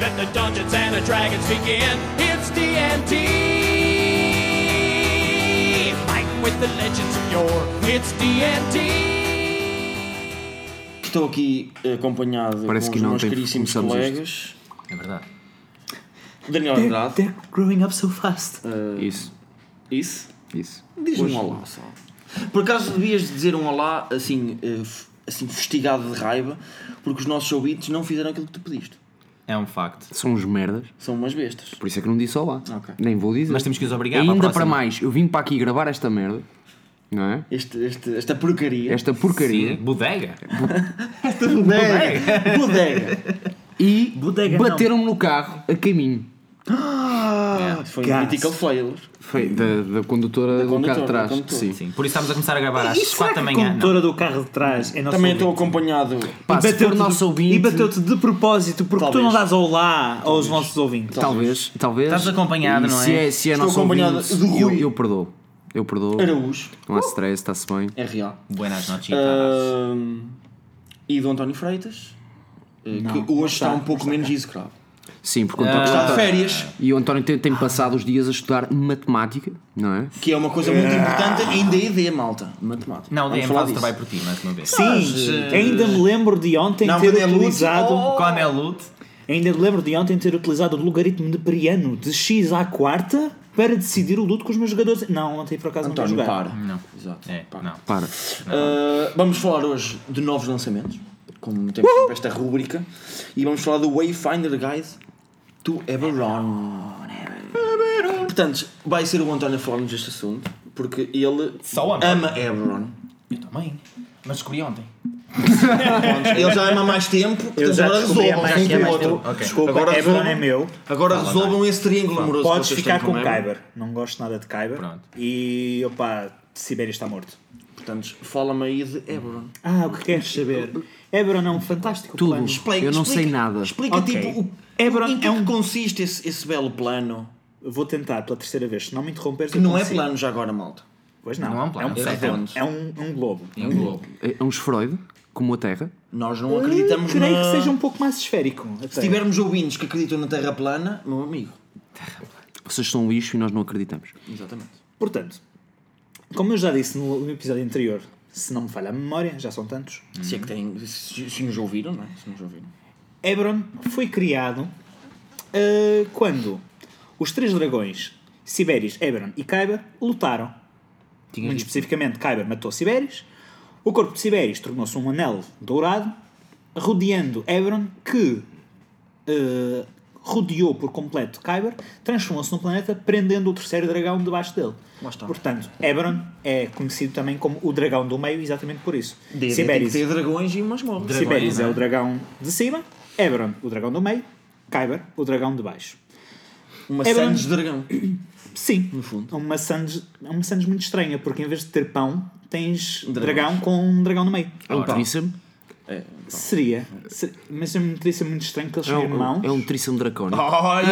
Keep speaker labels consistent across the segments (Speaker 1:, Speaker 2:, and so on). Speaker 1: Let the Dungeons and the Dragons begin. It's D&D. Fighting with the legends of yore. It's D&D.
Speaker 2: Estou aqui eh, acompanhado
Speaker 3: Parece
Speaker 2: com
Speaker 3: que
Speaker 2: os
Speaker 3: não
Speaker 2: meus
Speaker 3: tem-
Speaker 2: caríssimos
Speaker 3: começamos
Speaker 2: colegas.
Speaker 3: É verdade.
Speaker 2: Daniel Andrade.
Speaker 4: They're growing up so fast.
Speaker 3: Isso,
Speaker 2: Isso?
Speaker 3: isso.
Speaker 2: Diz-me um olá só. Por acaso devias dizer um olá assim, eh, f- assim fustigado de raiva, porque os nossos ouvintes não fizeram aquilo que tu pediste.
Speaker 5: É um facto.
Speaker 3: São uns merdas.
Speaker 2: São umas bestas.
Speaker 3: Por isso é que não disse olá.
Speaker 2: Ok.
Speaker 3: Nem vou dizer.
Speaker 5: Mas temos que os obrigar para a
Speaker 3: Ainda para
Speaker 5: próxima.
Speaker 3: mais, eu vim para aqui gravar esta merda, não é?
Speaker 2: Este, este- esta porcaria.
Speaker 3: Esta porcaria.
Speaker 5: Sim, bodega.
Speaker 2: Esta bodega. bodega.
Speaker 3: E
Speaker 4: Bodega,
Speaker 3: bateram-me no carro a caminho.
Speaker 2: Ah,
Speaker 5: É,
Speaker 2: foi um
Speaker 4: Cacos.
Speaker 2: critical failure.
Speaker 3: Foi da, da condutora do
Speaker 2: condutora,
Speaker 3: carro de trás.
Speaker 2: da condutora.
Speaker 3: Sim.
Speaker 5: Sim, por isso estamos a começar a gravar
Speaker 4: E
Speaker 5: às
Speaker 4: será
Speaker 5: 4
Speaker 4: que
Speaker 5: da
Speaker 4: a
Speaker 5: manhã.
Speaker 4: condutora do carro de trás é nosso
Speaker 2: Também
Speaker 4: ouvinte?
Speaker 2: estou acompanhado.
Speaker 3: Pá, se for
Speaker 4: de-
Speaker 3: nosso ouvinte.
Speaker 4: E bateu-te de propósito porque tu
Speaker 2: Talvez.
Speaker 4: não dás olá aos nossos ouvintes.
Speaker 3: Talvez, talvez.
Speaker 5: Estás acompanhado,
Speaker 3: E
Speaker 5: não
Speaker 3: Se
Speaker 5: é?
Speaker 3: é, se é
Speaker 2: Estou
Speaker 3: nosso
Speaker 2: acompanhado
Speaker 3: ouvinte,
Speaker 2: do
Speaker 3: eu,
Speaker 2: Rui.
Speaker 3: eu perdoo. Eu perdoo.
Speaker 2: Araújo.
Speaker 3: Não há stress, está-se bem.
Speaker 2: É real.
Speaker 5: Não. Buenas noches.
Speaker 2: Ah, Ahm, e do António Freitas. eh, que hoje está, um pouco menos execrado.
Speaker 3: Sim, porque o
Speaker 2: Está
Speaker 5: Ah.
Speaker 3: António.
Speaker 2: de férias,
Speaker 3: E o António tem, tem passado os dias a estudar matemática, não é?
Speaker 2: que é uma coisa muito importante em D&D, malta. Matemática.
Speaker 5: Não,
Speaker 2: Vamos
Speaker 5: DM,
Speaker 2: falar
Speaker 5: faz o
Speaker 2: disso.
Speaker 5: trabalho por ti, mais uma vez.
Speaker 4: Sim, ainda me lembro de ontem
Speaker 2: Não,
Speaker 4: ter
Speaker 2: quando é luz,
Speaker 4: utilizado.
Speaker 2: oh.
Speaker 5: Quando é loot,
Speaker 4: Ainda me lembro de ontem ter utilizado o logaritmo de Priano de x à quarta para decidir o luto com os meus jogadores. Não, ontem por acaso
Speaker 2: António,
Speaker 4: não vou jogar.
Speaker 2: para. Exato.
Speaker 5: é,
Speaker 2: para.
Speaker 5: não.
Speaker 3: Para.
Speaker 2: Uh, vamos falar hoje de novos lançamentos, como temos sempre esta rúbrica, e vamos falar do Wayfinder Guide to Eberron. Portanto, vai ser o António a falar-nos deste assunto, porque ele
Speaker 5: Só o António.
Speaker 2: ama Eberron.
Speaker 5: Eu também. Mas descobri ontem.
Speaker 2: Ele já ama há mais tempo, portanto,
Speaker 4: já
Speaker 2: agora
Speaker 4: descobri há
Speaker 2: resolvam. um
Speaker 4: mais tempo.
Speaker 5: Ok.
Speaker 2: Desculpa,
Speaker 4: Agora
Speaker 2: agora
Speaker 4: Everton é
Speaker 2: resolvam,
Speaker 4: meu.
Speaker 2: agora resolvam esse triângulo amoroso.
Speaker 4: Podes
Speaker 2: que vocês
Speaker 4: ficar
Speaker 2: têm
Speaker 4: com
Speaker 2: Eberron.
Speaker 4: Kyber. Não gosto nada de Kyber.
Speaker 5: Pronto.
Speaker 4: E opa, Sibéria está morto.
Speaker 2: Portanto, fala-me aí de Eberron.
Speaker 4: Ah, o que queres saber? Eberron é um fantástico
Speaker 3: Tudo.
Speaker 4: plano.
Speaker 2: Explica-
Speaker 3: Eu não sei
Speaker 2: explica-
Speaker 3: nada.
Speaker 2: Explica
Speaker 4: Ok.
Speaker 2: tipo o,
Speaker 4: Eberron
Speaker 2: em que
Speaker 4: é um-
Speaker 2: que consiste esse, esse belo plano.
Speaker 4: Vou tentar pela terceira vez, se não me interromperes.
Speaker 2: Que
Speaker 4: eu
Speaker 2: não é
Speaker 4: consigo.
Speaker 2: plano já agora, malta.
Speaker 4: Pois não.
Speaker 5: Não é um plano, é um
Speaker 4: redondo.
Speaker 2: redondo.
Speaker 4: É um, é um globo.
Speaker 5: Em Globo.
Speaker 3: É é uns Freud, como a Terra.
Speaker 2: Nós não acreditamos
Speaker 4: Hum, Creio
Speaker 2: na...
Speaker 4: que seja um pouco mais esférico. até.
Speaker 2: Se tivermos ouvintes que acreditam na Terra plana, meu amigo.
Speaker 3: Vocês são um lixo e nós não acreditamos.
Speaker 2: Exatamente.
Speaker 4: Portanto, como eu já disse no, no episódio anterior, se não me falha a memória, já são tantos,
Speaker 2: Se é que tem... Se, se nos ouviram, não é? Se nos ouviram.
Speaker 4: Eberron foi criado ah, quando os três dragões, Sibéris, Eberron e Kyber, lutaram. Muito especificamente, Kyber matou Sibéris. O corpo de Sibéris tornou-se um anel dourado, rodeando Eberron, que eh, rodeou por completo Kyber, transformou-se num planeta, prendendo o terceiro dragão debaixo dele.
Speaker 2: Lá está.
Speaker 4: Portanto, Eberron é conhecido também como o dragão do meio, exatamente por isso.
Speaker 2: Tem que
Speaker 4: Sibéris
Speaker 2: ter dragões e umas morras.
Speaker 5: Dragões,
Speaker 4: Sibéris
Speaker 5: não
Speaker 4: é
Speaker 5: é?
Speaker 4: o dragão de cima, Eberron o dragão do meio, Kyber o dragão de baixo.
Speaker 2: Uma
Speaker 4: Eberron-
Speaker 2: sandes de dragão.
Speaker 4: Sim,
Speaker 2: No fundo.
Speaker 4: é uma sandes, é uma sandes muito estranha, porque em vez de ter pão, tens
Speaker 2: Dragões.
Speaker 4: dragão com um dragão no meio.
Speaker 3: É um
Speaker 5: Ora.
Speaker 3: tríceps.
Speaker 4: Seria, ser- mas é uma notícia muito estranha que eles
Speaker 3: É
Speaker 4: são irmãos.
Speaker 3: um, é um tríceps dracónico.
Speaker 5: Olha,
Speaker 2: Ah.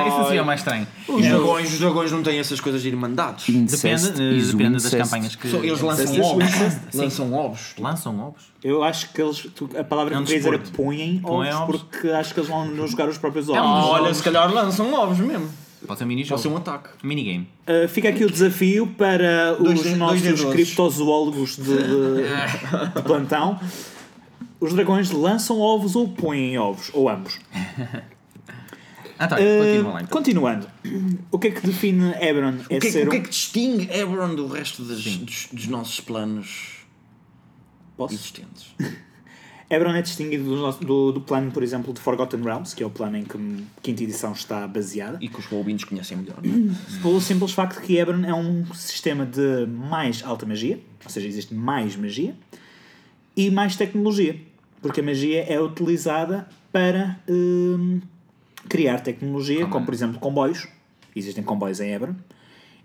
Speaker 3: Incestuoso.
Speaker 5: isso seria o mais estranho.
Speaker 2: Os dragões, os dragões não têm essas coisas de irmandades.
Speaker 3: Inceste,
Speaker 5: Depende, eh,
Speaker 3: iso,
Speaker 5: depende das
Speaker 3: inceste.
Speaker 5: campanhas que
Speaker 2: Só Eles lançam
Speaker 4: Sim.
Speaker 2: ovos.
Speaker 4: Sim.
Speaker 2: Lançam ovos.
Speaker 5: lançam ovos.
Speaker 4: Eu acho que eles, tu- a palavra
Speaker 5: É um
Speaker 4: que eu queria dizer era
Speaker 5: desporto.
Speaker 4: põem
Speaker 5: Põem
Speaker 4: ovos,
Speaker 5: ovos.
Speaker 4: porque acho que eles vão não jogar os próprios ovos.
Speaker 5: um-
Speaker 2: Ah, Olha, se calhar lançam ovos mesmo.
Speaker 5: Pode ser um mini-jogo.
Speaker 2: Pode ser um ataque.
Speaker 5: Minigame.
Speaker 4: Uh, fica aqui o desafio para
Speaker 2: Dois
Speaker 4: os
Speaker 2: de- dois de
Speaker 4: nossos
Speaker 2: doze.
Speaker 4: criptozoólogos de, de- de plantão. Os dragões lançam ovos ou põem ovos, ou ambos.
Speaker 2: Ah,
Speaker 5: António, Ah, tá, continua lá
Speaker 4: Uh,
Speaker 5: então.
Speaker 4: continuando, o que é que define Eberron? É
Speaker 2: O que, é, que-
Speaker 4: ser
Speaker 2: o que é
Speaker 4: um...
Speaker 2: que distingue Eberron do resto das- dos, dos nossos planos
Speaker 4: Posso?
Speaker 2: existentes?
Speaker 4: Eberron é distinguido do, nosso- do- do plano, por exemplo, de Forgotten Realms, que é o plano em que a quinta edição está baseada.
Speaker 2: E que os ouvintes conhecem melhor. não é?
Speaker 4: Pelo simples facto que Eberron é um sistema de mais alta magia, ou seja, existe mais magia e mais tecnologia, porque a magia é utilizada para hum, criar tecnologia, como por exemplo comboios. Existem comboios em Eberron,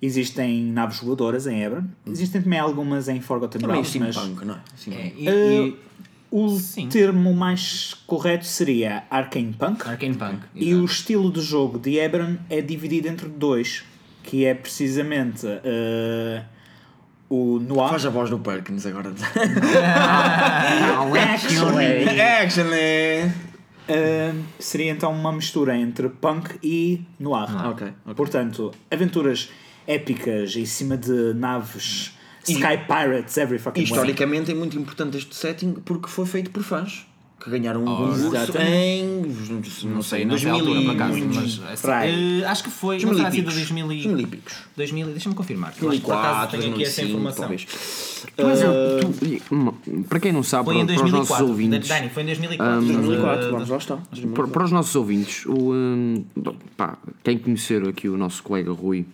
Speaker 4: existem naves voadoras em Eberron, existem também algumas em Forgotten
Speaker 2: Meio
Speaker 4: Realms, mas
Speaker 2: steampunk, não é? Sim.
Speaker 5: É, e, e,
Speaker 2: Ah,
Speaker 4: o
Speaker 5: Sim.
Speaker 4: termo mais correto seria Arcane Punk.
Speaker 5: Arcane Punk.
Speaker 4: E o estilo de jogo de Eberron é dividido entre dois, que é precisamente eh, o
Speaker 2: Faz
Speaker 4: Noir.
Speaker 2: a voz do Perkins agora.
Speaker 3: Não, é que eu-
Speaker 2: Actually!
Speaker 4: Ahm, seria então uma mistura entre punk e noir.
Speaker 5: Ah,
Speaker 2: ok, ok.
Speaker 4: Portanto, aventuras épicas em cima de naves Sky Pirates, every fucking
Speaker 2: E,
Speaker 4: way.
Speaker 2: historicamente é muito importante este setting porque foi feito por fãs que ganharam um concurso
Speaker 4: exatamente.
Speaker 2: em.
Speaker 5: Não sei, não sei a
Speaker 2: 2000
Speaker 5: altura,
Speaker 2: e
Speaker 5: por acaso,
Speaker 2: muitos-
Speaker 5: mas... assim,
Speaker 4: Trai.
Speaker 5: eh, acho que foi, não
Speaker 2: 2000 e
Speaker 5: será sido
Speaker 2: picos.
Speaker 5: 2000 e...
Speaker 2: 2000 e picos.
Speaker 5: 2000 e- Deixa-me confirmar. que eu acho que por acaso
Speaker 2: 2004,
Speaker 5: tenho aqui essa
Speaker 2: 2005,
Speaker 5: informação.
Speaker 2: talvez.
Speaker 3: Mas, tu- e, hum, para quem não sabe,
Speaker 5: Foi
Speaker 3: para,
Speaker 5: em
Speaker 3: para os nossos
Speaker 5: 2004.
Speaker 3: ouvintes,
Speaker 5: Dani, foi em 2004.
Speaker 2: ah, 2004,
Speaker 5: Eh,
Speaker 2: vamos lá está.
Speaker 3: para, para os nossos ouvintes, o, hum, bom, pá, quem conhecer aqui o nosso colega Rui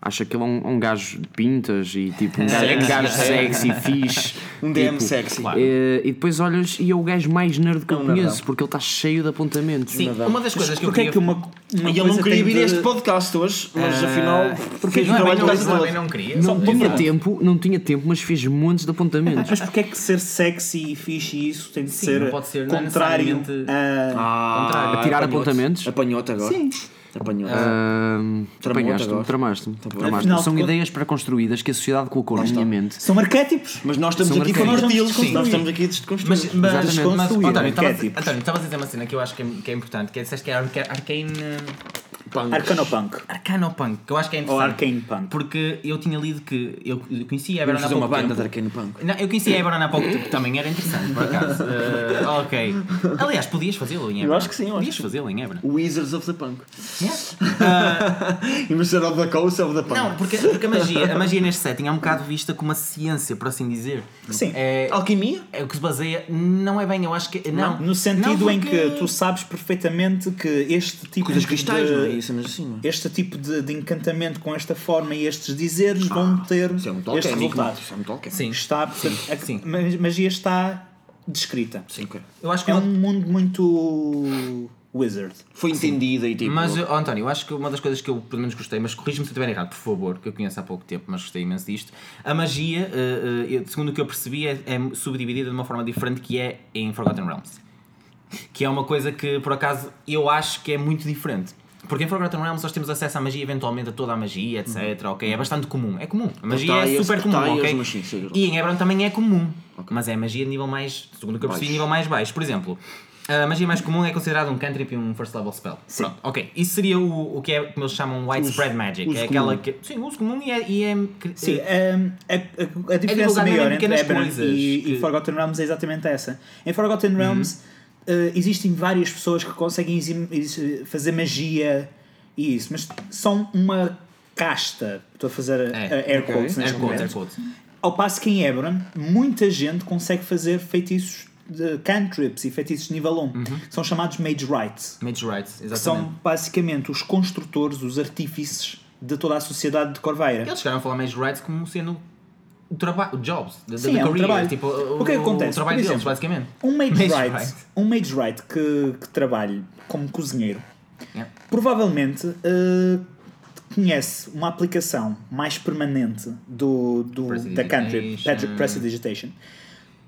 Speaker 3: acha que ele é um, um gajo de pintas e tipo um gajo, um gajo sexy, fixe,
Speaker 2: Um DM
Speaker 3: tipo,
Speaker 2: sexy.
Speaker 5: claro.
Speaker 3: eh, e depois olhas e é o gajo mais nerd que eu
Speaker 2: um
Speaker 3: conheço
Speaker 2: nerdão.
Speaker 3: porque ele está cheio de apontamentos.
Speaker 5: Sim, uma das coisas que eu queria...
Speaker 4: Porquê é que uma, uma
Speaker 2: E ele
Speaker 4: coisa
Speaker 2: não queria
Speaker 4: tem
Speaker 2: vir
Speaker 4: de-
Speaker 2: a este podcast hoje, mas afinal. Porque este
Speaker 5: Não é bem,
Speaker 2: trabalho
Speaker 5: não,
Speaker 2: quase
Speaker 5: não, é
Speaker 2: todo.
Speaker 5: bem, não queria.
Speaker 3: Não
Speaker 5: Exato.
Speaker 3: tinha tempo, não tinha tempo, mas fez montes de apontamentos.
Speaker 4: Mas porquê é que ser sexy e fixe e isso tem de
Speaker 5: Sim,
Speaker 4: ser,
Speaker 5: não pode ser
Speaker 4: contrário
Speaker 5: necessariamente- ah,
Speaker 4: a...
Speaker 5: Contrário.
Speaker 3: Ah, é a tirar
Speaker 2: apanhou-te.
Speaker 3: apontamentos?
Speaker 2: Apanhou-te agora. Sim. Ah, Apanhou-te.
Speaker 3: Ahm,
Speaker 2: Tramou-te
Speaker 3: Apanhaste-me,
Speaker 2: agora.
Speaker 3: tramaste-me. tramaste-me.
Speaker 4: Afinal de
Speaker 3: São
Speaker 4: contas-
Speaker 3: ideias pré-construídas que a sociedade colocou na minha mente.
Speaker 4: São arquétipos?
Speaker 2: mas nós estamos
Speaker 3: São
Speaker 2: aqui para
Speaker 3: arcaicos.
Speaker 2: parti-los.
Speaker 5: Sim.
Speaker 2: Nós estamos aqui a desconstruir.
Speaker 5: Mas, mas, mas,
Speaker 4: Exatamente. Construir
Speaker 5: António, estavas-
Speaker 4: arquétipos.
Speaker 5: António, estavas a dizer uma cena que eu acho que é, que é importante, que é disseste que é arca, arcane,
Speaker 4: Arcanopunk.
Speaker 5: arcanopunk, que eu acho que é
Speaker 4: Ou
Speaker 5: interessante.
Speaker 4: arcane punk.
Speaker 5: Porque eu tinha lido que eu eu conhecia a Eberron
Speaker 2: Vamos
Speaker 5: há
Speaker 2: fazer uma
Speaker 5: pouco
Speaker 2: banda de
Speaker 5: tempo.
Speaker 2: Arcane Punk.
Speaker 5: Não, eu conheci a Eberron há pouco tempo, também era interessante, por acaso. Eh, ok. Aliás, podias fazê-lo em Eberron.
Speaker 2: acho que sim, eu acho
Speaker 5: Podias fazê-lo em Eberron.
Speaker 2: Wizards of the Punk. Universidade of the Coast of the Punk.
Speaker 5: Não, porque, porque a magia, a magia neste setting é um bocado vista como uma ciência, por assim dizer.
Speaker 4: Sim.
Speaker 5: É,
Speaker 2: Alquimia?
Speaker 5: é o que se baseia, não é bem, eu acho que. Não,
Speaker 4: No sentido
Speaker 5: Não,
Speaker 4: em
Speaker 5: porque-
Speaker 4: que tu sabes perfeitamente que este tipo
Speaker 2: Coisas
Speaker 4: de...
Speaker 2: cristais, não é? Isso, mas assim, não é?
Speaker 4: Este tipo de, de encantamento com esta forma e estes dizeres vão ter
Speaker 2: Isso é muito
Speaker 4: este
Speaker 2: alquémico. não é?
Speaker 4: resultado.
Speaker 2: Isso é muito alquémico.
Speaker 5: Sim.
Speaker 4: Está, a,
Speaker 5: sim.
Speaker 4: mas- magia está descrita.
Speaker 2: Sim, ok.
Speaker 5: Eu acho que
Speaker 4: É
Speaker 5: uma-
Speaker 4: um mundo muito wizard.
Speaker 2: Foi entendida e tipo.
Speaker 5: Mas, oh, António, eu acho que uma das coisas que eu pelo menos gostei, mas corrija-me se eu estiver errado, por favor, que eu conheço há pouco tempo, mas gostei imenso disto. A magia, eh, eh, eu- segundo o que eu percebi, é, é subdividida de uma forma diferente que é em Forgotten Realms. Que é uma coisa que, por acaso, eu acho que é muito diferente. Porque em Forgotten Realms nós temos acesso à magia, eventualmente a toda a magia, etc. Ok, é bastante comum. É comum. A magia é
Speaker 2: Portais,
Speaker 5: super comum.
Speaker 2: portais,
Speaker 5: ok?
Speaker 2: Uhum. mas sim, sim, sim.
Speaker 5: E em Hebron também é comum. Mas é magia de nível mais, segundo o que eu percebi,
Speaker 2: Baixo.
Speaker 5: nível mais baixo. Por exemplo, a magia mais comum é considerada um cantrip e um first level spell.
Speaker 4: Sim.
Speaker 5: Pronto, ok. Isso seria o, o que é como eles chamam widespread magic.
Speaker 2: uso
Speaker 5: é aquela que. Sim, uso comum e é. E é
Speaker 4: Sim, hum, a, a- a diferença
Speaker 5: divulgado em
Speaker 4: maior entre
Speaker 5: pequenas
Speaker 4: Eberron
Speaker 5: coisas
Speaker 4: e,
Speaker 5: que- Uhum.
Speaker 4: e Forgotten Realms é exatamente essa. Em Forgotten Realms eh, existem várias pessoas que conseguem exi- exi- fazer magia e isso, mas são uma casta. Estou a fazer
Speaker 5: É,
Speaker 4: eh, air
Speaker 5: Air
Speaker 4: quotes neste
Speaker 5: quotes,
Speaker 4: momento.
Speaker 5: air quotes.
Speaker 4: Ao passo que em Eberron, muita gente consegue fazer feitiços de cantrips e feitiços de nível 1. que São chamados Mage Rites,
Speaker 5: Mage rights,
Speaker 4: que
Speaker 5: Uhum. exatamente.
Speaker 4: são basicamente os construtores, os artífices de toda a sociedade de Corveira.
Speaker 5: Eles chegaram a falar mage rights como sendo o trabalho. Jobs. da- da-
Speaker 4: Sim,
Speaker 5: da
Speaker 4: é um
Speaker 5: career,
Speaker 4: trabalho.
Speaker 5: Tipo,
Speaker 4: O que é que acontece?
Speaker 5: O trabalho
Speaker 4: Por
Speaker 5: deles,
Speaker 4: exemplo,
Speaker 5: basicamente.
Speaker 4: Um mage,
Speaker 5: Mage
Speaker 4: right,
Speaker 5: right.
Speaker 4: um mage right que, que trabalhe como cozinheiro
Speaker 5: É.
Speaker 4: provavelmente eh, conhece uma aplicação mais permanente do, do, da country,
Speaker 5: Prestidigitation.
Speaker 4: Patrick Prestidigitation,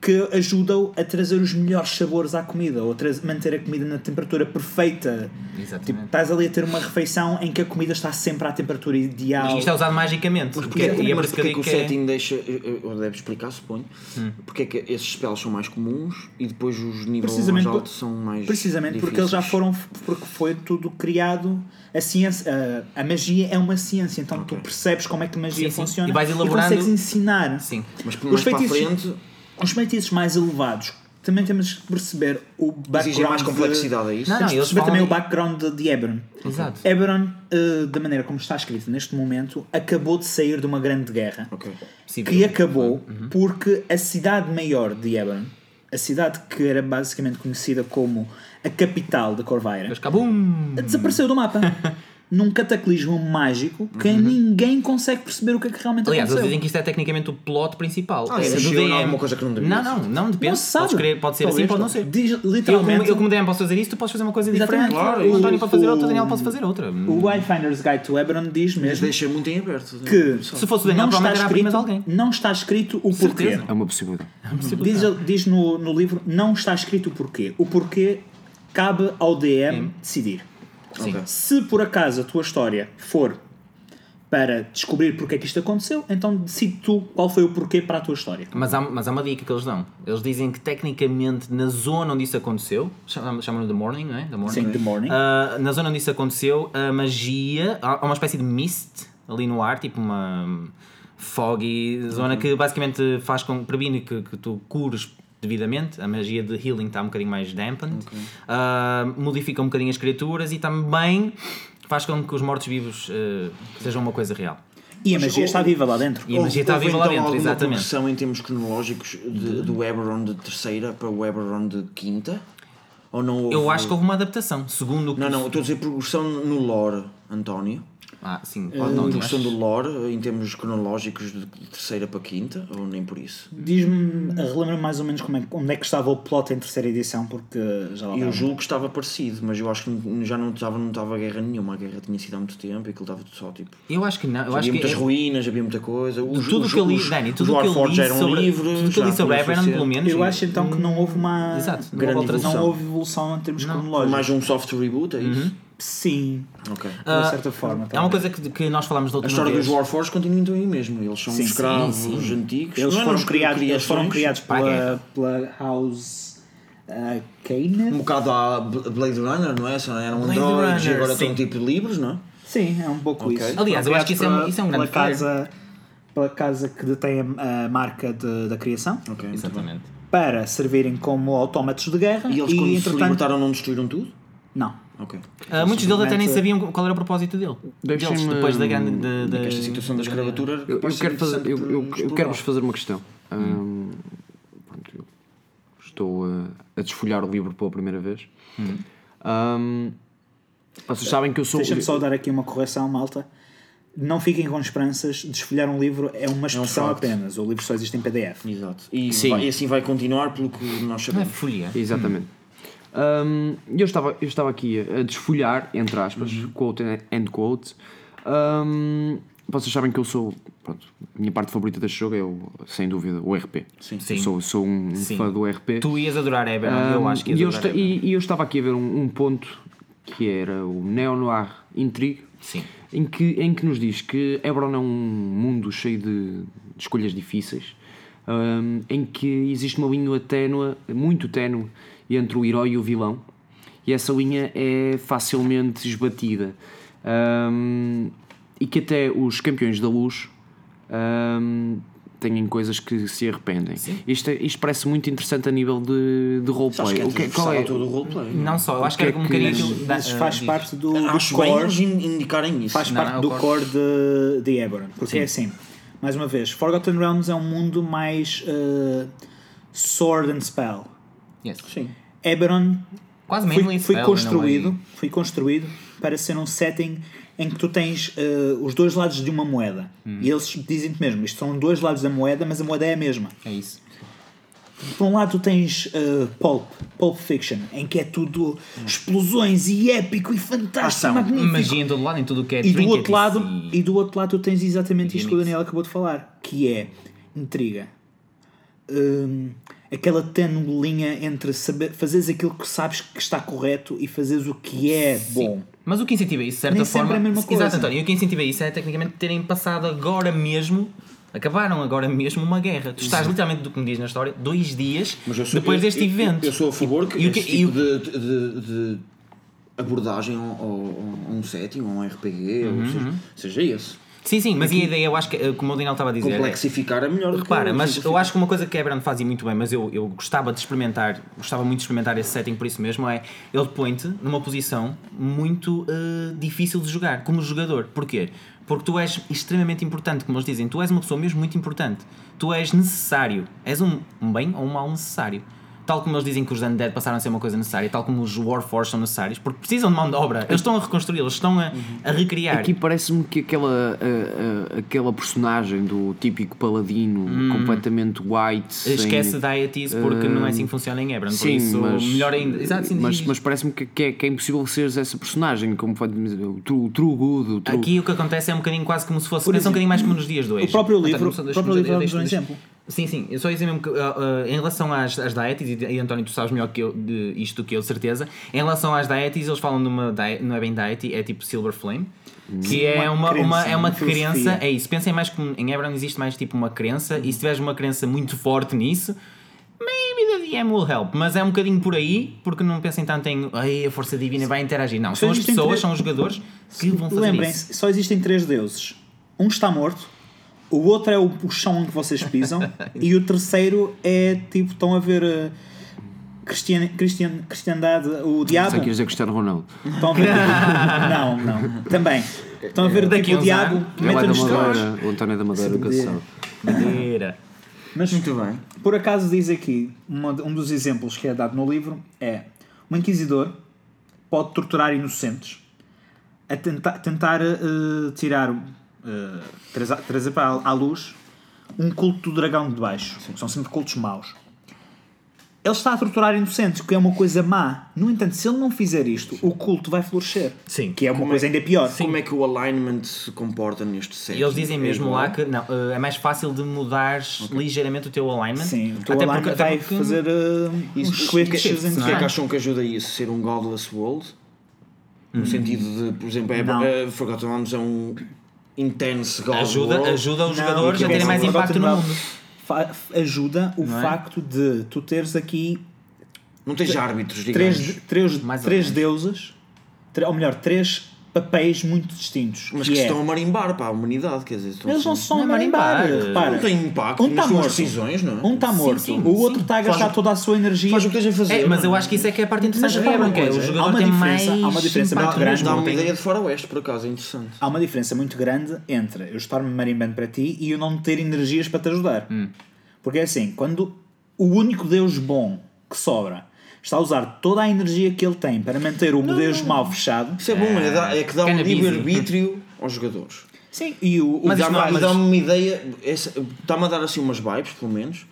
Speaker 4: que ajuda-o a trazer os melhores sabores à comida ou a traz- manter a comida na temperatura perfeita.
Speaker 5: Exatamente.
Speaker 4: Tipo, estás ali a ter uma refeição em que a comida está sempre à temperatura ideal.
Speaker 5: E isto é usado magicamente.
Speaker 2: Porque,
Speaker 5: porque- e é por
Speaker 2: mas
Speaker 5: isso que
Speaker 2: porque é
Speaker 5: eu
Speaker 2: que
Speaker 5: digo
Speaker 2: o
Speaker 5: que é-
Speaker 2: setting deixa, eh, eh, ou deve explicar, suponho, porque é que esses spells são mais comuns e depois os níveis mais
Speaker 4: Precisamente por-
Speaker 2: altos são mais.
Speaker 4: Precisamente
Speaker 2: difíceis.
Speaker 4: porque eles já foram, porque foi tudo criado. A ciência, a, a magia é uma ciência, então tu percebes como é que a magia
Speaker 5: Sim, sim.
Speaker 4: funciona
Speaker 5: E vais elaborando-
Speaker 4: consegues ensinar.
Speaker 5: Sim.
Speaker 2: Mas
Speaker 4: Os
Speaker 2: mais para a
Speaker 4: feitiços-
Speaker 2: frente
Speaker 4: Os feitiços mais elevados também temos que perceber o background.
Speaker 2: exige mais
Speaker 4: de-
Speaker 2: complexidade a isso.
Speaker 5: Não,
Speaker 4: Temos que
Speaker 5: eles
Speaker 4: perceber
Speaker 5: falam-
Speaker 4: também o background de, de Eberron.
Speaker 5: Exato.
Speaker 4: Eberron, eh, da maneira como está escrito neste momento, acabou de sair de uma grande guerra
Speaker 2: Ok.
Speaker 5: Civil.
Speaker 4: que acabou
Speaker 5: Uhum.
Speaker 4: porque a cidade maior de Eberron, a cidade que era basicamente conhecida como a capital da Corvaira,
Speaker 5: Mas cabum!
Speaker 4: desapareceu do mapa. Num cataclismo mágico que ninguém consegue perceber o que é que realmente
Speaker 5: Uhum. Aliás, eles
Speaker 4: aconteceu.
Speaker 5: dizem que isto é tecnicamente o plot principal.
Speaker 2: Ah,
Speaker 5: é
Speaker 2: sim.
Speaker 5: do
Speaker 2: Sim, ou não,
Speaker 5: DM.
Speaker 2: alguma coisa que não deveria
Speaker 5: Não, não, não depende.
Speaker 4: não se sabe.
Speaker 5: Podes querer, pode ser
Speaker 4: Talvez,
Speaker 5: assim, pode não ser.
Speaker 4: Diz,
Speaker 5: Eu como,
Speaker 4: literalmente,
Speaker 5: eu como DM posso fazer isto, tu podes fazer uma coisa
Speaker 4: Exatamente.
Speaker 5: diferente.
Speaker 4: Claro,
Speaker 5: o António
Speaker 4: o-
Speaker 5: pode fazer outra,
Speaker 4: o-
Speaker 5: o Daniel pode fazer outra.
Speaker 4: o Wayfinder's Guide to Eberron diz
Speaker 2: Mas
Speaker 4: mesmo
Speaker 2: deixa muito em aberto. é?
Speaker 4: que
Speaker 5: Se fosse o Daniel,
Speaker 4: não, está
Speaker 5: provavelmente era a prima de
Speaker 4: escrito,
Speaker 5: alguém.
Speaker 4: não está escrito o porquê.
Speaker 5: Certeza.
Speaker 3: É uma possibilidade.
Speaker 4: Diz, diz no, no livro, não está escrito o porquê. O porquê cabe ao DM decidir.
Speaker 5: Sim.
Speaker 2: então,
Speaker 4: Se por acaso a tua história for para descobrir porque é que isto aconteceu, então decide tu qual foi o porquê para a tua história.
Speaker 5: Mas há, mas há uma dica que eles dão. Eles dizem que tecnicamente na zona onde isso aconteceu, chamam- chamam-no The Morning, não é? The Morning.
Speaker 4: Sim, The Morning.
Speaker 5: Ah, na zona onde isso aconteceu, a magia, há há uma espécie de mist ali no ar, tipo uma hum, foggy zona
Speaker 2: Uhum.
Speaker 5: que basicamente faz com, previne que, que tu cures devidamente. A magia de healing está um bocadinho mais dampened, Ah, modifica um bocadinho as criaturas e também faz com que os mortos-vivos eh, sejam uma coisa real.
Speaker 4: E a magia
Speaker 2: o-
Speaker 4: está viva lá dentro.
Speaker 5: E a magia está
Speaker 2: Houve,
Speaker 5: viva lá
Speaker 2: então,
Speaker 5: dentro,
Speaker 2: alguma
Speaker 5: exatamente.
Speaker 2: progressão em termos cronológicos de- do Eberron de terceira para o Eberron de quinta? Ou não houve...
Speaker 5: Eu acho que houve uma adaptação, segundo o que.
Speaker 2: Não, não, eu estou a dizer progressão no lore, António.
Speaker 5: Ah, sim.
Speaker 2: Ou
Speaker 5: não,
Speaker 2: não,
Speaker 5: não
Speaker 2: progressão
Speaker 5: acho.
Speaker 2: do lore em termos cronológicos de terceira para quinta? Ou nem por isso?
Speaker 4: Diz-me, relembra-me mais ou menos como é, onde é que estava o plot em terceira edição, porque já lá
Speaker 2: Eu
Speaker 4: vamos.
Speaker 2: julgo que estava parecido, mas eu acho que n- já não estava, não estava guerra nenhuma. A guerra tinha sido há muito tempo e aquilo estava só tipo.
Speaker 5: Eu acho que não. Eu acho
Speaker 2: havia
Speaker 5: que é,
Speaker 2: muitas ruínas, havia muita coisa. Os,
Speaker 5: tudo
Speaker 2: os,
Speaker 5: que eu li,
Speaker 2: os-
Speaker 5: Dani,
Speaker 2: os
Speaker 5: tudo que eu li
Speaker 2: Warforged eram
Speaker 5: sobre,
Speaker 2: livros,
Speaker 5: tudo que eu
Speaker 2: já
Speaker 5: li sobre
Speaker 2: tinham
Speaker 5: Eberron, pelo
Speaker 2: suficiente.
Speaker 5: menos.
Speaker 4: Eu acho então que não houve uma.
Speaker 5: Exato, não
Speaker 4: não,
Speaker 2: houve
Speaker 4: houve
Speaker 2: alteração.
Speaker 4: não houve evolução em termos cronológicos.
Speaker 2: Mais um soft reboot, é isso?
Speaker 4: Sim,
Speaker 2: Ok.
Speaker 4: de uma certa forma.
Speaker 5: É uma
Speaker 4: talvez.
Speaker 5: coisa que, que nós falámos da
Speaker 2: A
Speaker 5: última
Speaker 2: história
Speaker 5: vez.
Speaker 2: dos Warforged continua então aí mesmo. Eles são
Speaker 4: Sim,
Speaker 2: escravos
Speaker 5: sim, sim.
Speaker 2: antigos.
Speaker 4: Eles
Speaker 5: é
Speaker 2: Não eram
Speaker 4: foram, criados, eles foram
Speaker 2: criações?
Speaker 4: criados
Speaker 5: Para a
Speaker 4: pela, pela House uh, Kane.
Speaker 2: Um bocado à B- Blade Runner, não é? Só eram
Speaker 5: Blade
Speaker 2: androides e
Speaker 5: Runner,
Speaker 2: agora
Speaker 5: sim.
Speaker 2: são tipo livros, não é?
Speaker 4: Sim, é um pouco
Speaker 2: Ok.
Speaker 4: isso.
Speaker 5: Aliás, eu acho que isso é um- isso é um grande
Speaker 4: pela casa, pela casa que detém a, a marca de- da criação
Speaker 2: Ok, muito bem.
Speaker 5: Exatamente.
Speaker 4: para servirem como autómatos de guerra
Speaker 2: E eles, quando se
Speaker 4: entretanto-
Speaker 2: libertaram, não destruíram tudo?
Speaker 4: Não.
Speaker 2: Ok.
Speaker 5: Ah, muitos deles até nem
Speaker 4: simplesmente-
Speaker 5: sabiam qual era o propósito dele.
Speaker 3: Deixem-me-
Speaker 5: Deles, depois da grande. de- de-
Speaker 2: Esta situação da escravatura.
Speaker 3: Eu, eu
Speaker 2: pode ser
Speaker 3: quero fazer, eu,
Speaker 2: interessante
Speaker 3: eu-
Speaker 2: por-
Speaker 3: eu
Speaker 2: por
Speaker 3: quero vos
Speaker 2: lá.
Speaker 3: fazer uma questão. Hum, pronto, eu estou a, a desfolhar o livro pela primeira vez. Hum, vocês sabem que eu sou.
Speaker 4: Deixa-me só dar aqui uma correção, malta. Não fiquem com esperanças, desfolhar um livro é uma expressão
Speaker 2: facto.
Speaker 4: apenas. O livro só existe em PDF.
Speaker 2: Exato. E,
Speaker 3: Sim.
Speaker 2: vai- e assim vai continuar pelo que nós
Speaker 5: Não é
Speaker 2: sabemos.
Speaker 5: folha.
Speaker 3: Exatamente. Hum, eu, estava, eu estava aqui a a desfolhar, entre aspas,
Speaker 5: Uhum.
Speaker 3: quote and end quote. Hum, vocês sabem que eu sou. Pronto, a minha parte favorita deste jogo é, o, sem dúvida, o RP.
Speaker 2: Sim.
Speaker 5: Sim.
Speaker 3: Eu sou, sou um
Speaker 5: Sim.
Speaker 3: fã do RP.
Speaker 5: Tu ias adorar Eberron, eu acho que
Speaker 3: Um,
Speaker 5: é
Speaker 3: e,
Speaker 5: ias
Speaker 3: eu
Speaker 5: adorar.
Speaker 3: esta-
Speaker 5: Eberron.
Speaker 3: e- e eu estava aqui a ver um, um ponto que era o neo-noir intrigue,
Speaker 5: Sim.
Speaker 3: em que, em que nos diz que Ebron é um mundo cheio de, de escolhas difíceis, hum, em que existe uma linha ténua, muito ténue, entre o herói e o vilão, e essa linha é facilmente esbatida. Hum, e que até os campeões da luz hum, têm coisas que se arrependem. Isto, é- isto parece muito interessante a nível de, de
Speaker 2: Acho que
Speaker 3: roleplay.
Speaker 2: é
Speaker 3: O que- Qual
Speaker 2: transversal
Speaker 3: é?
Speaker 2: a todo o roleplay.
Speaker 5: Não só, eu acho que
Speaker 3: que
Speaker 5: era
Speaker 3: é
Speaker 5: um
Speaker 3: que-
Speaker 5: bocadinho
Speaker 3: mas-
Speaker 5: aquilo.
Speaker 4: Mas
Speaker 5: da-
Speaker 4: faz
Speaker 5: diz.
Speaker 4: parte do, do
Speaker 2: Acho bem
Speaker 4: core.
Speaker 2: eles in- indicarem isso.
Speaker 4: faz
Speaker 5: Não,
Speaker 4: parte
Speaker 5: não, é
Speaker 4: do
Speaker 5: o
Speaker 4: core de, de Eberron. Porque é assim, mais uma vez, Forgotten Realms é um mundo mais eh, sword and spell.
Speaker 5: Yes.
Speaker 2: Sim.
Speaker 4: Eberron
Speaker 5: Quase é,
Speaker 4: foi,
Speaker 5: mainly
Speaker 4: foi
Speaker 5: spell, in a
Speaker 4: construído,
Speaker 5: way.
Speaker 4: foi construído para ser um setting em que tu tens eh, os dois lados de uma moeda. E eles dizem-te mesmo, isto são dois lados da moeda, mas a moeda é a mesma.
Speaker 5: É isso.
Speaker 4: Por um lado, tu tens eh, Pulp, Pulp Fiction, em que é tudo explosões e épico e fantástico,
Speaker 2: Ação,
Speaker 4: magnífico.
Speaker 5: Magia em todo lado, em tudo o que é
Speaker 4: E do
Speaker 5: trinkets
Speaker 4: outro lado,
Speaker 5: e-
Speaker 4: e do outro lado tu tens exatamente isto que o
Speaker 5: Gimmicks.
Speaker 4: Daniel acabou de falar, que é intriga. Hum, aquela tênue linha entre saber, fazeres aquilo que sabes que está correto e fazeres o que é bom.
Speaker 5: Mas o que incentiva isso, de certa
Speaker 4: Nem sempre
Speaker 5: forma.
Speaker 4: é a mesma coisa.
Speaker 5: Exato, António. E o que incentiva isso é tecnicamente terem passado agora mesmo. Acabaram agora mesmo uma guerra. Tu estás literalmente, do que me diz na história, dois dias
Speaker 2: Mas eu sou-
Speaker 5: depois
Speaker 2: eu-
Speaker 5: deste
Speaker 2: eu-
Speaker 5: evento.
Speaker 2: Eu sou a favor que
Speaker 5: E o que-
Speaker 2: esse
Speaker 5: e o-
Speaker 2: tipo de, de- de abordagem a um setting, a um RPG,
Speaker 5: Uhum.
Speaker 2: ou seja, seja esse.
Speaker 5: Sim, sim, mas e a ideia, eu acho que, eh, como o Daniel estava a dizer. é-
Speaker 2: Complexificar é melhor do que
Speaker 5: Repara, mas eu
Speaker 2: simplificar.
Speaker 5: acho que uma coisa que a Eberron fazia muito bem, mas eu, eu gostava de experimentar, gostava muito de experimentar esse setting por isso mesmo, é ele põe-te numa posição muito eh, difícil de jogar, como jogador. Porquê? Porque tu és extremamente importante, como eles dizem, tu és uma pessoa mesmo muito importante. Tu és necessário. És um, um bem ou um mal necessário. Tal como eles dizem que os Undead passaram a ser uma coisa necessária, tal como os Warforged são necessários, porque precisam de mão de obra. Eles estão a reconstruir, eles estão a, a recriar.
Speaker 3: Aqui parece-me que aquela, a- a- aquela personagem do típico paladino
Speaker 5: Hum.
Speaker 3: completamente white. sem-
Speaker 5: Esquece deities porque não é assim que funciona em Ebron. por
Speaker 3: Sim,
Speaker 5: isso,
Speaker 3: mas,
Speaker 5: melhor ainda. Exato, sim,
Speaker 3: mas,
Speaker 5: diz.
Speaker 3: mas parece-me que, que é, que é impossível seres essa personagem, como pode dizer, o true, o true good, o true-
Speaker 5: Aqui o que acontece é um bocadinho quase como se fosse. Pensa um bocadinho mais como nos dias do
Speaker 4: O
Speaker 5: eixo.
Speaker 4: próprio
Speaker 5: Até
Speaker 4: livro,
Speaker 5: não são
Speaker 4: o
Speaker 5: dois,
Speaker 4: próprio
Speaker 5: mas
Speaker 4: livro
Speaker 5: eu deixo-
Speaker 4: dá-nos um
Speaker 5: deixo-
Speaker 4: exemplo.
Speaker 5: Sim, sim, eu só ia dizer mesmo que ah, ah, em relação às, às dietes, e, e António, tu sabes melhor que eu, de isto do que eu, de certeza. Em relação às dietes, eles falam de uma diet, não é bem diet, é tipo Silver Flame, que é
Speaker 4: uma
Speaker 5: uma,
Speaker 4: crença,
Speaker 5: uma, é uma
Speaker 4: uma filosofia.
Speaker 5: crença, é isso. Pensem mais que em Hebron existe mais tipo uma crença, e se tiveres uma crença muito forte nisso, maybe the DM will help. Mas é um bocadinho por aí, porque não pensem tanto em Ai, a força divina vai interagir. Não, são as
Speaker 4: existem
Speaker 5: pessoas,
Speaker 4: três-
Speaker 5: são os jogadores que vão fazer isso.
Speaker 4: Lembrem-se, só existem três deuses. Um está morto, o outro é o o chão em que vocês pisam, e o terceiro é tipo, estão a ver eh, cristian, cristian, cristiandade, o diabo.
Speaker 3: Sei que ias dizer Cristiano Ronaldo.
Speaker 4: Estão a ver. não, não. Também. Estão a ver
Speaker 5: Daqui
Speaker 4: tipo,
Speaker 5: a
Speaker 4: o
Speaker 5: uns
Speaker 4: diabo,
Speaker 5: anos.
Speaker 3: Ele é da
Speaker 4: meta-nos todos.
Speaker 3: Madeira, o António é da Madeira, nunca se sabe.
Speaker 5: Madeira.
Speaker 4: Mas
Speaker 2: Muito bem.
Speaker 4: por acaso diz aqui, uma de- um dos exemplos que é dado no livro é um inquisidor pode torturar inocentes a tenta- tentar eh, tirar eh, trazer, trazer para à luz um culto do dragão de baixo. que São sempre cultos maus. Ele está a torturar inocentes, que é uma coisa má. No entanto, se ele não fizer isto, o culto vai florescer.
Speaker 5: Sim.
Speaker 4: Que é uma coisa ainda pior.
Speaker 2: Como é que o alignment se comporta neste set?
Speaker 5: E eles dizem mesmo
Speaker 2: É
Speaker 5: lá
Speaker 2: igual?
Speaker 5: que não, eh, é mais fácil de mudares ligeiramente o teu alignment.
Speaker 4: Sim, o teu
Speaker 5: Até
Speaker 4: alignment
Speaker 5: porque- até
Speaker 4: vai
Speaker 5: porque-
Speaker 4: fazer eh, uns
Speaker 2: Isso, o que,
Speaker 4: cliques
Speaker 2: é-
Speaker 4: em
Speaker 2: o que é
Speaker 4: cada-
Speaker 2: que acham que ajuda a isso? Ser um Godless World?
Speaker 5: Uhum.
Speaker 2: No sentido de, por exemplo, é,
Speaker 4: Não.
Speaker 2: uh, Forgotten Realms é um intense God
Speaker 5: Ajuda,
Speaker 2: World.
Speaker 5: ajuda os
Speaker 4: Não,
Speaker 5: jogadores
Speaker 4: e
Speaker 5: a
Speaker 4: que
Speaker 5: terem
Speaker 4: é
Speaker 5: mais
Speaker 4: assim,
Speaker 5: impacto no
Speaker 4: Rotterdam
Speaker 5: mundo. é?
Speaker 4: fa- ajuda o facto de tu teres aqui
Speaker 2: Não tens árbitros, digamos.
Speaker 4: três, três,
Speaker 5: Mais ou
Speaker 4: três
Speaker 5: menos.
Speaker 4: deuses, tre- ou melhor, três papéis muito distintos.
Speaker 2: Mas
Speaker 4: que
Speaker 2: que
Speaker 4: é-
Speaker 2: estão a marimbar para a humanidade, quer dizer, estão assim.
Speaker 4: Eles não
Speaker 2: a
Speaker 4: se estão
Speaker 5: Não
Speaker 4: a
Speaker 5: é marimbar,
Speaker 4: marimbar,
Speaker 5: eh,
Speaker 4: repara.
Speaker 2: não têm impacto
Speaker 4: um está
Speaker 2: nas suas
Speaker 4: morto.
Speaker 2: decisões, não é?
Speaker 4: Um está morto,
Speaker 5: sim,
Speaker 4: o outro
Speaker 5: sim.
Speaker 4: está a gastar
Speaker 2: Faz o-
Speaker 4: toda a sua energia.
Speaker 2: Faz o que tens a fazer.
Speaker 5: É, mas eu
Speaker 2: não é?
Speaker 5: acho que isso é que é a parte
Speaker 4: Mas
Speaker 5: interessante da Rebel,
Speaker 4: repara uma
Speaker 5: que é o
Speaker 4: coisa, há
Speaker 5: jogador
Speaker 4: uma
Speaker 5: tem mais.
Speaker 4: diferença- há uma diferença muito
Speaker 5: impacto.
Speaker 4: grande.
Speaker 2: Dá
Speaker 5: é Não
Speaker 2: uma
Speaker 5: tem-
Speaker 2: ideia de faroeste, por acaso, é interessante.
Speaker 4: Há uma diferença muito grande entre eu estar-me marimbando para ti e eu não ter energias para te ajudar.
Speaker 2: Hum.
Speaker 4: Porque é assim, quando o único Deus bom que sobra está a usar toda a energia que ele tem para manter o Deus mau fechado,
Speaker 2: Isso é bom, é, dá- é que dá um
Speaker 5: Cannabis.
Speaker 2: livre-arbítrio aos jogadores.
Speaker 4: sim, e o, o
Speaker 2: Mas
Speaker 5: Mas
Speaker 2: dá-me
Speaker 5: isso não- é- mas-
Speaker 2: dá-me uma ideia, essa- está-me a dar assim umas vibes, pelo menos,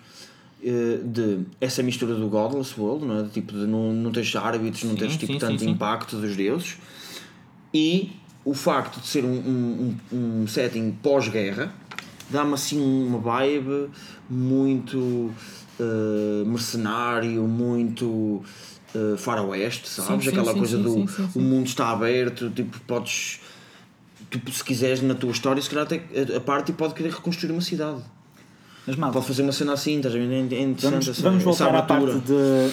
Speaker 2: eh, de essa mistura do Godless World, não é? De Tipo, de não, não tens árbitros, não tens tipo,
Speaker 5: sim,
Speaker 2: tanto
Speaker 5: sim, sim.
Speaker 2: impacto dos deuses, e o facto de ser um, um- um- um setting pós-guerra dá-me assim uma vibe muito eh, mercenário, muito. eh, faroeste, sabes?
Speaker 5: sim,
Speaker 2: Aquela
Speaker 5: sim,
Speaker 2: coisa
Speaker 5: sim,
Speaker 2: do
Speaker 5: sim, sim, sim.
Speaker 2: o mundo está aberto, tipo, podes tipo, se quiseres na tua história, se calhar até eh, a- a parte pode querer reconstruir uma cidade.
Speaker 4: Mas malta,
Speaker 2: Pode fazer uma cena assim, estás a ver? É interessante
Speaker 4: vamos,
Speaker 2: essa-
Speaker 4: vamos
Speaker 2: essa
Speaker 4: voltar à parte
Speaker 2: abertura.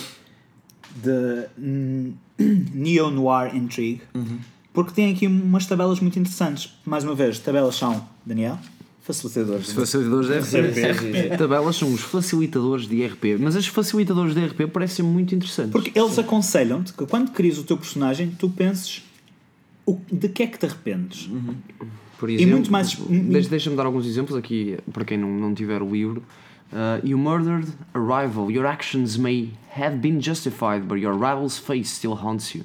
Speaker 4: de, de hum, neo-noir intrigue,
Speaker 2: Uhum.
Speaker 4: porque tem aqui umas tabelas muito interessantes. Mais uma vez, tabelas são, Daniel, facilitadores.
Speaker 3: Os facilitadores de RP. Tabelas são os facilitadores de RP. Mas os facilitadores de RP parecem muito interessantes.
Speaker 4: Porque eles aconselham-te que quando crias o teu personagem, tu penses o, de que é que te arrependes.
Speaker 3: Por exemplo,
Speaker 4: muito mais-
Speaker 3: deixa- Deixa-me dar alguns exemplos aqui para quem não, não tiver o livro. Uh, you murdered a rival. Your actions may have been justified, but your rival's face still haunts you.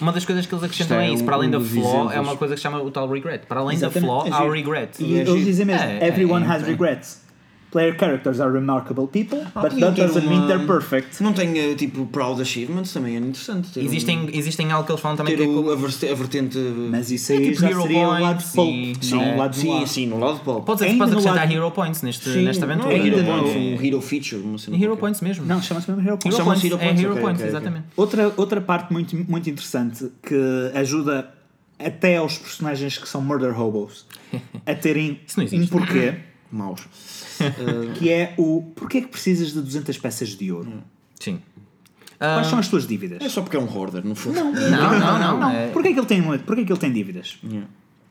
Speaker 5: Uma das coisas que eles acrescentam
Speaker 3: Isto é
Speaker 5: é isso,
Speaker 3: um-
Speaker 5: para além
Speaker 3: um
Speaker 5: da
Speaker 3: dos
Speaker 5: flaw, é uma
Speaker 3: exemplos.
Speaker 5: coisa que chama o tal regret. Para além da
Speaker 4: Exatamente. É
Speaker 5: flaw, há
Speaker 4: giro.
Speaker 5: o regret.
Speaker 4: E eles dizem mesmo:
Speaker 5: É, é,
Speaker 4: Everyone
Speaker 5: é,
Speaker 4: has
Speaker 5: é.
Speaker 4: regrets. Player characters are remarkable people,
Speaker 2: Ah,
Speaker 4: but
Speaker 2: podia
Speaker 4: that
Speaker 2: ter
Speaker 4: doesn't mean
Speaker 2: uma-
Speaker 4: they're perfect.
Speaker 2: Se não tem eh, tipo proud achievements, também é interessante. Ter um-
Speaker 5: Existem, existem algo que eles falam também
Speaker 2: ter
Speaker 5: que é
Speaker 2: o-
Speaker 5: como-
Speaker 2: a, verse- a vertente.
Speaker 4: Mas isso aí
Speaker 5: tipo
Speaker 4: já
Speaker 5: hero
Speaker 4: seria o lado
Speaker 5: points
Speaker 4: pulp,
Speaker 5: e-
Speaker 4: não
Speaker 5: Sim.
Speaker 4: o lado
Speaker 2: Sim,
Speaker 4: noir.
Speaker 2: sim, no lado pop.
Speaker 5: Pode ser que se
Speaker 4: ainda
Speaker 5: podes
Speaker 4: no
Speaker 5: acrescentar
Speaker 4: lado-
Speaker 5: hero points neste,
Speaker 4: Sim,
Speaker 5: nesta
Speaker 2: Não
Speaker 5: aventura.
Speaker 2: é Hero
Speaker 5: É-
Speaker 2: Points, um Hero Feature. Uma cena
Speaker 5: Hero
Speaker 2: qualquer.
Speaker 5: points mesmo.
Speaker 4: Não, chama-se mesmo hero points.
Speaker 5: Hero
Speaker 2: Chama-se
Speaker 5: points,
Speaker 2: hero
Speaker 5: é
Speaker 2: points,
Speaker 5: hero
Speaker 2: ok,
Speaker 5: points,
Speaker 2: ok, ok.
Speaker 5: exatamente.
Speaker 4: Outra, outra parte muito, muito interessante que ajuda até aos personagens que são murder hobos a terem
Speaker 5: Isso não existe.
Speaker 4: um porquê,
Speaker 2: Maus.
Speaker 4: que é o porquê é que precisas de 200 peças de ouro?
Speaker 5: Sim.
Speaker 4: Quais são as tuas dívidas?
Speaker 2: É só porque é um hoarder, no fundo.
Speaker 5: Não, não, não.
Speaker 4: Não,
Speaker 5: é-
Speaker 4: porquê é que ele tem, porquê é que ele tem dívidas?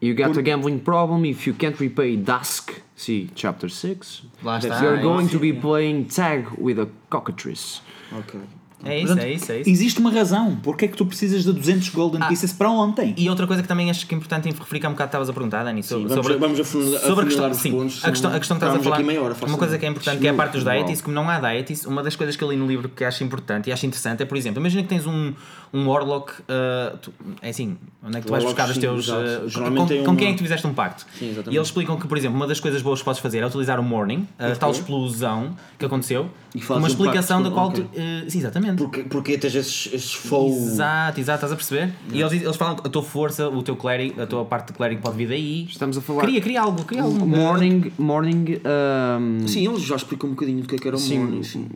Speaker 3: You got a gambling problem if you can't repay Dusk. See chapter 6.
Speaker 5: Lá está.
Speaker 3: You're
Speaker 5: é
Speaker 3: going
Speaker 5: isso.
Speaker 3: to be playing tag with a cockatrice.
Speaker 2: Ok.
Speaker 5: É isso, é isso, é isso.
Speaker 4: Existe uma razão. Porquê é que tu precisas de 200 golden pieces para ontem?
Speaker 5: E outra coisa que também acho que é importante em referir, que há um bocado estavas a perguntar, Dani, sobre,
Speaker 2: vamos-
Speaker 5: sobre,
Speaker 2: vamos afunilar-
Speaker 5: sobre a
Speaker 2: afunilar
Speaker 5: questão,
Speaker 2: os
Speaker 5: sim,
Speaker 2: pontos,
Speaker 5: a questão, a questão que estás a
Speaker 2: estamos
Speaker 5: falar,
Speaker 2: aqui meia hora,
Speaker 5: uma coisa que é importante, que é a parte dos
Speaker 3: Uau.
Speaker 5: dietes, como não há dietes, uma das coisas que eu li no livro que acho importante e acho interessante é, por exemplo, imagina que tens um, um warlock, ah, tu- é assim, onde é que tu vais
Speaker 2: Warlocks,
Speaker 5: buscar os
Speaker 2: sim,
Speaker 5: teus,
Speaker 2: exato.
Speaker 5: ah,
Speaker 2: Geralmente
Speaker 5: com,
Speaker 2: tem
Speaker 5: com quem
Speaker 2: uma-
Speaker 5: é que tu fizeste um pacto?
Speaker 2: Sim, exatamente.
Speaker 5: e eles explicam que, por exemplo, uma das coisas boas que podes fazer é utilizar o morning, a tal explosão que aconteceu,
Speaker 2: E fazes
Speaker 5: uma
Speaker 2: um
Speaker 5: explicação
Speaker 2: pacto,
Speaker 5: da qual
Speaker 2: ok.
Speaker 5: tu, eh, sim, exatamente, Exatamente.
Speaker 2: Porque, porque tens esses, esses faux.
Speaker 5: Exato, exato, estás a perceber? E eles, eles falam que a tua força, o teu cleric, a tua parte de cleric pode vir daí.
Speaker 3: Estamos a falar.
Speaker 5: Cria, cria algo,
Speaker 2: um
Speaker 5: cria algo.
Speaker 3: Morning. Morning. ahm,
Speaker 2: Sim, eles já explicam um bocadinho do que é que era o
Speaker 3: Sim.
Speaker 2: morning. Sim,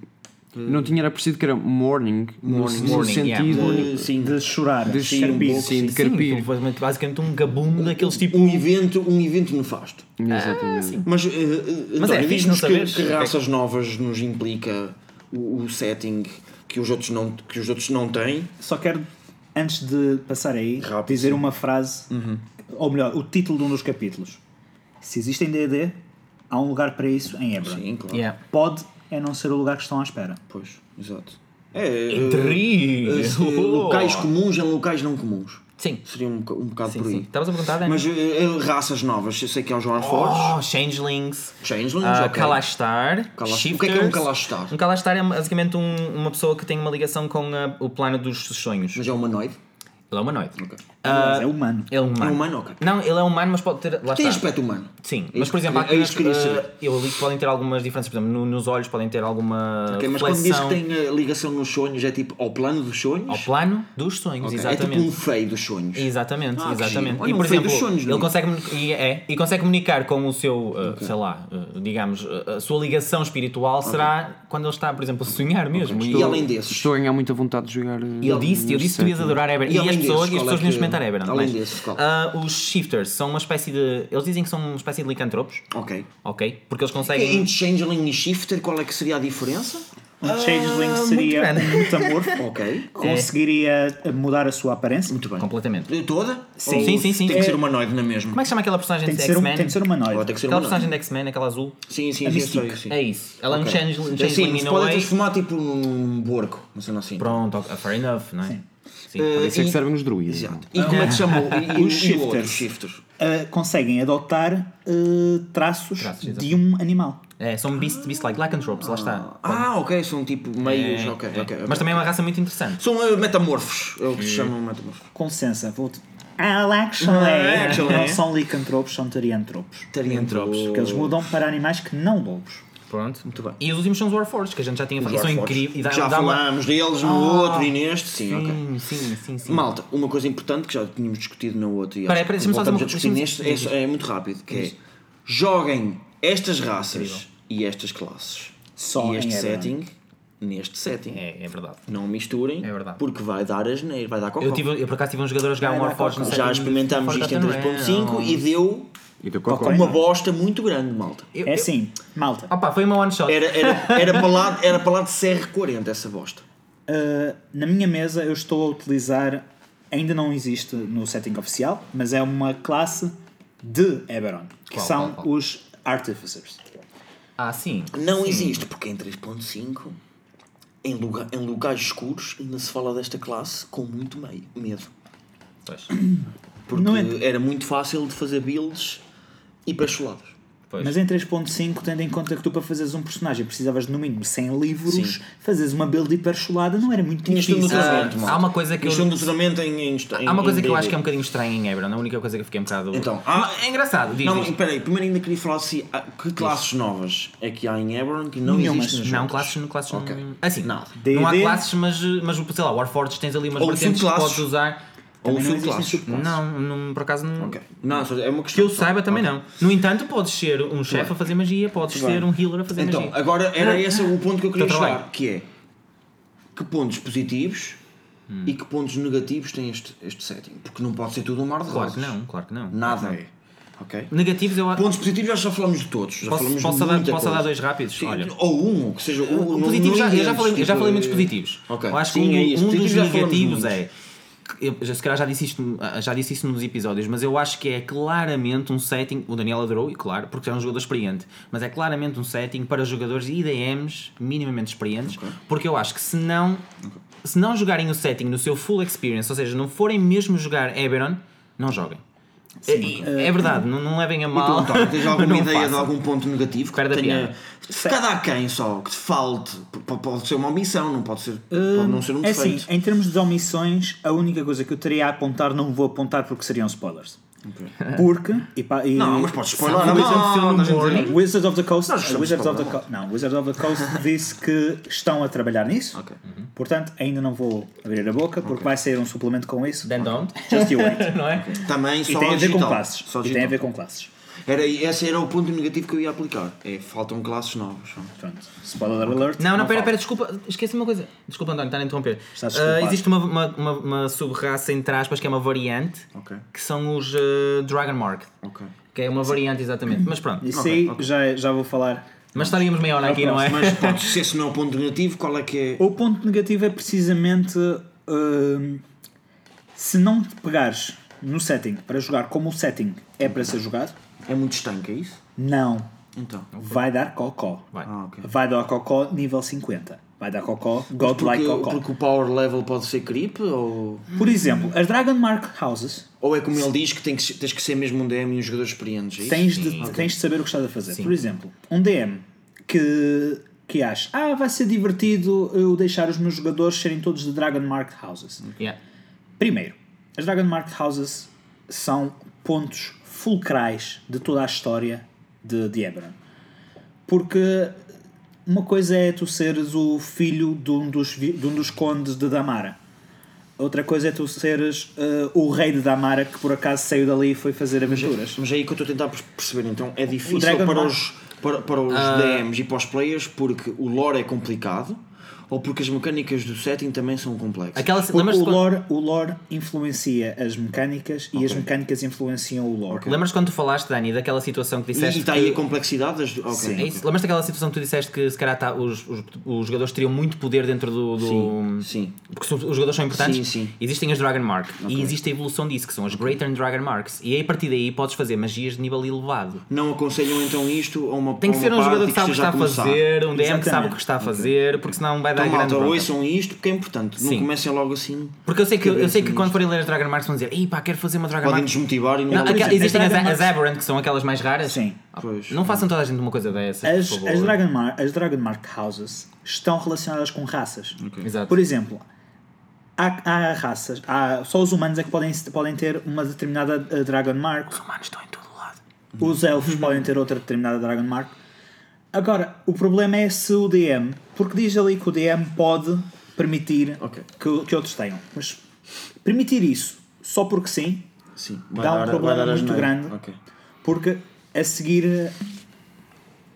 Speaker 3: Não tinha era percebido que era morning.
Speaker 2: Morning.
Speaker 3: no,
Speaker 5: Hum. Morning,
Speaker 3: sentido
Speaker 5: yeah.
Speaker 2: De, Eh, sim, de-
Speaker 4: De chorar.
Speaker 3: de
Speaker 4: Sim, um pouco,
Speaker 3: sim, de
Speaker 5: Sim,
Speaker 3: carpir.
Speaker 5: tu basicamente- basicamente um gabundo daqueles tipo.
Speaker 2: um evento, um evento nefasto.
Speaker 3: Exatamente.
Speaker 2: Mas, eh, eh, António,
Speaker 5: é fixe
Speaker 2: diz-nos
Speaker 5: não
Speaker 2: que,
Speaker 5: saberes.
Speaker 2: que raças novas nos implica o, o setting que os, outros não, que os outros não têm.
Speaker 4: Só quero, antes de passar aí,
Speaker 2: Rápido,
Speaker 4: dizer uma frase, ou melhor, o título de um dos capítulos. Se existem D&D, há um lugar para isso em Ebron.
Speaker 2: Sim, claro.
Speaker 5: Tá. Yeah.
Speaker 4: Pode é não ser o lugar que estão à espera.
Speaker 2: Pois, exato. É, eh,
Speaker 5: Intriga.
Speaker 2: eh, se
Speaker 5: Oh.
Speaker 2: locais comuns em locais não comuns.
Speaker 5: Sim,
Speaker 2: Seria um, boca- um bocado
Speaker 5: sim,
Speaker 2: por aí.
Speaker 5: sim. Estavas a perguntar, Dani?
Speaker 2: Mas eh, eh, raças novas, eu sei que é o João Forge,
Speaker 5: Oh, Changelings.
Speaker 2: Changelings,
Speaker 5: Ah,
Speaker 2: é Hum, ok.
Speaker 5: Kalashtar,
Speaker 2: Kalash-
Speaker 5: Shifters.
Speaker 2: O que é que é um Kalashtar?
Speaker 5: Um Kalashtar é basicamente um- uma pessoa que tem uma ligação com ah, o plano dos sonhos. Ele
Speaker 2: mas é humanoide.
Speaker 5: é humanoide.
Speaker 2: Ok.
Speaker 4: Mas é humano.
Speaker 5: Ele é humano.
Speaker 2: É humano, ok.
Speaker 5: Não, ele é humano, mas pode ter. Lá
Speaker 2: Tem
Speaker 5: está.
Speaker 2: aspecto humano.
Speaker 5: Sim,
Speaker 2: É
Speaker 5: mas
Speaker 2: isso
Speaker 5: por
Speaker 2: que
Speaker 5: exemplo, há
Speaker 2: queria- é
Speaker 5: crianças
Speaker 2: isso que queria
Speaker 5: eh,
Speaker 2: saber.
Speaker 5: eu li que podem ter algumas diferenças, por exemplo, no- nos olhos podem ter alguma.
Speaker 2: Ok, mas quando diz
Speaker 5: reflexão
Speaker 2: que tem a ligação nos sonhos, é tipo ao plano dos sonhos?
Speaker 5: Ao plano dos sonhos,
Speaker 2: Ok, É tipo
Speaker 5: exatamente.
Speaker 2: um feio dos sonhos.
Speaker 5: Exatamente,
Speaker 2: Ah, que
Speaker 5: exatamente.
Speaker 2: giro. Olha,
Speaker 5: e
Speaker 2: um
Speaker 5: por
Speaker 2: feio
Speaker 5: exemplo,
Speaker 2: dos sonhos,
Speaker 5: ele
Speaker 2: não é?
Speaker 5: consegue, comuni- e é, e consegue comunicar com o seu, uh, sei lá, uh, digamos, uh, a sua ligação espiritual será quando ele está, por exemplo, a sonhar mesmo.
Speaker 2: E
Speaker 5: E, ele-
Speaker 2: além desses?
Speaker 3: Estou a ganhar muita vontade de jogar. eh,
Speaker 5: e ele disse, eu disse que tu ias adorar Eberron.
Speaker 2: E
Speaker 5: E, as
Speaker 2: além
Speaker 5: pessoas,
Speaker 2: desses,
Speaker 5: e as
Speaker 2: qual é
Speaker 5: pessoas deviam
Speaker 2: que-
Speaker 5: experimentar Eberron.
Speaker 2: além
Speaker 5: mas,
Speaker 2: desses, qual?
Speaker 5: ah, os shifters são uma espécie de. Eles dizem que são uma espécie de licantropos,
Speaker 2: Ok.
Speaker 5: ok? Porque eles
Speaker 2: E
Speaker 5: conseguem.
Speaker 2: Entre Changeling e Shifter, qual é que seria a diferença?
Speaker 4: Um changeling
Speaker 5: muito
Speaker 4: seria
Speaker 5: grande.
Speaker 4: um metamorfo.
Speaker 2: Ok.
Speaker 5: É.
Speaker 4: Conseguiria eh, mudar a sua aparência.
Speaker 2: Muito bem.
Speaker 5: Completamente.
Speaker 2: De Eh, Toda?
Speaker 5: Sim.
Speaker 2: Ou
Speaker 5: Sim, sim, sim.
Speaker 2: Tem que ser
Speaker 5: É-
Speaker 2: humanoide, não é mesmo?
Speaker 5: Como é que se chama aquela personagem
Speaker 4: Tem
Speaker 5: de
Speaker 4: que ser, um,
Speaker 5: X-Men?
Speaker 4: tem que ser
Speaker 2: Ou
Speaker 4: humanoide.
Speaker 2: tem que ser
Speaker 5: Aquela
Speaker 2: humanoide.
Speaker 5: personagem de X-Men, aquela azul.
Speaker 2: Sim, sim,
Speaker 4: A
Speaker 2: sim,
Speaker 4: Mystique.
Speaker 2: sim, sim.
Speaker 5: É isso. Ela
Speaker 2: Ok. Então,
Speaker 5: é um changeling,
Speaker 2: Sim,
Speaker 5: changeling
Speaker 2: se
Speaker 5: in a
Speaker 2: pode
Speaker 5: way.
Speaker 2: transformar tipo num borco, uma cena assim.
Speaker 5: Pronto, ok, fair enough, não é? Sim.
Speaker 2: Eh,
Speaker 3: Isso é
Speaker 2: e-
Speaker 3: que servem os druidas.
Speaker 2: Exato. E como é que se chama o, e,
Speaker 4: Os
Speaker 2: e, o outro?
Speaker 4: shifters.
Speaker 2: shifters.
Speaker 4: Uh, conseguem adotar uh, traços,
Speaker 5: Traços,
Speaker 4: de um animal.
Speaker 5: É, são beast, beast like lycanthropes, lá está.
Speaker 2: Ah, ok, são tipo meios.
Speaker 5: É,
Speaker 2: ok, ok.
Speaker 5: é.
Speaker 2: ok.
Speaker 5: Mas também é uma raça muito interessante.
Speaker 2: São eh, metamorfos, é o que se chamam metamorfos.
Speaker 4: Com licença, vou-te. Ah, lá actually.
Speaker 2: Ah, actually.
Speaker 4: Não são licantropos, são tariantropos.
Speaker 2: Tariantropos.
Speaker 4: Porque eles mudam para animais que não lobos.
Speaker 5: Pronto.
Speaker 2: Muito bem.
Speaker 5: E os últimos são os Warforged, que a gente já tinha falado. E são
Speaker 2: Warforged.
Speaker 5: incríveis. E dá,
Speaker 2: Já
Speaker 5: dá uma... Ah,
Speaker 2: falámos deles no outro e neste, sim, ok.
Speaker 5: Sim, sim, sim, sim.
Speaker 2: Malta, uma coisa importante que já tínhamos discutido no outro e
Speaker 5: Espera aí,
Speaker 2: acho que
Speaker 5: espera aí, deixa-me só dizer
Speaker 2: voltamos
Speaker 5: uma
Speaker 2: a discutir neste,
Speaker 5: coisa.
Speaker 2: é, só- é muito rápido, que é joguem estas raças e estas classes
Speaker 4: Só
Speaker 2: e
Speaker 4: em
Speaker 2: este
Speaker 4: Eberron.
Speaker 2: setting neste setting.
Speaker 5: É, é verdade.
Speaker 2: Não misturem,
Speaker 5: É verdade.
Speaker 2: porque vai dar asneira, vai dar cocó.
Speaker 5: Eu, tive, eu por acaso tive um jogador a jogar um Warforged no
Speaker 2: Já
Speaker 5: século-
Speaker 2: experimentámos
Speaker 5: fora da
Speaker 2: isto em
Speaker 5: Tanoel.
Speaker 2: 3.5 e deu
Speaker 3: E do Cocó.
Speaker 2: uma bosta muito grande, malta.
Speaker 5: Eu-
Speaker 4: É
Speaker 5: eu-
Speaker 4: assim, malta.
Speaker 5: Opa, foi uma one shot.
Speaker 2: Era, era, era, para lá, era para lá de CR40 essa bosta.
Speaker 4: Uh, na minha mesa eu estou a utilizar. Ainda não existe no setting oficial, mas é uma classe de Eberron, que
Speaker 5: Qual,
Speaker 4: são
Speaker 5: qual, qual?
Speaker 4: os Artificers.
Speaker 5: Ah, sim.
Speaker 2: Não
Speaker 5: Sim.
Speaker 2: existe, porque em 3.5, em, lugar, em lugares escuros, ainda se fala desta classe com muito meio, medo.
Speaker 5: Pois.
Speaker 2: Porque
Speaker 4: Não é-
Speaker 2: era muito fácil de fazer builds e para chulados.
Speaker 5: pois.
Speaker 4: Mas em 3.5, tendo em conta que tu para fazeres um personagem precisavas de no mínimo 100 livros, fazeres uma build hipercholada não era muito
Speaker 2: Tinhas tudo
Speaker 4: difícil.
Speaker 2: no é
Speaker 5: Ah,
Speaker 2: um doutoramento, malta.
Speaker 5: há uma coisa que
Speaker 2: Tinhas
Speaker 5: eu-
Speaker 2: tudo no doutoramento em, em, em
Speaker 5: Há uma coisa
Speaker 2: em
Speaker 5: que eu
Speaker 2: BD.
Speaker 5: acho que é um bocadinho estranha em Ebron. A única coisa que eu fiquei um bocado.
Speaker 2: Então, há-
Speaker 5: Mas É engraçado, diz
Speaker 2: Não, então,
Speaker 5: isto.
Speaker 2: espera aí, primeiro ainda queria falar se há- que classes novas é que há em Eberron que não
Speaker 4: Nenhumas.
Speaker 2: existem nos
Speaker 5: Não,
Speaker 2: jogos?
Speaker 5: classes, não- classes
Speaker 2: Ok.
Speaker 5: não. Assim, não.
Speaker 4: D&D?
Speaker 5: Não há classes, mas, mas sei lá, Warforged tens ali umas
Speaker 2: Ou
Speaker 5: vertentes que
Speaker 2: subclasses.
Speaker 5: podes usar.
Speaker 2: Ou
Speaker 4: Também não existem
Speaker 2: subclasses.
Speaker 4: subclasses.
Speaker 5: Não, não, por acaso não.
Speaker 2: Ok. Não, é uma
Speaker 5: Que
Speaker 2: questão.
Speaker 5: eu saiba também não. No entanto, podes ser um chefe a fazer magia, podes
Speaker 2: bem.
Speaker 5: ser um healer a fazer
Speaker 2: Então,
Speaker 5: magia.
Speaker 2: agora era esse o ponto que eu queria
Speaker 5: Teu trabalho.
Speaker 2: chegar, que é que pontos positivos
Speaker 5: Hum.
Speaker 2: e que pontos negativos tem este, este setting? Porque não pode ser tudo um mar de
Speaker 5: Claro
Speaker 2: rosas.
Speaker 5: que não, claro que não.
Speaker 2: Nada. Ok.
Speaker 5: Negativos eu
Speaker 2: Pontos positivos já só falamos de todos. Já
Speaker 5: posso,
Speaker 2: falamos
Speaker 5: posso,
Speaker 2: de
Speaker 5: dar,
Speaker 2: muita
Speaker 5: posso dar
Speaker 2: coisa.
Speaker 5: dois rápidos.
Speaker 2: Sim,
Speaker 5: Olha.
Speaker 2: Ou um, ou que seja um.
Speaker 5: O
Speaker 2: não-
Speaker 5: positivo
Speaker 2: não
Speaker 5: já, eu já
Speaker 2: inventes,
Speaker 5: falei, eu já
Speaker 2: tipo,
Speaker 5: falei muitos
Speaker 2: eh,
Speaker 5: positivos.
Speaker 2: Ok.
Speaker 5: Eu acho
Speaker 2: Sim,
Speaker 5: que um,
Speaker 2: é isso.
Speaker 5: um dos
Speaker 2: Positivos já falamos
Speaker 5: negativos
Speaker 2: muitos.
Speaker 5: é. Eu, já- se calhar já disse, isto, ah, já disse isso nos episódios, mas eu acho que é claramente um setting. O Daniel adorou, e claro, porque é um jogador experiente, mas é claramente um setting para jogadores IDMs minimamente experientes, porque eu acho que se não, se não jogarem o setting no seu full experience, ou seja, não forem mesmo jogar Eberron, não joguem. E- é, verdade, não, não levem a
Speaker 2: E tu,
Speaker 5: mal.
Speaker 2: António, tens alguma
Speaker 5: não
Speaker 2: ideia de
Speaker 5: façam.
Speaker 2: algum ponto negativo que
Speaker 5: Perde a
Speaker 2: tenha
Speaker 5: piada.
Speaker 2: ficado a quem só, que te falte? P- p- Pode ser uma omissão, não pode ser, pode não ser um
Speaker 4: é assim,
Speaker 2: defeito.
Speaker 4: em termos de omissões, a única coisa que eu teria a apontar, não vou apontar porque seriam spoilers. Porque. E pá, e-
Speaker 2: Não, mas podes spoiler,
Speaker 5: Sabe o
Speaker 2: não,
Speaker 5: que aconteceu no
Speaker 2: não, não,
Speaker 5: Morning?
Speaker 2: não,
Speaker 4: Wizards of the Coast.
Speaker 2: Nós estamos
Speaker 4: Wizards of the
Speaker 2: falando.
Speaker 4: Co não, Wizards of the Coast disse que estão a trabalhar nisso.
Speaker 2: Ok.
Speaker 4: Portanto, ainda não vou abrir a boca porque vai sair um suplemento com isso.
Speaker 5: Then don't.
Speaker 4: Just you wait.
Speaker 5: não é?
Speaker 2: Também
Speaker 4: E
Speaker 2: só
Speaker 4: tem a ver com
Speaker 2: digital.
Speaker 4: classes.
Speaker 2: Só
Speaker 4: E tem a
Speaker 2: digital.
Speaker 4: ver com classes.
Speaker 2: Era, esse era o ponto negativo que eu ia aplicar. É, faltam classes novas. só.
Speaker 4: Pronto. Spoiler alert.
Speaker 5: Não, não, pera,
Speaker 4: falo.
Speaker 5: pera, desculpa, esqueci uma coisa. Desculpa, António, estar a interromper.
Speaker 4: Estás
Speaker 5: Ah,
Speaker 4: desculpado.
Speaker 5: existe uma, uma, uma, uma sub-raça, entre aspas, que é uma variante,
Speaker 2: Ok.
Speaker 5: que são os ah, Dragon Mark.
Speaker 2: Ok.
Speaker 5: Que é uma variante, exatamente. Mas pronto.
Speaker 4: Isso aí já, já vou falar.
Speaker 5: Mas estaríamos meia hora aqui, não é?
Speaker 2: Mas pode ser, se não é o ponto negativo, qual é que é?
Speaker 4: O ponto negativo é precisamente hum, se não te pegares no setting para jogar como o setting é para ser jogado,
Speaker 2: É muito estanque, é isso?
Speaker 4: não.
Speaker 2: Então.
Speaker 4: Vai dar cocó.
Speaker 5: Vai.
Speaker 2: Ah, ok.
Speaker 4: Vai dar cocó nível 50. Vai dar cocó, godlike
Speaker 2: Porque,
Speaker 4: cocó.
Speaker 2: porque o power level pode ser creep ou.
Speaker 4: Por exemplo, as Dragon Mark Houses
Speaker 2: Ou é como ele diz que, tem que se- tens que ser mesmo um DM e um jogador experiente, é isso?
Speaker 4: tens de, tens de saber o que estás a fazer. Por exemplo, um DM que, que acha, ah, vai ser divertido eu deixar os meus jogadores serem todos de Dragon Mark Houses.
Speaker 5: Yeah.
Speaker 4: Primeiro, as Dragon Market Houses são pontos fulcrais de toda a história de, de Eberron. Porque uma coisa é tu seres o filho de um dos, vi- de um dos condes de Damara. Outra coisa é tu seres eh, o rei de Damara que por acaso saiu dali e foi fazer aventuras.
Speaker 2: Mas é aí que eu estou a tentar perceber, então é
Speaker 4: O
Speaker 2: difícil
Speaker 4: Dragon
Speaker 2: para
Speaker 4: Ball-
Speaker 2: os, para, para os
Speaker 5: Ah.
Speaker 2: DMs e para os players porque o lore é complicado ou porque as mecânicas do setting também são complexas.
Speaker 5: Aquela,
Speaker 4: Porque
Speaker 5: lembras-te
Speaker 4: o
Speaker 5: quando,
Speaker 4: lore, o lore influencia as mecânicas e as mecânicas influenciam o lore.
Speaker 5: lembras-te quando tu falaste, Dani, daquela situação que
Speaker 2: E- e
Speaker 5: disseste.
Speaker 2: está aí a
Speaker 5: que-
Speaker 2: complexidade das. ok,
Speaker 4: Sim.
Speaker 5: É
Speaker 2: ok.
Speaker 5: isso? Lembras-te daquela situação que tu disseste que se calhar tá- os, os, os jogadores teriam muito poder dentro do. do-
Speaker 2: Sim, sim.
Speaker 5: Porque são- os jogadores são importantes.
Speaker 2: Sim, sim.
Speaker 5: Existem as Dragon Mark e existe a evolução disso, que são as Greater Dragon Marks. E aí, a partir daí podes fazer magias de nível elevado.
Speaker 2: Não aconselham então isto a uma
Speaker 5: Tem que
Speaker 2: a
Speaker 5: ser
Speaker 2: uma
Speaker 5: um jogador
Speaker 2: party
Speaker 5: que sabe o que
Speaker 2: esteja
Speaker 5: está a
Speaker 2: começar.
Speaker 5: fazer, um DM que sabe o
Speaker 4: Exatamente.
Speaker 5: que está a fazer, porque senão vai dar
Speaker 2: Então,
Speaker 5: grande
Speaker 2: malta,
Speaker 5: bronca.
Speaker 2: ouçam isto porque é importante. Não
Speaker 5: Sim.
Speaker 2: comecem logo assim.
Speaker 5: Porque eu sei que, eu sei
Speaker 2: Cabeça
Speaker 5: que quando
Speaker 2: nisto.
Speaker 5: forem ler as Dragon Marks vão dizer, ei pá, quero fazer uma Dragon
Speaker 2: Podem é
Speaker 5: Mark.
Speaker 2: desmotivar e não,
Speaker 5: Não,
Speaker 2: vão-
Speaker 5: aqua-
Speaker 4: exemplo,
Speaker 5: existem
Speaker 4: as
Speaker 5: as,
Speaker 4: Dragon
Speaker 5: as Aberrant, que são aquelas mais raras.
Speaker 4: Sim.
Speaker 5: Ah,
Speaker 2: Pois.
Speaker 5: não façam toda a gente uma coisa dessas,
Speaker 4: As,
Speaker 5: por favor.
Speaker 4: as, Dragon Mar as Dragon Mark Houses estão relacionadas com raças.
Speaker 5: Exato.
Speaker 4: Por exemplo, há, há raças, há, só os humanos é que podem, podem ter uma determinada eh, Dragon Mark,
Speaker 5: Mano, estão em todo lado. Uhum.
Speaker 4: os elfos podem ter outra determinada Dragon Mark. Agora, o problema é se o DM, porque diz ali que o DM pode permitir
Speaker 2: Ok.
Speaker 4: que, que outros tenham, mas permitir isso só porque sim,
Speaker 2: Sim,
Speaker 4: dá um
Speaker 2: a-
Speaker 4: problema
Speaker 2: dar
Speaker 4: muito
Speaker 2: asneira.
Speaker 4: grande.
Speaker 2: Ok.
Speaker 4: porque a seguir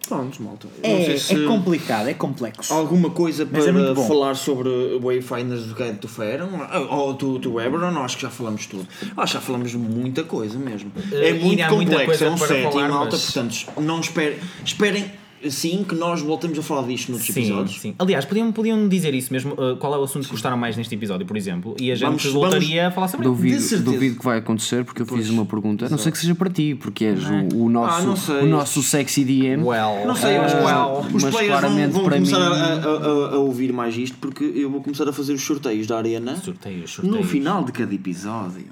Speaker 2: Pronto, malta. não
Speaker 4: é,
Speaker 2: sei se
Speaker 4: é complicado, é complexo.
Speaker 2: alguma coisa
Speaker 4: Mas é
Speaker 2: para
Speaker 4: muito bom.
Speaker 2: falar sobre Wayfinders do Guide do Faeron ou do, do Eberron, acho que já falamos tudo. Acho que já falamos muita coisa mesmo. é
Speaker 5: ainda
Speaker 2: muito
Speaker 5: há muita
Speaker 2: complexo,
Speaker 5: coisa
Speaker 2: é um
Speaker 5: para
Speaker 2: setting,
Speaker 5: falar,
Speaker 2: malta,
Speaker 5: mas-
Speaker 2: portanto, não esperem, esperem sim que nós voltamos a falar disto noutros
Speaker 5: Sim,
Speaker 2: episódios.
Speaker 5: sim. Aliás, podiam, podiam dizer isso mesmo, uh, qual é o assunto que gostaram mais neste episódio, por exemplo, e a gente
Speaker 2: Vamos-
Speaker 5: voltaria a falar sobre ele.
Speaker 2: De
Speaker 3: Duvido,
Speaker 2: certeza.
Speaker 3: duvido que vai acontecer porque eu fiz uma pergunta. A não ser que seja para ti, porque és o, o
Speaker 2: Ah, não
Speaker 3: nosso,
Speaker 2: sei.
Speaker 3: o nosso sexy DM.
Speaker 5: Well,
Speaker 2: Não sei, eu acho que
Speaker 3: Well,
Speaker 2: os- os
Speaker 3: mas
Speaker 2: players vão,
Speaker 3: claramente
Speaker 2: vão
Speaker 3: para
Speaker 2: começar
Speaker 3: mim-
Speaker 2: a, a- a- a ouvir mais isto porque eu vou começar a fazer os sorteios da arena
Speaker 5: Sorteios, sorteios.
Speaker 2: no final de cada episódio.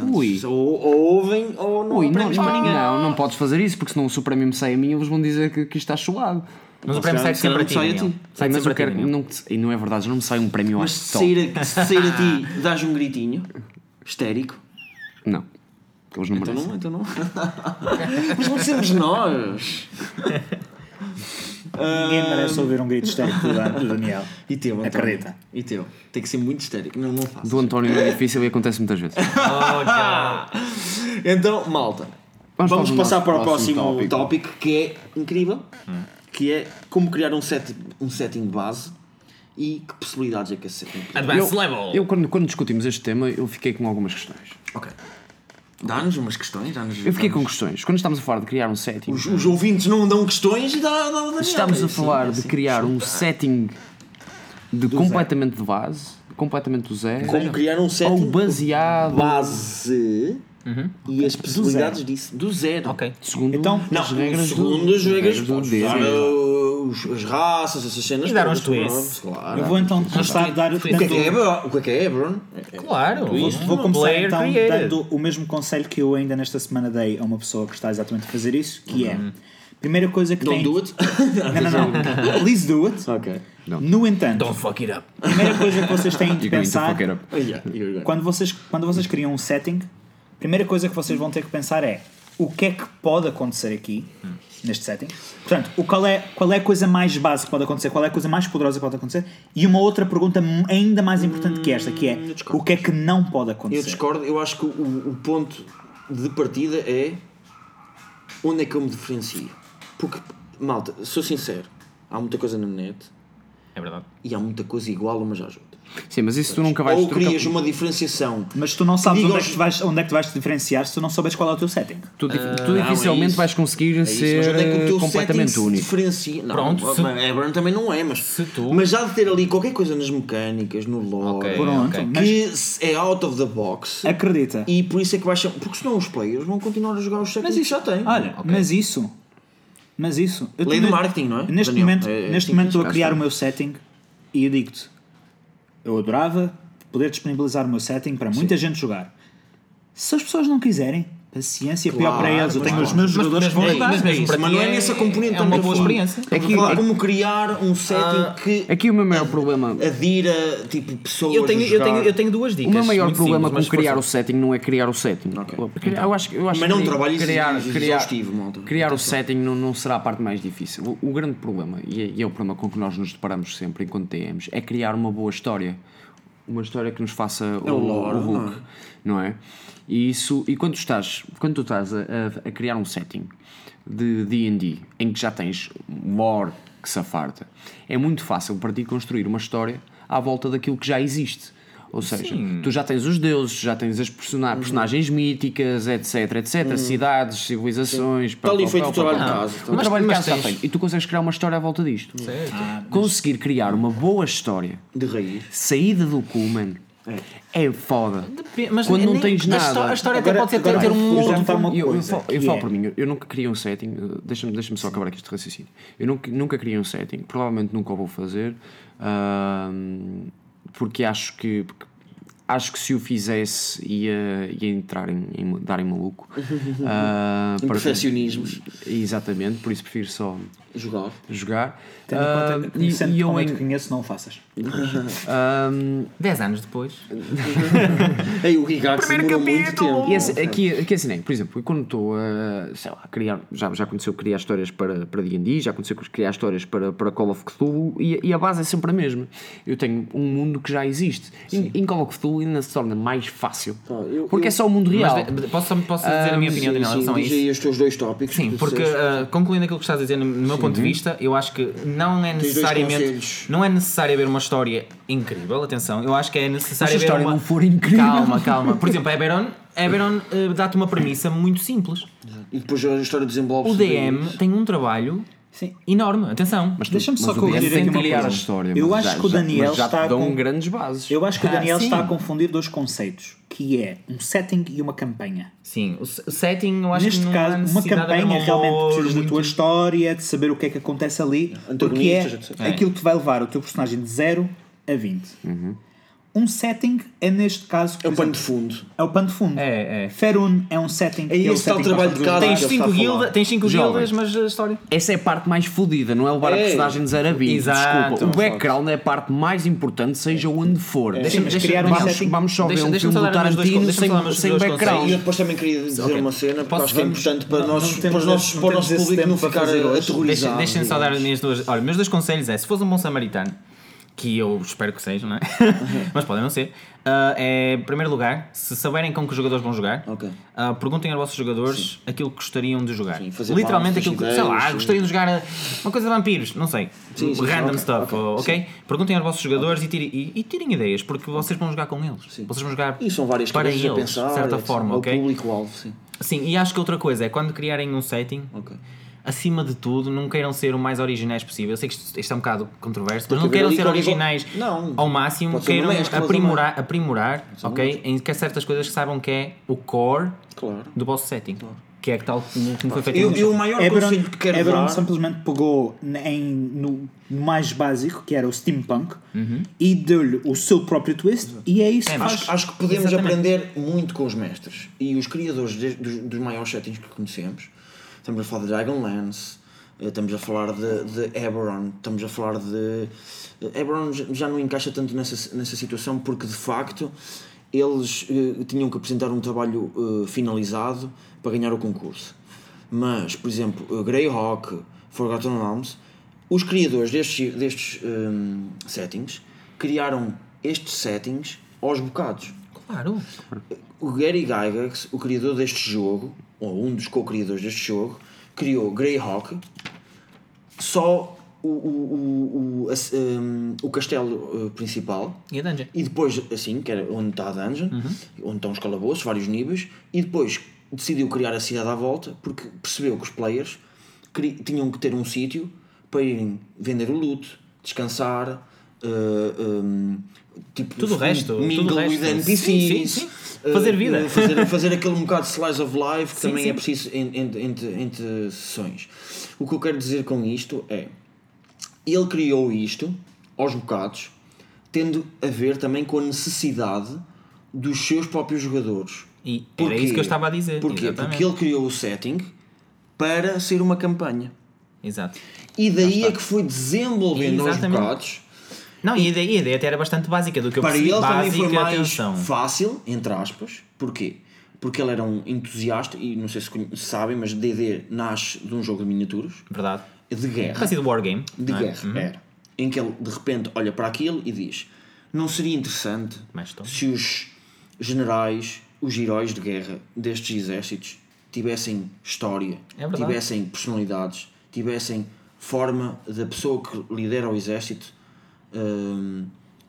Speaker 2: Portanto,
Speaker 3: Ui.
Speaker 2: Ou, ou ouvem ou não
Speaker 3: Ui, não,
Speaker 2: aprendem para
Speaker 3: não,
Speaker 2: ninguém.
Speaker 3: não, não podes fazer isso porque senão o Supremo me sai a mim e eles vão dizer que, que está chulado.
Speaker 5: Mas o prémio sai
Speaker 2: se calhar
Speaker 5: sempre a
Speaker 2: não
Speaker 5: ti,
Speaker 2: sai a
Speaker 5: Daniel.
Speaker 2: ti.
Speaker 3: Sai, mas
Speaker 5: sempre
Speaker 3: eu
Speaker 5: a ti,
Speaker 3: quero.
Speaker 5: Daniel.
Speaker 3: Não, é te- e não é verdade, não me sai um prémio
Speaker 2: Mas
Speaker 3: acho
Speaker 2: se
Speaker 3: só.
Speaker 2: sair, a, se sair a ti, dás um gritinho histérico.
Speaker 3: Não. Porque eles não
Speaker 2: Então
Speaker 3: merecem.
Speaker 2: não, então não. Mas não somos nós.
Speaker 4: Ninguém merece ouvir um grito histérico do Dan- do Daniel.
Speaker 2: E teu, António?
Speaker 4: Acredita.
Speaker 2: E teu. Tem que ser muito histérico, não, não faço.
Speaker 3: Do António não é difícil e acontece muitas vezes.
Speaker 5: Oh,
Speaker 2: Ah!
Speaker 5: God.
Speaker 2: Então, malta,
Speaker 3: Vamos
Speaker 2: vamos,
Speaker 3: para o
Speaker 2: passar
Speaker 3: nosso
Speaker 2: para o
Speaker 3: próximo
Speaker 2: próximo,
Speaker 3: tópico.
Speaker 2: tópico. que é incrível, que é como criar um, set, um setting de base e que possibilidades é que esse setting tem.
Speaker 5: Advanced level.
Speaker 3: eu quando, quando discutimos este tema, eu fiquei com algumas questões.
Speaker 2: Ok. Dá-nos umas questões, dá-nos...
Speaker 3: Eu fiquei com
Speaker 2: dá-nos-
Speaker 3: questões. Quando estamos a falar de criar um setting,
Speaker 2: Os, os ouvintes não dão questões, dá, dá, dá Daniel.
Speaker 3: estamos
Speaker 2: É
Speaker 3: a
Speaker 2: assim,
Speaker 3: falar
Speaker 2: é
Speaker 3: de
Speaker 2: assim.
Speaker 3: criar um setting de completamente de base, completamente do zero,
Speaker 2: Como criar um setting
Speaker 3: ou baseado
Speaker 2: base e as possibilidades disso. Do zero.
Speaker 5: Ok.
Speaker 3: segundo
Speaker 4: Então,
Speaker 2: Não,
Speaker 3: as regras
Speaker 2: segundo
Speaker 3: do,
Speaker 2: as regras,
Speaker 3: do
Speaker 2: podes
Speaker 3: D&D.
Speaker 2: usar uh, os- as raças, essas cenas.
Speaker 5: E dar uns
Speaker 2: todas,
Speaker 5: twists.
Speaker 2: Claro.
Speaker 4: Eu vou então começar a dar.
Speaker 5: O que é
Speaker 2: O que é que é
Speaker 4: dando-
Speaker 2: Hebron? O que é que é Hebron?
Speaker 5: Claro.
Speaker 4: Vou,
Speaker 5: um
Speaker 4: vou começar
Speaker 5: player
Speaker 4: então
Speaker 5: created.
Speaker 4: dando o mesmo conselho que eu ainda nesta semana dei a uma pessoa que está exatamente a fazer isso, que é primeira coisa que
Speaker 2: Don't
Speaker 4: tem.
Speaker 2: do it.
Speaker 4: Não, não, não. Please do it.
Speaker 2: ok.
Speaker 4: No entanto,
Speaker 5: Don't fuck it up.
Speaker 4: primeira coisa que vocês têm de
Speaker 3: You're going to
Speaker 4: pensar
Speaker 3: fuck it up.
Speaker 2: Oh, yeah, you're right.
Speaker 4: quando vocês, quando vocês criam um setting, primeira coisa que vocês vão ter que pensar é o que é que pode acontecer aqui, neste setting. Portanto, o qual, é, qual é a coisa mais base que pode acontecer, qual é a coisa mais poderosa que pode acontecer. E uma outra pergunta m- ainda mais importante que esta, que é
Speaker 2: Hum, eu discordo.
Speaker 4: o que é que não pode acontecer.
Speaker 2: Eu discordo, eu acho que o, o ponto de partida é onde é que eu me diferencio. Porque, malta, sou sincero, há muita coisa na net
Speaker 5: É verdade.
Speaker 2: e há muita coisa igual umas às outras.
Speaker 3: Sim, mas isso tu nunca vais...
Speaker 2: Ou
Speaker 3: tu
Speaker 2: crias
Speaker 3: nunca,
Speaker 2: uma diferenciação.
Speaker 4: Mas tu não sabes
Speaker 2: Diga
Speaker 4: onde é,
Speaker 2: aos-
Speaker 4: que te vais, onde é que te vais te diferenciar se tu não souberes qual é o teu setting.
Speaker 3: tu, dif- tu
Speaker 2: não, é
Speaker 3: dificilmente
Speaker 2: isso.
Speaker 3: vais conseguir
Speaker 2: É isso, mas
Speaker 3: ser
Speaker 2: onde é que o teu
Speaker 3: completamente
Speaker 2: setting se
Speaker 3: único.
Speaker 2: diferencia? Não,
Speaker 5: Pronto,
Speaker 2: mas
Speaker 5: se-
Speaker 2: Abraham também não é, mas,
Speaker 5: Se tu-
Speaker 2: mas já de ter ali qualquer coisa nas mecânicas, no lore,
Speaker 5: Ok,
Speaker 4: Pronto,
Speaker 5: ok.
Speaker 4: mas
Speaker 2: que se- é out of the box
Speaker 4: acredita.
Speaker 2: e por isso é que baixam. Porque senão os players vão continuar a jogar os séculos que já têm.
Speaker 4: Olha,
Speaker 5: Ok.
Speaker 4: mas isso. Mas isso. eu
Speaker 2: Lei do
Speaker 4: também-
Speaker 2: marketing, não é,
Speaker 4: Neste
Speaker 2: Daniel?
Speaker 4: momento,
Speaker 2: É- é
Speaker 4: neste
Speaker 2: assim
Speaker 4: momento estou a
Speaker 2: que
Speaker 4: criar o meu setting e eu digo-te: eu adorava poder disponibilizar o meu setting para muita gente jogar. Se as pessoas não quiserem, paciência, pior
Speaker 2: Claro,
Speaker 4: para eles. Eu
Speaker 2: mas
Speaker 4: tenho os
Speaker 2: claro.
Speaker 4: meus jogadores que vão
Speaker 5: mas-
Speaker 4: jogar.
Speaker 5: mas mesmo para
Speaker 2: mas
Speaker 5: ti
Speaker 2: não é
Speaker 5: é-
Speaker 2: nessa componente
Speaker 5: é uma
Speaker 2: estamos a
Speaker 5: boa
Speaker 2: falar.
Speaker 5: experiência. Ah,
Speaker 2: Estamos a
Speaker 3: Aqui-
Speaker 2: falar como criar um setting que
Speaker 3: Aqui o meu
Speaker 2: É,
Speaker 3: maior problema...
Speaker 2: adira tipo pessoas.
Speaker 5: é Eu tenho,
Speaker 2: a
Speaker 5: eu,
Speaker 2: jogar,
Speaker 5: tenho, eu tenho duas dicas.
Speaker 3: O
Speaker 2: é
Speaker 3: meu maior
Speaker 5: muito
Speaker 3: problema
Speaker 5: simples, mas
Speaker 3: com criar
Speaker 5: força.
Speaker 3: o setting não é criar o setting. Porque Eu acho, que- eu acho
Speaker 2: Mas não
Speaker 3: que
Speaker 2: um trabalho exi-
Speaker 3: criar,
Speaker 2: exi-
Speaker 3: criar,
Speaker 2: exaustivo, malta.
Speaker 3: criar o setting não, não será a parte mais difícil. O, o grande problema, e é, e é o problema com que nós nos deparamos sempre enquanto TMs, é criar uma boa história. Uma história que nos faça o,
Speaker 2: lore,
Speaker 3: o hook,
Speaker 2: não é?
Speaker 3: não é? E, isso, e quando tu estás, quando tu estás a, a- a criar um setting de D&D em que já tens lore que se afarta, é muito fácil para ti construir uma história à volta daquilo que já existe. Ou seja, tu já tens os deuses, já tens as persona-
Speaker 2: Uhum.
Speaker 3: personagens míticas, etc, etc, cidades, civilizações... pá,
Speaker 2: Está ali
Speaker 3: pá,
Speaker 2: feito
Speaker 3: pá,
Speaker 2: o trabalho
Speaker 3: pá,
Speaker 2: de
Speaker 3: pá.
Speaker 2: casa. então.
Speaker 3: O
Speaker 2: Mas-
Speaker 3: trabalho de
Speaker 5: é um mas
Speaker 3: casa está
Speaker 5: tens-
Speaker 3: feito. E tu consegues criar uma história à volta disto. Conseguir criar uma boa história,
Speaker 2: de raiz.
Speaker 3: saída do cu, mano, é foda.
Speaker 5: Depe- Mas
Speaker 3: Quando não
Speaker 5: nem-
Speaker 3: tens
Speaker 5: a
Speaker 3: nada.
Speaker 5: histó- A história até
Speaker 4: Agora-
Speaker 5: pode ser ter,
Speaker 4: agora
Speaker 5: ter um
Speaker 4: vou
Speaker 5: outro.
Speaker 4: jantar uma
Speaker 3: tipo Eu- eu,
Speaker 4: coisa,
Speaker 3: falo, eu
Speaker 4: que
Speaker 3: falo
Speaker 4: é-
Speaker 3: por mim, eu nunca criei um setting, uh, deixa-me deixa só acabar aqui este raciocínio. Eu nunca, nunca criei um setting, provavelmente nunca o vou fazer, ahm, porque acho que porque acho que se o fizesse ia, ia entrar em, em dar em maluco. Ah,
Speaker 2: Um
Speaker 3: para-
Speaker 2: Perfeccionismos.
Speaker 3: Exatamente, por isso prefiro só
Speaker 2: Jogar.
Speaker 3: jogar.
Speaker 4: Tendo em
Speaker 3: Ah,
Speaker 4: conta que conhecendo
Speaker 3: e, e eu
Speaker 4: como eu te
Speaker 3: em,
Speaker 4: conheço, não o faças.
Speaker 5: 10 anos depois.
Speaker 2: Ei, o Gigax demorou muito tempo.
Speaker 3: E
Speaker 4: é,
Speaker 3: assim, aqui, aqui assim, né? por exemplo, eu quando estou a, sei lá, a criar, já, já aconteceu criar histórias para, para D&D, já aconteceu criar histórias para, para Call of Cthulhu e, e a base é sempre a mesma. Eu tenho um mundo que já existe. Em, em Call of Cthulhu ainda se torna mais fácil,
Speaker 2: eu-
Speaker 3: porque é só o mundo real.
Speaker 5: Mas de- posso, só- posso dizer a
Speaker 3: Ah,
Speaker 5: minha opinião
Speaker 2: Sim,
Speaker 5: Daniel,
Speaker 2: sim,
Speaker 5: em relação a
Speaker 2: diz
Speaker 5: isso?
Speaker 2: aí os teus dois tópicos.
Speaker 5: Sim,
Speaker 2: que
Speaker 5: porque
Speaker 2: disseste.
Speaker 5: ah, concluindo aquilo que estás a dizer, no meu ponto de vista, eu acho que não é
Speaker 2: dois
Speaker 5: necessariamente
Speaker 2: conselhos.
Speaker 5: não é necessário haver uma história incrível, atenção, eu acho que é necessário
Speaker 3: Se a
Speaker 5: haver
Speaker 3: história
Speaker 5: uma...
Speaker 3: não for incrível.
Speaker 5: Calma, calma. Por exemplo, a Eberron, a Eberron ah, dá-te uma premissa muito simples.
Speaker 2: E depois a história dos envelopes.
Speaker 5: O DM
Speaker 2: também.
Speaker 5: tem um trabalho
Speaker 4: Sim.
Speaker 5: enorme, atenção.
Speaker 3: Mas tu-
Speaker 4: Deixa-me só
Speaker 3: mas o
Speaker 4: corrigir
Speaker 3: DM
Speaker 4: aqui
Speaker 3: tem
Speaker 4: uma
Speaker 3: que criar a
Speaker 4: coisa.
Speaker 3: história.
Speaker 4: Eu
Speaker 3: mas
Speaker 4: acho
Speaker 3: já-
Speaker 4: que o Daniel
Speaker 3: mas já
Speaker 4: está
Speaker 3: te dão um
Speaker 4: com-
Speaker 3: grandes bases.
Speaker 4: Eu acho que o
Speaker 5: Ah,
Speaker 4: Daniel
Speaker 5: sim.
Speaker 4: está a confundir dois conceitos, que é um setting e uma campanha.
Speaker 5: Sim, o se- o setting eu acho que
Speaker 4: Neste
Speaker 5: não há
Speaker 4: caso, uma
Speaker 5: necessidade de haver
Speaker 4: campanha
Speaker 5: um
Speaker 4: realmente
Speaker 5: lore
Speaker 4: precisas da
Speaker 5: muito-
Speaker 4: tua história, de saber o que é que acontece ali, porque
Speaker 2: Antagonistas,
Speaker 4: é
Speaker 2: etc.
Speaker 4: aquilo que vai levar o teu personagem de 0 a 20.
Speaker 5: Uhum.
Speaker 4: Um setting é, neste caso,
Speaker 2: É
Speaker 4: por
Speaker 2: o pano
Speaker 4: exemplo,
Speaker 2: de fundo.
Speaker 4: é o pano de fundo.
Speaker 5: É, é.
Speaker 4: Ferun é um setting que
Speaker 2: É
Speaker 4: o
Speaker 2: esse tal
Speaker 4: setting
Speaker 2: trabalho
Speaker 4: que
Speaker 2: de
Speaker 4: nós
Speaker 2: casa.
Speaker 4: estamos a
Speaker 2: Ele está
Speaker 5: Tens cinco
Speaker 2: a falar.
Speaker 5: guildas, tens cinco
Speaker 3: Jovens.
Speaker 5: guildas, mas a história.
Speaker 3: Essa é a parte mais fodida, não é levar a
Speaker 2: É.
Speaker 3: personagem de 0 a 20.
Speaker 5: Exato.
Speaker 3: Desculpa, o background é a parte mais importante, seja onde for.
Speaker 4: Sim, mas criar um
Speaker 3: vamos,
Speaker 4: setting-
Speaker 3: vamos só ver
Speaker 5: Deixa-
Speaker 3: um
Speaker 5: deixa-me
Speaker 3: filme do
Speaker 5: só dar mais dois con-
Speaker 3: Tarantino
Speaker 5: deixa-me
Speaker 3: sem,
Speaker 5: só dar mais
Speaker 3: sem
Speaker 5: dois
Speaker 2: E
Speaker 5: background.
Speaker 3: background.
Speaker 2: eu depois também queria dizer
Speaker 5: Ok.
Speaker 2: uma cena, porque
Speaker 5: Posso-
Speaker 2: acho que é
Speaker 5: vamos-
Speaker 2: importante para,
Speaker 4: não-
Speaker 2: nós,
Speaker 4: não
Speaker 2: para,
Speaker 4: temos
Speaker 2: os nossos,
Speaker 4: esse-
Speaker 2: para o
Speaker 4: não
Speaker 2: nosso
Speaker 4: temos esse
Speaker 2: público não
Speaker 4: tempo
Speaker 2: ficar
Speaker 4: para fazer hoje.
Speaker 5: Deixa-
Speaker 2: aterrorizado.
Speaker 5: Deixem-me só dar as minhas duas. Olha, meus dois conselhos é: se fores um bom samaritano, que eu espero que seja, não é? Mas podem não ser. ah, é, em primeiro lugar, se saberem com que jogadores vão jogar,
Speaker 2: Ok.
Speaker 5: ah, perguntem aos vossos jogadores aquilo que gostariam de jogar.
Speaker 2: Sim, fazer
Speaker 5: Literalmente
Speaker 2: mapas,
Speaker 5: aquilo que,
Speaker 2: ideias,
Speaker 5: sei lá,
Speaker 2: sim.
Speaker 5: gostariam de jogar ah, uma coisa de vampiros, não sei.
Speaker 2: Sim, sim,
Speaker 5: Random
Speaker 2: ok,
Speaker 5: stuff,
Speaker 2: ok,
Speaker 5: ok? Perguntem aos vossos jogadores e, tirem, e- e tirem ideias, porque vocês vão jogar com eles. Vocês vão jogar
Speaker 2: E são várias
Speaker 5: para
Speaker 2: coisas
Speaker 5: eles,
Speaker 2: a pensar.
Speaker 5: de certa
Speaker 2: etc.
Speaker 5: forma,
Speaker 2: Ao
Speaker 5: ok?
Speaker 2: público-alvo, sim.
Speaker 5: Sim, e acho que outra coisa é quando criarem um setting,
Speaker 2: Ok.
Speaker 5: acima de tudo, não queiram ser o mais originais possível. Eu sei que isto, isto é um bocado controverso,
Speaker 2: Tem
Speaker 5: mas
Speaker 2: que
Speaker 5: não
Speaker 2: haver
Speaker 5: queiram
Speaker 2: ali
Speaker 5: ser
Speaker 2: qualquer co-
Speaker 5: originais
Speaker 2: Não.
Speaker 5: ao máximo.
Speaker 2: Pode ser uma
Speaker 5: Queiram
Speaker 2: mescla
Speaker 5: aprimorar, aprimorar ok? Em que há certas coisas que saibam que é o core
Speaker 2: Claro.
Speaker 5: do vosso setting. Que é que tal como como foi feito
Speaker 2: Eu, eu
Speaker 5: no
Speaker 2: o
Speaker 5: jogo.
Speaker 2: maior
Speaker 4: Eberon,
Speaker 2: conselho que quero
Speaker 4: Eberon
Speaker 2: dar...
Speaker 4: simplesmente pegou n- em, no mais básico, que era o steampunk,
Speaker 5: Uhum.
Speaker 4: e deu-lhe o seu próprio twist, e é isso que faz.
Speaker 2: Acho, acho que podemos
Speaker 5: Exatamente.
Speaker 2: aprender muito com os mestres e os criadores de- dos, dos maiores settings que conhecemos. Estamos a falar de Dragonlance, eh, estamos a falar de, de Eberron, estamos a falar de. eh, Eberron j- já não encaixa tanto nessa, nessa situação porque de facto eles eh, tinham que apresentar um trabalho eh, finalizado para ganhar o concurso. Mas, por exemplo, eh, Greyhawk, Forgotten Realms, os criadores destes, destes hum, settings criaram estes settings aos bocados.
Speaker 5: Claro.
Speaker 2: O Gary Gygax, o criador deste jogo, ou um dos co-criadores deste jogo, criou Greyhawk, só o, o, o, o, a- hum, o castelo eh, principal,
Speaker 5: E a dungeon. Uhum.
Speaker 2: e depois, assim, que era onde está a dungeon, onde estão os calabouços, vários níveis, e depois decidiu criar a cidade à volta porque percebeu que os players cri- tinham que ter um sítio para irem vender o loot, descansar, eh, ehm, tipo,
Speaker 5: Tudo o resto, tudo o
Speaker 2: mingle
Speaker 5: resto.
Speaker 2: with NPCs,
Speaker 5: Sim, sim, sim. Fazer
Speaker 2: eh,
Speaker 5: vida.
Speaker 2: fazer, fazer aquele um bocado de slice of life que
Speaker 5: Sim,
Speaker 2: também
Speaker 5: sim.
Speaker 2: é preciso en- en- entre, entre sessões. O que eu quero dizer com isto é ele criou isto aos bocados, tendo a ver também com a necessidade dos seus próprios jogadores.
Speaker 5: E era isso que eu estava a dizer.
Speaker 2: Porquê?
Speaker 5: Exatamente.
Speaker 2: Porque ele criou o setting para ser uma campanha.
Speaker 5: Exato.
Speaker 2: E daí é que foi desenvolvendo aos
Speaker 5: Exatamente.
Speaker 2: bocados.
Speaker 5: Não, e a ideia, a ideia até era bastante básica do que eu
Speaker 2: Para
Speaker 5: percebi.
Speaker 2: ele também
Speaker 5: básica,
Speaker 2: foi mais
Speaker 5: atenção.
Speaker 2: fácil, entre aspas. Porquê? Porque ele era um entusiasta, e não sei se conhe- se sabem, mas DD nasce de um jogo de miniaturas,
Speaker 5: Verdade.
Speaker 2: de
Speaker 5: Uma
Speaker 2: guerra.
Speaker 5: espécie de wargame.
Speaker 2: de
Speaker 5: não é?
Speaker 2: guerra era em que ele de repente olha para aquilo e diz não seria interessante
Speaker 5: Mas estão.
Speaker 2: se os generais os heróis de guerra destes exércitos tivessem história
Speaker 5: É verdade.
Speaker 2: tivessem personalidades tivessem forma da pessoa que lidera o exército hum,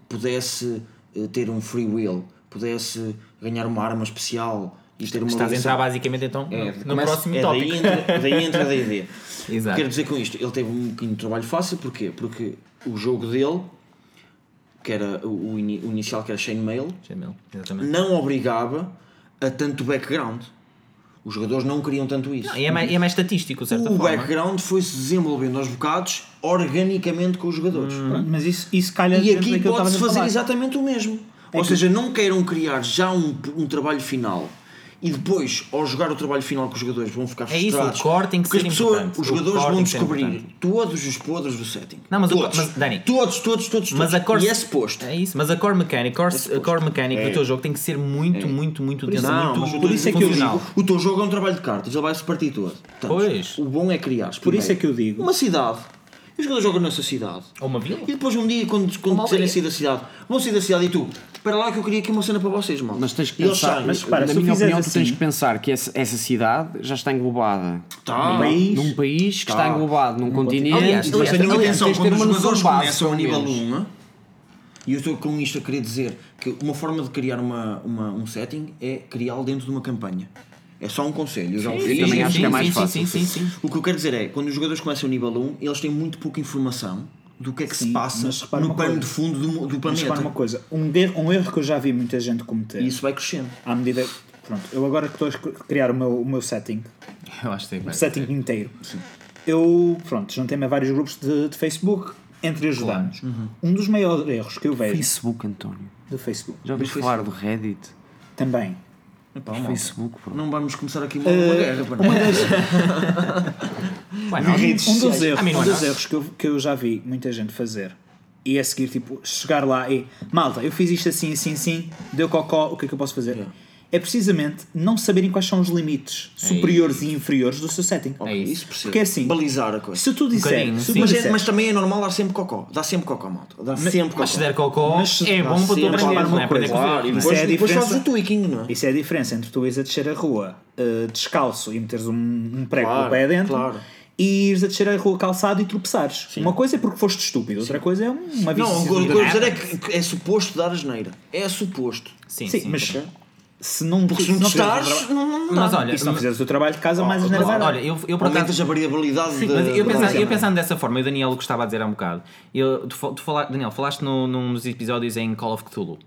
Speaker 2: pudesse eh, ter um free will pudesse ganhar uma arma especial e ter uma
Speaker 5: Estás a
Speaker 2: ligação-
Speaker 5: entrar basicamente então
Speaker 2: é,
Speaker 5: no
Speaker 2: começa-
Speaker 5: próximo
Speaker 2: é
Speaker 5: tópico.
Speaker 2: daí entra, daí entra a ideia.
Speaker 5: Exato.
Speaker 2: Quero dizer com isto, ele teve um bocadinho de trabalho fácil, porquê? Porque o jogo dele, que era o, o ini- o inicial, que era Shane Mail,
Speaker 5: Jamil, Exatamente.
Speaker 2: não obrigava a tanto background. Os jogadores não queriam tanto isso.
Speaker 5: E é mais, e é mais estatístico, de certa
Speaker 2: o
Speaker 5: forma.
Speaker 2: background foi-se desenvolvendo aos bocados, organicamente com os jogadores.
Speaker 5: Hum.
Speaker 4: Mas isso, isso calha
Speaker 2: E
Speaker 4: dentro
Speaker 2: aqui
Speaker 4: daquilo que eu
Speaker 2: pode-se
Speaker 4: estava a
Speaker 2: fazer
Speaker 4: falar.
Speaker 2: exatamente o mesmo.
Speaker 5: É
Speaker 2: Ou
Speaker 4: que-
Speaker 2: seja, não queiram criar já um, um trabalho final e depois, ao jogar o trabalho final que os jogadores vão ficar
Speaker 5: É isso,
Speaker 2: frustrados.
Speaker 5: o core tem que
Speaker 2: porque
Speaker 5: ser
Speaker 2: as pessoas,
Speaker 5: importante.
Speaker 2: os
Speaker 5: O
Speaker 2: jogadores
Speaker 5: core
Speaker 2: vão
Speaker 5: tem que ser
Speaker 2: descobrir
Speaker 5: importante.
Speaker 2: todos os podres do setting.
Speaker 5: Não, mas o-
Speaker 2: todos,
Speaker 5: mas, Dani-
Speaker 2: todos, todos, todos,
Speaker 5: Mas a
Speaker 2: todos.
Speaker 5: core,
Speaker 2: E é suposto.
Speaker 5: É isso, mas a core mecânica, core, a core mecânica
Speaker 2: É.
Speaker 5: do teu jogo tem que ser muito,
Speaker 3: É.
Speaker 5: muito, muito tensa,
Speaker 2: Não, mas
Speaker 5: muito
Speaker 2: por isso é que eu
Speaker 5: funcional.
Speaker 2: digo, o teu jogo é um trabalho de cartas, ele vai-se partir todo. Portanto,
Speaker 5: Pois.
Speaker 2: O bom é criar.
Speaker 4: Por isso é que eu digo.
Speaker 2: Uma cidade. E os jogadores jogam nessa cidade.
Speaker 3: É
Speaker 5: Ou uma vila?
Speaker 2: E depois um dia, quando, quando quiserem sair da cidade, vão sair da cidade e tu, para lá que eu queria aqui uma cena para vocês, mal.
Speaker 3: Mas tens que
Speaker 2: E eles
Speaker 3: pensar,
Speaker 2: saem.
Speaker 4: mas repara,
Speaker 3: na
Speaker 4: se tu
Speaker 3: minha
Speaker 4: fizeres
Speaker 3: opinião, tu tens
Speaker 4: assim-
Speaker 3: que pensar que essa, essa cidade já está englobada
Speaker 2: Tá.
Speaker 3: num,
Speaker 4: País.
Speaker 3: num país que
Speaker 2: Tá.
Speaker 3: está englobado num continente.
Speaker 5: Aliás,
Speaker 3: e
Speaker 2: Mas
Speaker 5: aliás,
Speaker 2: tenham atenção,
Speaker 3: tens de ter
Speaker 2: quando os
Speaker 3: uma noção
Speaker 2: jogadores
Speaker 3: base,
Speaker 2: começam a
Speaker 3: pelo
Speaker 2: nível
Speaker 3: menos.
Speaker 2: 1, e eu estou com isto a querer dizer que uma forma de criar uma, uma- um setting é criá-lo dentro de uma campanha. É só um conselho. Eu já ouvi
Speaker 5: Sim,
Speaker 3: Também
Speaker 5: sim,
Speaker 3: acho que é
Speaker 5: sim,
Speaker 3: mais
Speaker 5: sim,
Speaker 3: fácil.
Speaker 5: Sim, sim, sim.
Speaker 2: O que eu quero dizer é, quando os jogadores começam o nível 1, eles têm muito pouca informação do que é que se passa
Speaker 4: mas repara
Speaker 2: no
Speaker 4: uma
Speaker 2: pano
Speaker 4: coisa.
Speaker 2: de fundo do, mu- do
Speaker 4: Mas
Speaker 2: planeta.
Speaker 4: repara uma coisa, um, de- um erro que eu já vi muita gente cometer,
Speaker 2: E isso vai crescendo.
Speaker 4: à medida. Pronto, eu agora que estou a escre- criar o meu, o meu setting,
Speaker 5: Eu acho que tem
Speaker 4: o
Speaker 5: mais.
Speaker 4: setting inteiro, eu, pronto, juntei-me a vários grupos de, de Facebook, entre ajudamos. Um dos maiores erros que eu vejo
Speaker 3: Facebook, António.
Speaker 4: do Facebook,
Speaker 3: Já ouviste falar do Reddit?
Speaker 4: também,
Speaker 2: Epá, malta,
Speaker 3: Facebook, bro.
Speaker 2: Não vamos começar aqui uma, uma guerra. pá.
Speaker 5: Why not?
Speaker 4: um dos
Speaker 5: Ah, mim
Speaker 4: erros,
Speaker 5: não é
Speaker 4: um dos
Speaker 5: nada.
Speaker 4: erros que, eu, que eu já vi muita gente fazer e a seguir, tipo, chegar lá e malta, eu fiz isto assim, assim, assim, deu cocó, o que é que eu posso fazer? É precisamente não saberem quais são os limites superiores e inferiores do seu setting.
Speaker 5: É
Speaker 2: Isso
Speaker 5: isso. Um
Speaker 2: percebo.
Speaker 4: Porque é assim,
Speaker 2: Balizar a coisa.
Speaker 4: se tu disser,
Speaker 5: bocadinho,
Speaker 4: se
Speaker 5: sim.
Speaker 4: tu
Speaker 2: Mas, é-
Speaker 4: disser,
Speaker 2: mas também é normal dar sempre cocó. Dá sempre cocó, malta. Dá sempre cocó.
Speaker 5: Mas se der cocó,
Speaker 4: Mas se-
Speaker 5: é bom
Speaker 2: tá
Speaker 5: para tu
Speaker 2: Sempre
Speaker 5: aprender,
Speaker 2: alguma
Speaker 5: não é? Aprender
Speaker 2: coisa.
Speaker 5: com os
Speaker 2: Claro,
Speaker 5: erros,
Speaker 2: e depois,
Speaker 5: não é?
Speaker 4: Isso é a
Speaker 2: depois
Speaker 4: diferença.
Speaker 2: fazes o tweaking, não é?
Speaker 4: isso é a diferença entre tu ires a descer a rua eh, descalço e meteres um, um prego com
Speaker 2: Claro,
Speaker 4: o pé dentro.
Speaker 2: claro.
Speaker 4: E ires a descer a rua calçado e tropeçares. Uma coisa é porque foste estúpido, outra coisa é uma
Speaker 2: Não, o que eu
Speaker 4: vicissitude.
Speaker 2: estou a dizer é que que é suposto dar asneira. É suposto.
Speaker 5: Sim,
Speaker 4: Sim,
Speaker 5: sim.
Speaker 4: mas se não,
Speaker 2: Porque se não
Speaker 4: fizeres o
Speaker 2: estás,
Speaker 4: traba-
Speaker 2: não, não dá.
Speaker 5: Mas olha,
Speaker 4: e se não fizeres o teu trabalho de casa, mais
Speaker 5: mas,
Speaker 4: generalizado.
Speaker 5: olha, eu, eu por acaso
Speaker 2: Aumentas a variabilidade
Speaker 5: Sim,
Speaker 2: da-
Speaker 5: mas eu,
Speaker 2: da
Speaker 5: pensa-
Speaker 2: cena.
Speaker 5: eu pensando dessa forma, e o Daniel o que estava a dizer há um bocado, eu, tu, fal- tu fala- Daniel, falaste no, num dos episódios em Call of Cthulhu.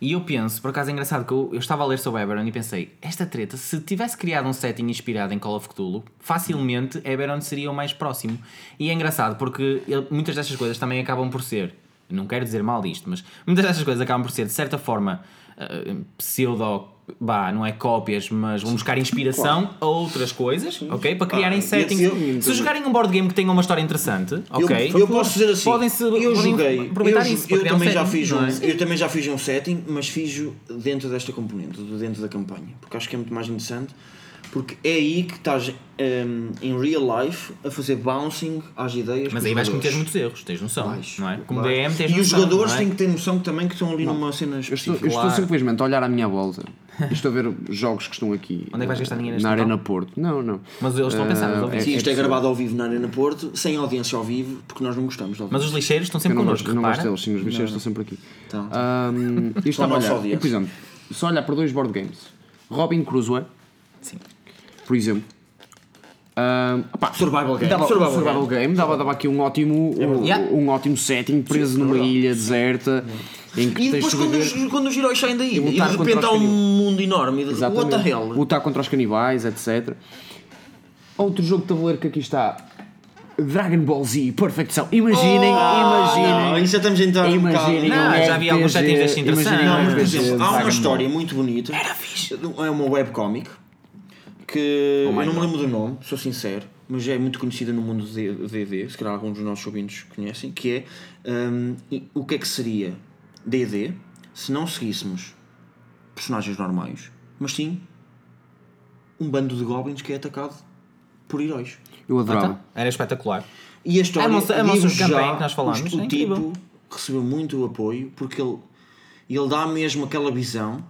Speaker 5: E eu penso, por acaso é engraçado que eu, eu estava a ler sobre Eberron e pensei, esta treta, se tivesse criado um setting inspirado em Call of Cthulhu, facilmente Eberron seria o mais próximo. E é engraçado porque ele- muitas destas coisas também acabam por ser, não quero dizer mal disto, mas muitas destas coisas acabam por ser, de certa forma, eh, pseudo bah, não é cópias, mas vão buscar inspiração a outras coisas, ok? Para criarem
Speaker 2: Ah,
Speaker 5: settings.
Speaker 2: eu-
Speaker 5: se jogarem um board game que tenha uma história interessante, ok?
Speaker 2: Eu, eu posso dizer assim,
Speaker 5: Podem-se
Speaker 2: eu
Speaker 5: podem
Speaker 2: joguei,
Speaker 5: aproveitar
Speaker 2: eu,
Speaker 5: isso para
Speaker 2: eu
Speaker 5: criar um
Speaker 2: também já
Speaker 5: setting,
Speaker 2: fiz
Speaker 5: não
Speaker 2: um,
Speaker 5: é?
Speaker 2: eu também já fiz um setting, mas fiz-o dentro desta componente, do- dentro da campanha, porque acho que é muito mais interessante, porque é aí que estás em em real life a fazer bouncing às ideias.
Speaker 5: Mas
Speaker 2: com
Speaker 5: aí
Speaker 2: os
Speaker 5: vais cometer
Speaker 2: jogadores.
Speaker 5: muitos erros, tens noção,
Speaker 2: Vais,
Speaker 5: não é? Como
Speaker 2: vais.
Speaker 5: DM tens
Speaker 2: E
Speaker 5: noção,
Speaker 2: os jogadores
Speaker 5: não é?
Speaker 2: têm que ter noção também que estão ali numa cena
Speaker 3: Estou-
Speaker 2: específica.
Speaker 3: eu estou
Speaker 5: Claro.
Speaker 3: simplesmente a olhar à minha volta e estou a ver os jogos que estão aqui.
Speaker 5: Onde é que vais gastar dinheiro neste
Speaker 3: Na Arena
Speaker 5: Natal?
Speaker 3: Porto. Não, não.
Speaker 5: Mas eles estão a pensar,
Speaker 3: Ah,
Speaker 5: mas ouvi.
Speaker 2: Sim, isto é
Speaker 3: absurdo.
Speaker 2: gravado ao vivo na Arena Porto, sem audiência ao vivo, porque nós não gostamos de ouvir.
Speaker 5: Mas é os lixeiros estão
Speaker 3: Eu
Speaker 5: sempre
Speaker 3: não
Speaker 5: connosco,
Speaker 3: gosto, eu não gosto
Speaker 5: repara. Tá.
Speaker 3: deles, sim, os bicheiros estão sempre aqui.
Speaker 2: Então,
Speaker 3: Ahm, eu estava a
Speaker 2: nossa
Speaker 3: olhar,
Speaker 2: audiência.
Speaker 3: eu, por exemplo, só olhar para dois board games. Robin Crusoe,
Speaker 5: Sim.
Speaker 3: por exemplo. Ahm, opá,
Speaker 2: Survival game.
Speaker 3: Dava, um
Speaker 2: Survival
Speaker 3: survival, game, dava, dava aqui um ótimo, um,
Speaker 5: Yeah.
Speaker 3: um ótimo setting, preso
Speaker 5: é
Speaker 3: numa ilha deserta, em que
Speaker 2: E
Speaker 3: tens
Speaker 2: depois
Speaker 3: de
Speaker 2: quando
Speaker 3: viver-
Speaker 2: os, quando os heróis saem daí, e de
Speaker 3: lutar contra
Speaker 2: repente
Speaker 3: os
Speaker 2: há um
Speaker 3: canibais.
Speaker 2: mundo enorme, e de, what
Speaker 3: Exatamente.
Speaker 2: the hell?
Speaker 3: Lutar contra os canibais, etc. Outro jogo de tabuleiro que aqui está. Dragon Ball Z, perfeição. Imaginem,
Speaker 2: Não,
Speaker 3: imaginem.
Speaker 2: aí já estamos a entrar um bocado-
Speaker 3: Imaginem.
Speaker 5: Oh, Não,
Speaker 3: um
Speaker 5: já havia
Speaker 3: RPG,
Speaker 5: alguns settings deste
Speaker 3: imaginem
Speaker 5: interessantes.
Speaker 3: um
Speaker 2: Não, mas é por
Speaker 3: RPG
Speaker 2: exemplo, há
Speaker 3: Dragon
Speaker 2: uma
Speaker 3: Ball.
Speaker 2: história muito bonita. É uma webcomic que eu não me lembro do nome, sou sincero, mas é muito conhecida no mundo de DD, se calhar alguns dos nossos ouvintes conhecem, que é hum, e o que é que seria DD se não seguíssemos personagens normais, mas sim um bando de goblins que é atacado por heróis.
Speaker 3: Eu
Speaker 5: Então,
Speaker 3: adorava.
Speaker 2: Ah.
Speaker 5: era espetacular.
Speaker 2: E a história
Speaker 5: É A nossa- a nossa
Speaker 2: digo
Speaker 5: campanha
Speaker 2: já,
Speaker 5: que nós falámos,
Speaker 2: O,
Speaker 5: é
Speaker 2: o
Speaker 5: incrível.
Speaker 2: tipo recebeu muito apoio porque ele, ele dá mesmo aquela visão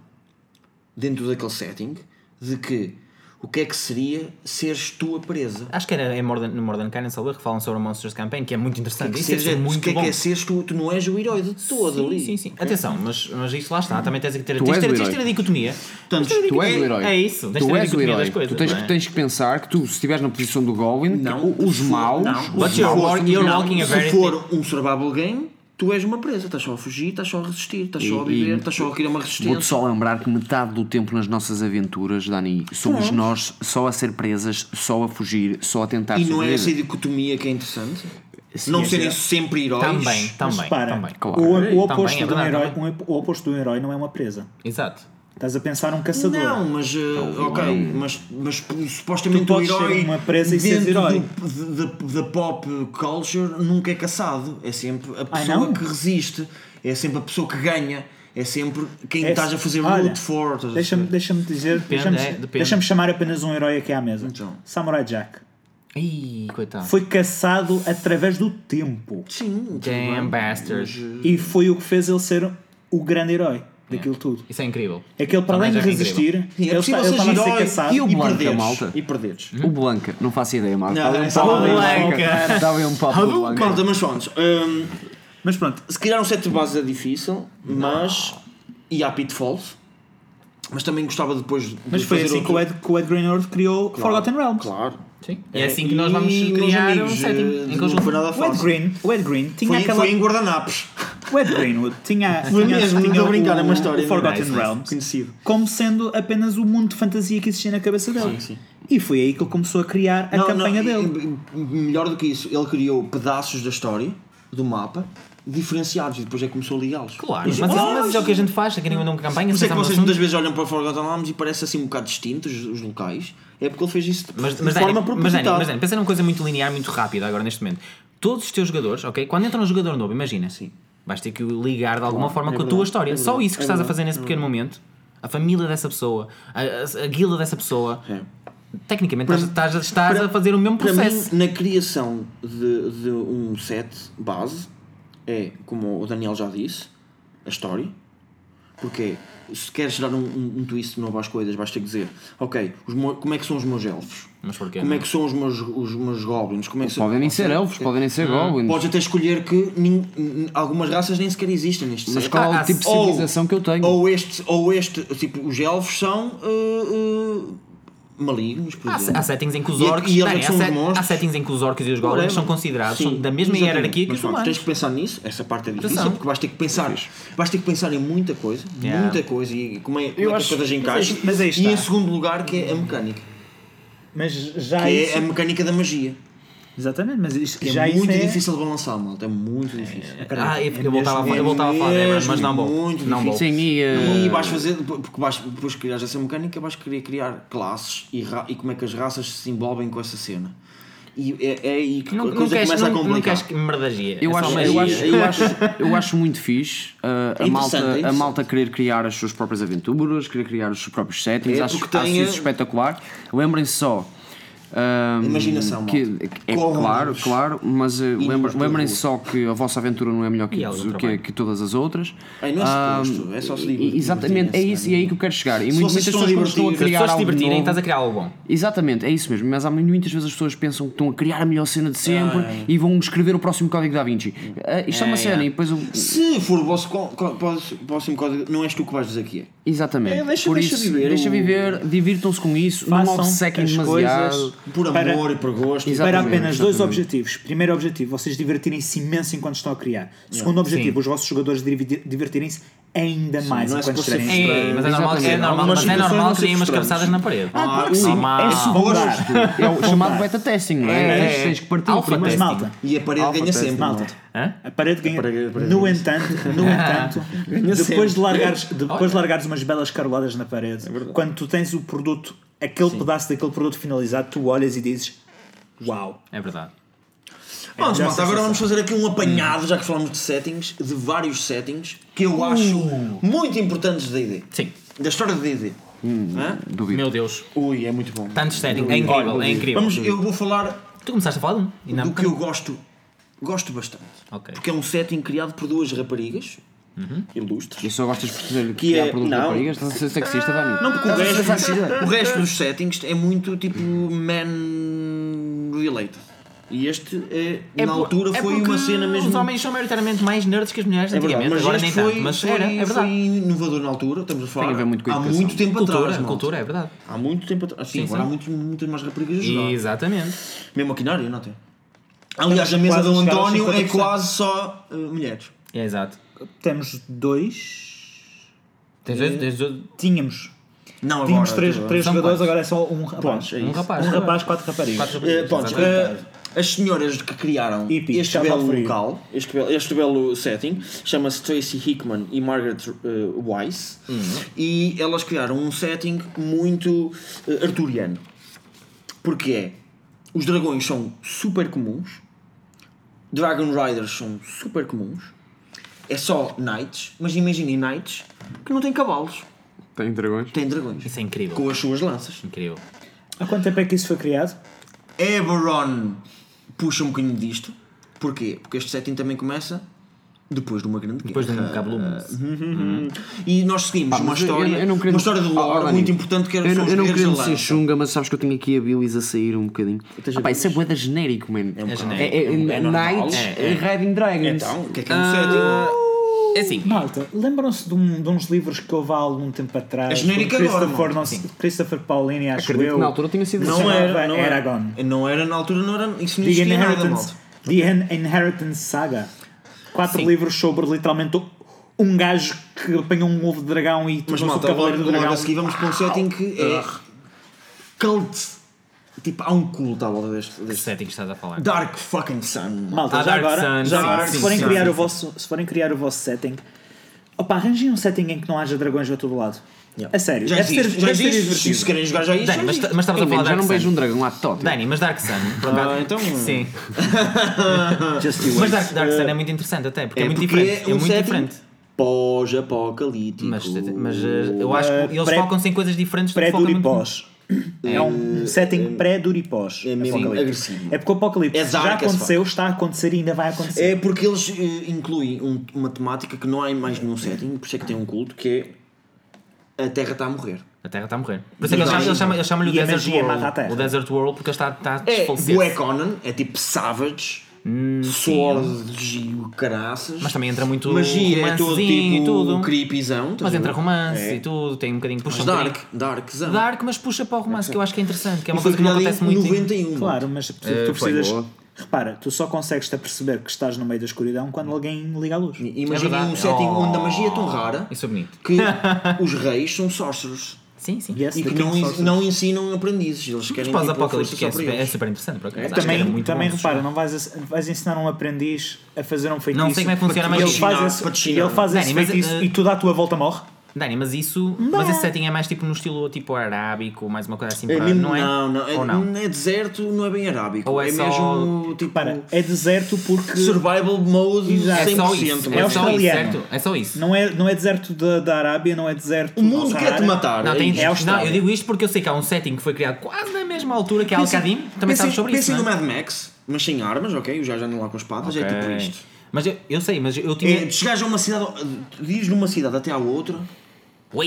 Speaker 2: dentro daquele setting de que o que é que seria seres tu a presa.
Speaker 5: Acho que era em Modern, no Modern Canon, Salve, que falam sobre o Monsters Campaign, que é muito interessante.
Speaker 2: Que
Speaker 5: Isso
Speaker 2: seja,
Speaker 5: é
Speaker 2: o
Speaker 5: muito
Speaker 2: que é
Speaker 5: bom.
Speaker 2: que é seres tu? Tu não és o herói de todo
Speaker 5: sim,
Speaker 2: ali.
Speaker 5: Sim, sim. Atenção, mas, mas isso lá está. Também tens que ter,
Speaker 3: Tu
Speaker 5: tens
Speaker 3: és
Speaker 5: ter,
Speaker 3: o
Speaker 5: tens
Speaker 3: herói.
Speaker 5: ter a dicotomia.
Speaker 2: Portanto,
Speaker 5: Tens de ter a
Speaker 3: Tu és o
Speaker 5: dicotomia.
Speaker 3: herói.
Speaker 5: É isso. Tens de
Speaker 3: tu
Speaker 5: ter a
Speaker 3: és o
Speaker 5: dicotomia
Speaker 3: herói.
Speaker 5: das coisas.
Speaker 3: tu tens,
Speaker 5: não é?
Speaker 3: tens que pensar que tu, se estiveres na posição do Goblin,
Speaker 2: Não,
Speaker 3: o- os
Speaker 2: se for-
Speaker 3: maus.
Speaker 2: não.
Speaker 3: os
Speaker 5: But you're
Speaker 3: maus-
Speaker 5: walk- you're walking a
Speaker 2: se
Speaker 5: very
Speaker 2: for um survival game, tu és uma presa. Estás só a fugir, estás só a resistir, estás só a
Speaker 3: E-
Speaker 2: viver,
Speaker 3: e-
Speaker 2: estás só a criar uma
Speaker 3: Vou-te
Speaker 2: resistência.
Speaker 3: só lembrar que metade do tempo nas nossas aventuras, Dani, somos nós só a ser presas, só a fugir, só a tentar
Speaker 2: E não é essa
Speaker 3: sobreviver.
Speaker 2: dicotomia que é interessante? não
Speaker 5: é
Speaker 2: serem
Speaker 5: verdade.
Speaker 2: sempre heróis?
Speaker 5: Também,
Speaker 4: Mas
Speaker 5: também.
Speaker 4: repara,
Speaker 5: também.
Speaker 3: Claro.
Speaker 4: o,
Speaker 5: Também,
Speaker 4: o oposto
Speaker 5: é
Speaker 4: de um
Speaker 5: verdade,
Speaker 4: herói,
Speaker 5: também.
Speaker 4: um- o oposto de um herói não é uma presa.
Speaker 5: Exato.
Speaker 4: Estás a pensar um caçador.
Speaker 2: Não, mas, uh, ok, mas, mas supostamente
Speaker 4: Tu
Speaker 2: o
Speaker 4: podes
Speaker 2: herói
Speaker 4: ser uma presa e seres
Speaker 2: dentro
Speaker 4: herói.
Speaker 2: do- da, da pop culture nunca é caçado, é sempre a pessoa
Speaker 4: não?
Speaker 2: que resiste, é sempre a pessoa que ganha, é sempre quem
Speaker 4: É-
Speaker 2: estás a fazer
Speaker 4: olha,
Speaker 2: brute force. estás a
Speaker 4: Deixa-me
Speaker 2: perceber?
Speaker 4: deixa dizer, deixa-me
Speaker 5: é, depende.
Speaker 4: deixa-me chamar apenas um herói aqui à mesa.
Speaker 2: Então.
Speaker 4: Samurai Jack.
Speaker 5: Ih, coitado.
Speaker 4: Foi caçado através do tempo.
Speaker 2: Sim, tudo bem.
Speaker 5: Damn bastards.
Speaker 4: E foi o que fez ele ser o grande herói daquilo tudo.
Speaker 5: Isso é incrível.
Speaker 4: É que ele, para
Speaker 5: Também
Speaker 4: além de
Speaker 5: já é incrível.
Speaker 4: resistir,
Speaker 2: Sim, é
Speaker 4: ele,
Speaker 2: possível
Speaker 4: está, ele
Speaker 2: seres
Speaker 4: estava a ser
Speaker 2: herói
Speaker 4: caçado. é
Speaker 2: e,
Speaker 3: o Blanca,
Speaker 2: perderes.
Speaker 3: malta?
Speaker 2: E perderes.
Speaker 3: O Blanca, não faço ideia, Marco.
Speaker 2: Não,
Speaker 3: Dá-lhe um
Speaker 2: é
Speaker 3: papo
Speaker 2: só
Speaker 3: do
Speaker 2: o Ah,
Speaker 5: Blanca.
Speaker 3: Blanca. Dá-lhe um papo do Blanca.
Speaker 2: Malta, mas pronto, hum,
Speaker 4: Mas pronto,
Speaker 2: se calhar um set de base é difícil, mas. E há pitfalls. Mas também gostava depois de
Speaker 4: mas foi
Speaker 2: fazer
Speaker 4: assim que
Speaker 2: outro-
Speaker 4: o Ed, que o Ed Greenwood criou Forgotten Realms.
Speaker 2: Claro.
Speaker 5: Sim. E é assim que nós vamos
Speaker 2: E,
Speaker 5: criar
Speaker 2: meus
Speaker 5: um
Speaker 2: amigos, eh,
Speaker 5: setting em
Speaker 2: Não foi
Speaker 5: conjunto.
Speaker 2: nada
Speaker 4: O Ed,
Speaker 2: fácil.
Speaker 4: Green, o Ed Green tinha
Speaker 2: Foi,
Speaker 4: aquela.
Speaker 2: foi em guardanapos.
Speaker 4: O Ed Greenwood tinha.
Speaker 2: Foi
Speaker 4: tinha-
Speaker 2: mesmo,
Speaker 4: tinha
Speaker 2: estou a brincar, é uma
Speaker 4: o-
Speaker 2: história.
Speaker 4: o Forgotten
Speaker 5: Nice, nice.
Speaker 4: Realms.
Speaker 2: Conhecido.
Speaker 4: como sendo apenas o mundo de fantasia que existia na cabeça dele.
Speaker 2: Sim, sim.
Speaker 4: E foi aí que ele começou a criar a
Speaker 2: Não,
Speaker 4: campanha
Speaker 2: não,
Speaker 4: dele.
Speaker 2: e- e- Melhor do que isso, ele criou pedaços da história, do mapa, diferenciados e depois é que começou a ligá-los.
Speaker 5: Claro, mas
Speaker 2: Mas,
Speaker 5: isso mas
Speaker 2: mas,
Speaker 5: isso é o que a gente faz, é que nem uma campanha,
Speaker 2: mas é que
Speaker 5: pensamos no
Speaker 2: vocês
Speaker 5: assunto.
Speaker 2: muitas vezes olham para Forgotten Realms e parece assim um bocado distintos os os locais. É porque ele fez isso de,
Speaker 5: Mas,
Speaker 2: de
Speaker 5: mas,
Speaker 2: forma
Speaker 5: Dani, mas, Dani,
Speaker 2: propositada.
Speaker 5: mas Dani, pensa numa coisa muito linear, muito rápida agora neste momento. Todos os teus jogadores, ok? Quando entra um jogador novo, imagina. Sim. Vais ter que o ligar de alguma forma
Speaker 2: é
Speaker 5: com a tua
Speaker 2: verdade,
Speaker 5: história.
Speaker 2: é
Speaker 5: Só
Speaker 2: verdade,
Speaker 5: isso que
Speaker 2: é
Speaker 5: estás a
Speaker 2: verdade,
Speaker 5: fazer nesse pequeno momento. A família dessa pessoa, a, a, a guilda dessa pessoa.
Speaker 2: É.
Speaker 5: Tecnicamente estás, estás, a- estás
Speaker 2: para-
Speaker 5: a fazer o mesmo
Speaker 2: Para
Speaker 5: processo.
Speaker 2: mim, na criação de, de um set base, é, como o Daniel já disse, a história. Porque se queres dar um, um, um twist novo às coisas, vais ter que dizer: Ok, os mo- como é que são os meus elfos?
Speaker 5: Mas porquê,
Speaker 2: Como
Speaker 5: não
Speaker 2: é
Speaker 5: é?
Speaker 2: que são os meus, os meus goblins? Como é que são-
Speaker 3: Podem nem ser elfos, podem nem ser goblins.
Speaker 2: Podes até escolher que nin- nin- algumas raças nem sequer existem neste
Speaker 3: Mas
Speaker 2: set.
Speaker 3: qual é
Speaker 5: Ah,
Speaker 3: o tipo de
Speaker 2: ou-
Speaker 3: civilização que eu tenho?
Speaker 2: Ou este, ou este, tipo, os elfos são uh, uh, malignos, por
Speaker 5: Há,
Speaker 2: exemplo.
Speaker 5: há settings em que os
Speaker 2: E-
Speaker 5: orcs.
Speaker 2: e eles
Speaker 5: Bem,
Speaker 2: é que
Speaker 5: há,
Speaker 2: são
Speaker 5: set-
Speaker 2: os monstros.
Speaker 5: há settings em que os orcs e os goblins são considerados,
Speaker 2: Sim,
Speaker 5: são da mesma
Speaker 2: exatamente.
Speaker 5: hierarquia que
Speaker 2: Mas
Speaker 5: os
Speaker 2: pronto, Tens
Speaker 5: humanos.
Speaker 2: que pensar nisso, essa parte é difícil,
Speaker 5: Atenção.
Speaker 2: porque vais ter que pensar, vais ter que pensar em muita coisa,
Speaker 5: Yeah.
Speaker 2: muita coisa, e como é, como é que as
Speaker 4: acho-
Speaker 2: coisas encaixam.
Speaker 4: mas aí
Speaker 2: e
Speaker 4: está.
Speaker 2: em segundo lugar, que é a mecânica,
Speaker 4: Mas já
Speaker 2: é que é
Speaker 4: isso,
Speaker 2: a mecânica da magia.
Speaker 4: Exatamente, mas isto,
Speaker 2: É
Speaker 4: já isso
Speaker 2: muito
Speaker 4: é...
Speaker 2: difícil de balançar, malta. É muito difícil.
Speaker 5: Ah, eu,
Speaker 4: é
Speaker 5: eu voltava, a falar- eu voltava a falar de
Speaker 2: é,
Speaker 5: Everett, mas não vou.
Speaker 2: muito
Speaker 5: Não vou.
Speaker 3: Sim, e,
Speaker 5: eh,
Speaker 2: E
Speaker 3: uh,
Speaker 2: vais fazer, porque vais, depois que criares essa mecânica, vais querer criar classes e, ra- e como é que as raças se envolvem com essa cena. E é, é aí que
Speaker 5: Não,
Speaker 2: a
Speaker 5: não,
Speaker 2: coisa
Speaker 5: queres,
Speaker 2: começa a
Speaker 5: não, não
Speaker 2: complicar.
Speaker 5: queres que merdagia.
Speaker 3: eu,
Speaker 5: é
Speaker 3: acho,
Speaker 5: só
Speaker 3: eu,
Speaker 5: magia.
Speaker 3: acho, eu, acho, eu acho muito fixe uh, a,
Speaker 2: interessante,
Speaker 3: malta,
Speaker 2: é
Speaker 3: a
Speaker 2: interessante.
Speaker 3: malta querer criar as suas próprias aventuras, querer criar os seus próprios settings.
Speaker 2: É,
Speaker 3: acho,
Speaker 2: porque
Speaker 3: acho
Speaker 2: tem
Speaker 3: isso
Speaker 2: a-
Speaker 3: espetacular. Lembrem-se só. um,
Speaker 2: Imaginação,
Speaker 3: que,
Speaker 2: malta.
Speaker 3: é
Speaker 2: Corram
Speaker 3: claro,
Speaker 2: livres.
Speaker 3: claro, mas uh,
Speaker 2: nos
Speaker 3: lembra-
Speaker 2: teus
Speaker 3: lembrem-se
Speaker 2: russos.
Speaker 3: só que a vossa aventura não é melhor que,
Speaker 5: E ao
Speaker 3: que-
Speaker 5: meu
Speaker 3: que,
Speaker 5: trabalho.
Speaker 3: que todas as outras.
Speaker 2: Ai, não é
Speaker 3: Ah,
Speaker 2: suposto, é só se
Speaker 3: e-
Speaker 2: divertir,
Speaker 3: Exatamente, é
Speaker 2: divertir-se,
Speaker 3: isso,
Speaker 2: não
Speaker 3: e
Speaker 2: é?
Speaker 3: é aí que eu quero chegar. E
Speaker 2: Se
Speaker 3: mu- muitas
Speaker 2: vocês estão a
Speaker 3: pessoas quando estão a
Speaker 2: divertir,
Speaker 5: Se as
Speaker 3: criar
Speaker 5: pessoas se
Speaker 3: algo
Speaker 5: divertirem,
Speaker 3: novo-
Speaker 5: estás a criar algo bom.
Speaker 3: Exatamente, é isso mesmo. Mas há muitas vezes as pessoas pensam que estão a criar a melhor cena
Speaker 2: Ah,
Speaker 3: de sempre
Speaker 2: é.
Speaker 3: e vão escrever o próximo código da Vinci. Ah, isto é uma cena e depois eu...
Speaker 2: Se for o vosso co- co- pós- próximo código, não és tu que vais dizer que é.
Speaker 3: Exatamente.
Speaker 2: É, deixa-
Speaker 3: Por
Speaker 2: deixa
Speaker 3: isso,
Speaker 2: viver
Speaker 3: deixa
Speaker 2: o-
Speaker 3: viver, divirtam-se com isso, não
Speaker 4: Façam
Speaker 3: obsequem
Speaker 4: as
Speaker 3: demasiado.
Speaker 4: coisas
Speaker 2: Por amor
Speaker 4: Para-
Speaker 2: e por gosto.
Speaker 3: Exato.
Speaker 4: Para
Speaker 3: Exatamente,
Speaker 4: apenas dois
Speaker 3: exatamente.
Speaker 4: objetivos. Primeiro objetivo, vocês divertirem-se imenso enquanto estão a criar. Segundo objetivo,
Speaker 5: Sim.
Speaker 4: os vossos jogadores divi- divertirem-se ainda mais
Speaker 2: não é
Speaker 4: enquanto
Speaker 2: suposto ser
Speaker 4: estiverem a
Speaker 2: frustrante.
Speaker 5: É, mas é normal, é
Speaker 3: Exatamente.
Speaker 5: normal, mas é
Speaker 2: Algumas
Speaker 5: normal
Speaker 2: situações
Speaker 5: que deem umas
Speaker 2: frustrantes.
Speaker 5: cabeçadas na parede.
Speaker 2: claro que sim.
Speaker 5: Normal.
Speaker 2: É
Speaker 4: Vão dar.
Speaker 2: suposto.
Speaker 3: É o chamado
Speaker 4: dar.
Speaker 3: beta testing, não é?
Speaker 5: É,
Speaker 3: Tens-
Speaker 5: é.
Speaker 3: Tens que partir
Speaker 5: Alpha
Speaker 3: primeiro.
Speaker 4: Mas
Speaker 5: testing.
Speaker 4: malta,
Speaker 2: E a parede
Speaker 3: Alpha
Speaker 2: ganha
Speaker 3: test,
Speaker 2: sempre.
Speaker 4: malta,
Speaker 2: malta.
Speaker 5: Hã?
Speaker 4: a parede ganha.
Speaker 2: A parede- a parede
Speaker 4: no
Speaker 2: ganha
Speaker 4: entanto, no entanto, depois de
Speaker 2: sempre. É
Speaker 4: largares, depois de largares umas belas caroladas na parede, quando tu tens o produto, aquele pedaço daquele produto finalizado, tu olhas e dizes: Uau!
Speaker 5: É verdade.
Speaker 2: Vamos,
Speaker 4: Dá
Speaker 2: malta, agora
Speaker 4: sensação.
Speaker 2: vamos fazer aqui um apanhado, já que falamos de settings, de vários settings que eu acho muito importantes da ID.
Speaker 5: Sim.
Speaker 2: Da história da ID.
Speaker 3: Duvido.
Speaker 5: Meu Deus.
Speaker 2: Hum. Ui, é muito bom.
Speaker 5: Tanto setting. É incrível, é incrível.
Speaker 2: Vamos, eu vou falar
Speaker 5: Tu começaste a falar de um? E não-
Speaker 2: do que eu gosto. Gosto bastante.
Speaker 5: Ok. Uhum.
Speaker 2: Porque é um setting criado por duas raparigas ilustres.
Speaker 3: E só gostas de dizer
Speaker 2: Que
Speaker 3: que há
Speaker 2: é-
Speaker 3: produto de
Speaker 2: não. Ah,
Speaker 3: raparigas? Estás a ser sexista, Dani?
Speaker 2: Não, porque o resto, o resto dos settings é muito tipo man related. E este é,
Speaker 5: É
Speaker 2: na
Speaker 5: por-
Speaker 2: altura
Speaker 5: é
Speaker 2: foi
Speaker 5: porque
Speaker 2: uma cena mesmo.
Speaker 5: Os homens são maioritariamente mais nerds que as mulheres
Speaker 2: É verdade,
Speaker 5: antigamente.
Speaker 2: mas
Speaker 5: Agora
Speaker 2: este
Speaker 5: nem
Speaker 2: foi,
Speaker 5: tanto. Mas
Speaker 2: foi,
Speaker 5: era, é
Speaker 2: foi
Speaker 5: verdade.
Speaker 2: inovador na altura, estamos a falar.
Speaker 3: Tem a ver muito com a
Speaker 2: há
Speaker 3: educação.
Speaker 2: muito tempo atrás.
Speaker 5: Cultura,
Speaker 2: malta.
Speaker 5: cultura, é verdade.
Speaker 2: Há muito tempo atrás. Sim,
Speaker 5: Sim,
Speaker 2: agora
Speaker 5: sim.
Speaker 2: há muitos- muitas mais raparigas a jogar.
Speaker 5: Exatamente.
Speaker 2: Mesmo aqui na área, não tem. Aliás, a mesa
Speaker 4: quase
Speaker 2: do
Speaker 4: a chegar aos
Speaker 2: António é
Speaker 4: 50%.
Speaker 2: quase só eh, mulheres.
Speaker 5: É exato.
Speaker 4: Temos dois.
Speaker 5: Tens dois- tens dois-
Speaker 4: Tínhamos.
Speaker 2: Não,
Speaker 4: Tínhamos
Speaker 2: agora.
Speaker 4: três,
Speaker 2: agora.
Speaker 4: três
Speaker 5: São
Speaker 4: jogadores,
Speaker 5: quantos?
Speaker 4: agora é só um rapaz.
Speaker 2: Pontos, é
Speaker 5: um
Speaker 2: isso.
Speaker 5: rapaz.
Speaker 4: Um rapaz, quatro raparigas.
Speaker 5: Quatro
Speaker 2: Eh,
Speaker 5: raparigas,
Speaker 2: pontos,
Speaker 5: exatamente.
Speaker 2: eh, as senhoras que criaram
Speaker 4: Hippie,
Speaker 2: este
Speaker 4: shout out
Speaker 2: belo
Speaker 4: for you.
Speaker 2: local, este belo, este belo setting, chama-se Tracy Hickman e Margaret eh, Weiss, e elas criaram um setting muito eh, arturiano. Porque é, os dragões são super comuns, Dragon Riders são super comuns, é só knights, mas imaginem knights que não têm cavalos,
Speaker 3: Tem dragões?
Speaker 2: têm dragões,
Speaker 5: Isso é incrível.
Speaker 2: com as suas lanças.
Speaker 5: Incrível.
Speaker 4: Há quanto tempo é que isso foi criado?
Speaker 2: Eberron puxa um bocadinho disto. Porquê? Porque este setting também começa depois de uma grande
Speaker 5: Depois de
Speaker 2: guerra.
Speaker 5: um cabo
Speaker 2: E nós seguimos uma história, uma história de
Speaker 3: Ah,
Speaker 2: lore
Speaker 3: Dani,
Speaker 2: muito importante que era
Speaker 3: eu,
Speaker 2: são
Speaker 3: não-
Speaker 2: os
Speaker 3: eu não
Speaker 2: guerreiros
Speaker 3: queria
Speaker 2: da
Speaker 3: ser
Speaker 2: lança.
Speaker 3: chunga, mas sabes que eu tenho aqui a Billys a sair um bocadinho. Ah, pá, isso é boeda genérico, mano. É,
Speaker 5: genérico.
Speaker 3: é- é-
Speaker 2: É normal.
Speaker 3: Knights
Speaker 5: É, é.
Speaker 3: e Riding Dragons.
Speaker 2: Então, o que é que é um setting?
Speaker 5: É assim.
Speaker 4: Malta, lembram-se de, um- de uns livros que houve há algum tempo atrás?
Speaker 2: É genérico
Speaker 4: do Christopher,
Speaker 2: agora,
Speaker 4: não, Christopher Paulini, acho
Speaker 3: Acredito
Speaker 4: eu.
Speaker 3: que na altura tinha sido
Speaker 4: Não
Speaker 3: assim.
Speaker 4: é.
Speaker 2: era, não era.
Speaker 4: Eragon.
Speaker 2: Não era na altura, não era. Isso não
Speaker 4: The
Speaker 2: existia nada,
Speaker 4: Inheritance,
Speaker 2: malta.
Speaker 4: The In- Inheritance Saga. Quatro livros sobre literalmente um gajo que apanhou um ovo de dragão e
Speaker 2: Mas
Speaker 4: tornou-se o
Speaker 2: malta, agora,
Speaker 4: cavaleiro do
Speaker 2: agora
Speaker 4: dragão.
Speaker 2: a seguir vamos para um setting que é. Cult. Tipo, há um culto à volta deste.
Speaker 5: Que
Speaker 2: deste.
Speaker 5: setting estás a falar?
Speaker 2: Dark fucking Sun.
Speaker 4: Malta,
Speaker 5: Ah,
Speaker 4: já
Speaker 5: Dark
Speaker 4: agora,
Speaker 5: Sun,
Speaker 4: já
Speaker 5: sim,
Speaker 4: agora,
Speaker 5: sim,
Speaker 4: se, forem
Speaker 5: sim,
Speaker 4: criar
Speaker 5: sim,
Speaker 4: o vosso, se forem criar o vosso setting, opa, arranjem um setting em que não haja dragões a todo lado. A sério,
Speaker 2: Já
Speaker 4: deve ser,
Speaker 2: existe, já
Speaker 4: deve ser
Speaker 2: existe. Se
Speaker 4: divertido.
Speaker 2: querem jogar já isto.
Speaker 5: Dani,
Speaker 2: já
Speaker 5: mas,
Speaker 2: existe.
Speaker 5: mas estavas a falar
Speaker 3: Ei, já
Speaker 5: Dark
Speaker 3: não vejo um
Speaker 5: Sun.
Speaker 3: dragão lá de Tóquio.
Speaker 5: Dani, mas Dark Sun. por acaso-
Speaker 2: Ah, então.
Speaker 5: Sim.
Speaker 4: Just you
Speaker 5: Mas
Speaker 4: wait.
Speaker 5: Dark, Dark Sun é muito interessante até, porque é, muito
Speaker 2: porque
Speaker 5: diferente. É,
Speaker 2: um
Speaker 5: muito
Speaker 2: setting
Speaker 5: diferente.
Speaker 2: Pós-apocalíptico.
Speaker 5: Mas, mas eh, eu acho que eles
Speaker 4: pré-
Speaker 5: focam-se em coisas diferentes do que
Speaker 4: Pré-duro
Speaker 5: focam
Speaker 4: e
Speaker 5: muito-
Speaker 4: pós. É um setting pré-duro e pós.
Speaker 2: é mesmo
Speaker 4: apocalipse.
Speaker 2: agressivo.
Speaker 4: É porque o apocalipse
Speaker 2: É
Speaker 4: já
Speaker 2: dark as
Speaker 4: aconteceu, está a acontecer e ainda vai acontecer.
Speaker 2: É porque eles eh, incluem um- uma temática que não há em mais nenhum setting, por isso é que tem um culto, que é a Terra está a morrer.
Speaker 5: A Terra está a morrer. Por isso é que eles chamam- eles chamam- eles chamam-lhe
Speaker 4: E a
Speaker 5: o Desert
Speaker 4: magia mata a
Speaker 5: World.
Speaker 4: Terra.
Speaker 5: O Desert World porque tá, ele está está a
Speaker 2: É
Speaker 5: desfalecer.
Speaker 2: Bué Conan, é tipo Savage, Swords e o caraças.
Speaker 5: Hum, Mas também entra muito
Speaker 2: Magia é todo
Speaker 5: romancezinho
Speaker 2: tipo
Speaker 5: e tudo.
Speaker 2: creepyzão. estás
Speaker 5: Mas
Speaker 2: a
Speaker 5: entra
Speaker 2: ver?
Speaker 5: romance
Speaker 2: É.
Speaker 5: e tudo, tem um bocadinho puxa
Speaker 2: Mas
Speaker 5: um
Speaker 2: dark,
Speaker 5: bocadinho.
Speaker 2: darkzão.
Speaker 5: Dark, mas puxa para o romance, que eu acho que é interessante, que é
Speaker 2: E
Speaker 5: uma
Speaker 2: foi
Speaker 5: coisa que não
Speaker 2: criado
Speaker 5: acontece
Speaker 2: em
Speaker 5: muito. em-
Speaker 2: 91.
Speaker 4: Claro, mas tu
Speaker 5: É, foi
Speaker 4: precisas.
Speaker 3: boa.
Speaker 4: Repara, tu só consegues te aperceber que estás no meio da escuridão quando alguém liga a luz.
Speaker 2: Imaginem
Speaker 5: É verdade.
Speaker 2: um setting
Speaker 5: Oh,
Speaker 2: onde a magia é tão rara
Speaker 5: Isso é bonito.
Speaker 2: que os reis são sorcerers.
Speaker 5: Sim, sim.
Speaker 4: Yes,
Speaker 2: E
Speaker 4: the
Speaker 2: que não,
Speaker 4: King
Speaker 2: ens-
Speaker 4: Sources.
Speaker 2: não ensinam aprendizes. Eles
Speaker 5: Os
Speaker 2: querem tipo,
Speaker 5: pós-apocalípticos
Speaker 2: força só
Speaker 5: é,
Speaker 2: para
Speaker 5: super- é
Speaker 2: eles.
Speaker 5: super interessante, por acaso. Acho que era
Speaker 4: Também,
Speaker 5: muito
Speaker 4: também
Speaker 5: bom.
Speaker 4: repara, não vais, ass- vais ensinar um aprendiz a fazer um feitiço.
Speaker 5: Não sei como é que funciona, mas
Speaker 4: ele
Speaker 5: sim.
Speaker 4: faz
Speaker 2: Não,
Speaker 4: esse,
Speaker 2: para te ensinar.
Speaker 4: ele faz esse
Speaker 5: Bem, mas,
Speaker 4: feitiço
Speaker 5: eh,
Speaker 4: e tudo à tua volta morre.
Speaker 5: Dani, mas isso. Mas esse setting é mais tipo no estilo tipo arábico, mais uma coisa assim
Speaker 2: É
Speaker 5: para.
Speaker 2: mesmo,
Speaker 5: não é?
Speaker 2: não, não, é,
Speaker 5: Ou não?
Speaker 2: é deserto, não é bem arábico.
Speaker 5: Ou é
Speaker 2: é,
Speaker 5: só-
Speaker 2: mesmo tipo
Speaker 4: Para, é deserto porque
Speaker 2: survival mode
Speaker 4: Exato.
Speaker 5: É
Speaker 2: 100%.
Speaker 5: só isso. É
Speaker 2: mas
Speaker 5: só isso,
Speaker 4: australiano.
Speaker 5: certo? É só isso.
Speaker 4: não é, não é deserto da, da Arábia, não é deserto.
Speaker 2: O mundo quer-te matar.
Speaker 5: Não,
Speaker 2: é
Speaker 5: tem,
Speaker 2: isto.
Speaker 4: É
Speaker 5: não,
Speaker 4: Austrália.
Speaker 5: eu digo isto porque eu sei que há um setting que foi criado quase na mesma altura que é
Speaker 2: Pensem-
Speaker 5: Al-Qadim. Também
Speaker 2: pensem-
Speaker 5: sabes sobre isso,
Speaker 2: Pensem
Speaker 5: não
Speaker 2: no
Speaker 5: é?
Speaker 2: Mad Max, mas sem armas, ok? Os gajos andam lá com espadas, é tipo
Speaker 5: Ok.
Speaker 2: isto.
Speaker 5: Mas eu, eu sei, mas eu tinha...
Speaker 2: É, tu chegares a uma cidade, dizes numa cidade até à outra,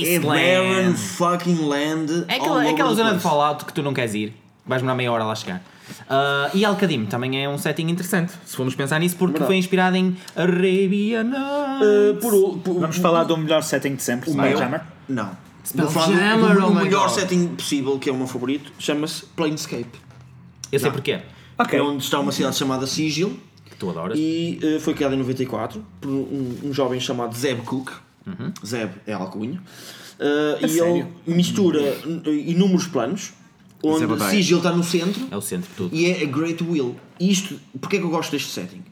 Speaker 2: é barren
Speaker 5: Wasteland.
Speaker 2: fucking land.
Speaker 5: É
Speaker 2: all
Speaker 5: aquela, é
Speaker 2: over
Speaker 5: aquela
Speaker 2: the
Speaker 5: zona de
Speaker 2: place.
Speaker 5: Fallout que tu não queres ir. Vais demorar meia hora lá chegar. Ah, e Al-Qadim também é um setting interessante, se formos pensar nisso, porque
Speaker 2: Verdade.
Speaker 5: foi inspirado em Arabia
Speaker 2: Uh,
Speaker 5: Nights.
Speaker 2: por, o- por-
Speaker 4: Vamos falar do melhor setting de sempre,
Speaker 2: o meu.
Speaker 4: Spelljammer.
Speaker 2: Não. Vou
Speaker 5: Spelljammer,
Speaker 2: falar do- do,
Speaker 5: oh
Speaker 2: do
Speaker 5: my
Speaker 2: melhor
Speaker 5: God.
Speaker 2: setting possível, que é o meu favorito, chama-se Planescape.
Speaker 5: Eu sei porquê.
Speaker 4: Ok.
Speaker 2: É onde está uma cidade chamada Sigil
Speaker 5: Que tu adoras.
Speaker 2: e eh, foi criada em 94 por um, um jovem chamado Zeb Cook.
Speaker 5: Uhum.
Speaker 2: Zeb é alcunha. Eh, e
Speaker 4: sério?
Speaker 2: ele mistura eh, inúmeros planos, onde
Speaker 3: Zebadiah.
Speaker 2: Sigil está no centro
Speaker 5: É o centro de tudo.
Speaker 2: e é a Great Will. E isto, porque é que eu gosto deste setting?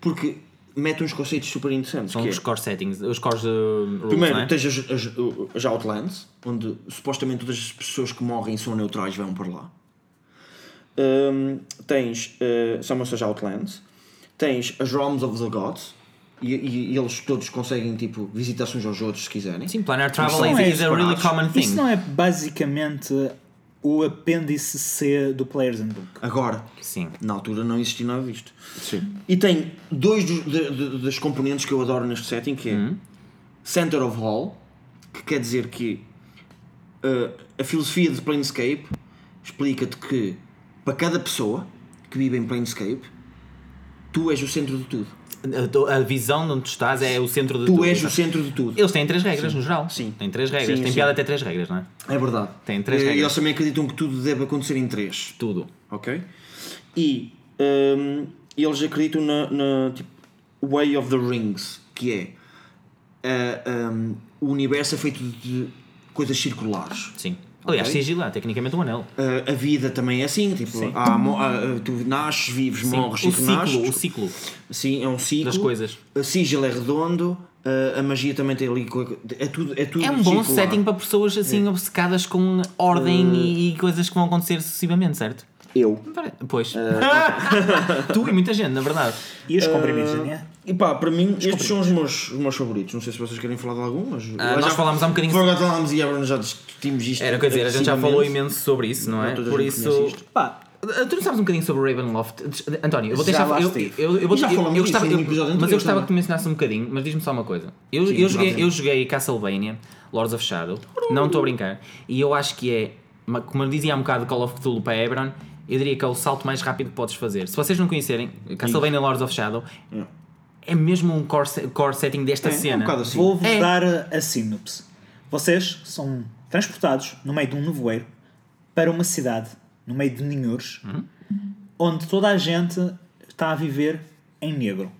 Speaker 2: Porque mete uns conceitos super interessantes.
Speaker 5: São
Speaker 2: que é-
Speaker 5: os core settings, os cores uh, rules,
Speaker 2: Primeiro,
Speaker 5: não é?
Speaker 2: tens as, as- as Outlands, onde supostamente todas as pessoas que morrem são neutrais vão para lá. Hum, tens, eh, chamam-se as Outlands. Tens as Realms of the Gods. E, e- e eles todos conseguem, tipo, visitações aos outros se quiserem.
Speaker 5: Sim, planar
Speaker 2: Isso
Speaker 5: travel
Speaker 2: não
Speaker 5: is,
Speaker 2: é
Speaker 5: is a really
Speaker 2: separados.
Speaker 5: common thing.
Speaker 4: Isso não é basicamente o apêndice C do Players Handbook.
Speaker 2: Agora,
Speaker 5: Sim.
Speaker 2: na altura não existia nada disto. E tem dois dos, de- de- das componentes que eu adoro neste setting, que é
Speaker 5: Hum.
Speaker 2: Center of Hall, que quer dizer que eh, a filosofia de Planescape explica-te que para cada pessoa que vive em Planescape, tu és o centro de tudo.
Speaker 5: A tu- A visão de onde tu estás é o centro de
Speaker 2: Tu
Speaker 5: tudo.
Speaker 2: és o
Speaker 5: exato.
Speaker 2: centro de tudo.
Speaker 5: Eles têm três regras, no geral.
Speaker 2: Sim.
Speaker 5: Têm três regras.
Speaker 2: Sim,
Speaker 5: Tem
Speaker 2: sim.
Speaker 5: piada até três regras, não é?
Speaker 2: É verdade.
Speaker 5: Tem três
Speaker 2: Eh,
Speaker 5: regras.
Speaker 2: Eles também acreditam que tudo deve acontecer em três.
Speaker 5: Tudo.
Speaker 2: ok? E hum, eles acreditam na, na, tipo, Way of the Rings, que é ah, hum, o universo é feito de coisas circulares.
Speaker 5: Sim. Aliás,
Speaker 2: Ok.
Speaker 5: sigila, tecnicamente um anel.
Speaker 2: Ah, a vida também é assim, tipo, há mo- há- tu nasces, vives,
Speaker 5: Sim.
Speaker 2: morres e
Speaker 5: o ciclo, o
Speaker 2: renasces.
Speaker 5: ciclo
Speaker 2: Sim, é um ciclo.
Speaker 5: das coisas.
Speaker 2: A sigil é redondo, ah, a magia também tem ali. co- É tudo, é tudo
Speaker 5: É um
Speaker 2: circular.
Speaker 5: bom setting para pessoas
Speaker 2: É.
Speaker 5: assim obcecadas com ordem
Speaker 2: Eh,
Speaker 5: e, e coisas que vão acontecer sucessivamente, certo?
Speaker 2: Eu.
Speaker 5: Pois.
Speaker 2: Eh,
Speaker 5: tu e muita gente, na verdade.
Speaker 4: E os comprimidos, Daniel?
Speaker 2: E pá, para mim, estes são os meus, os meus favoritos. Não sei se vocês querem falar de algum, mas.
Speaker 5: Ah, nós falámos há um bocadinho-
Speaker 2: Agora falámos e agora já discutimos isto.
Speaker 5: Era, quer dizer, a gente já falou
Speaker 2: excessivamente.
Speaker 5: imenso sobre isso, não é?
Speaker 2: Não toda a
Speaker 5: Por
Speaker 2: gente
Speaker 5: isso.
Speaker 2: conhece isto.
Speaker 5: Pá, tu não sabes um bocadinho sobre Ravenloft? Des- António, eu vou
Speaker 4: Já
Speaker 5: deixar.
Speaker 4: lá
Speaker 5: eu,
Speaker 4: estive.
Speaker 5: eu, eu vou
Speaker 2: E já
Speaker 5: eu- eu
Speaker 2: falámos disso
Speaker 5: gostava,
Speaker 2: no
Speaker 5: eu-
Speaker 2: episódio
Speaker 5: Mas eu
Speaker 2: anterior
Speaker 5: gostava
Speaker 2: também.
Speaker 5: que tu mencionasse um bocadinho, mas diz-me só uma coisa. Eu,
Speaker 2: Sim,
Speaker 5: eu, joguei,
Speaker 2: exatamente.
Speaker 5: eu joguei Castlevania, Lords of Shadow, não estou a brincar, e eu acho que é, ma- como eu dizia há um bocado, Call of Cthulhu para Ebron, eu diria que é o salto mais rápido que podes fazer. Se vocês não conhecerem, Castlevania Lords of Shadow é mesmo um core, se- core setting desta
Speaker 2: É, é um
Speaker 5: cena.
Speaker 2: bocado assim.
Speaker 4: Vou-vos
Speaker 5: É.
Speaker 4: dar a sinopse. Vocês são transportados no meio de um nevoeiro para uma cidade, no meio de ninhores, onde toda a gente está a viver em negro.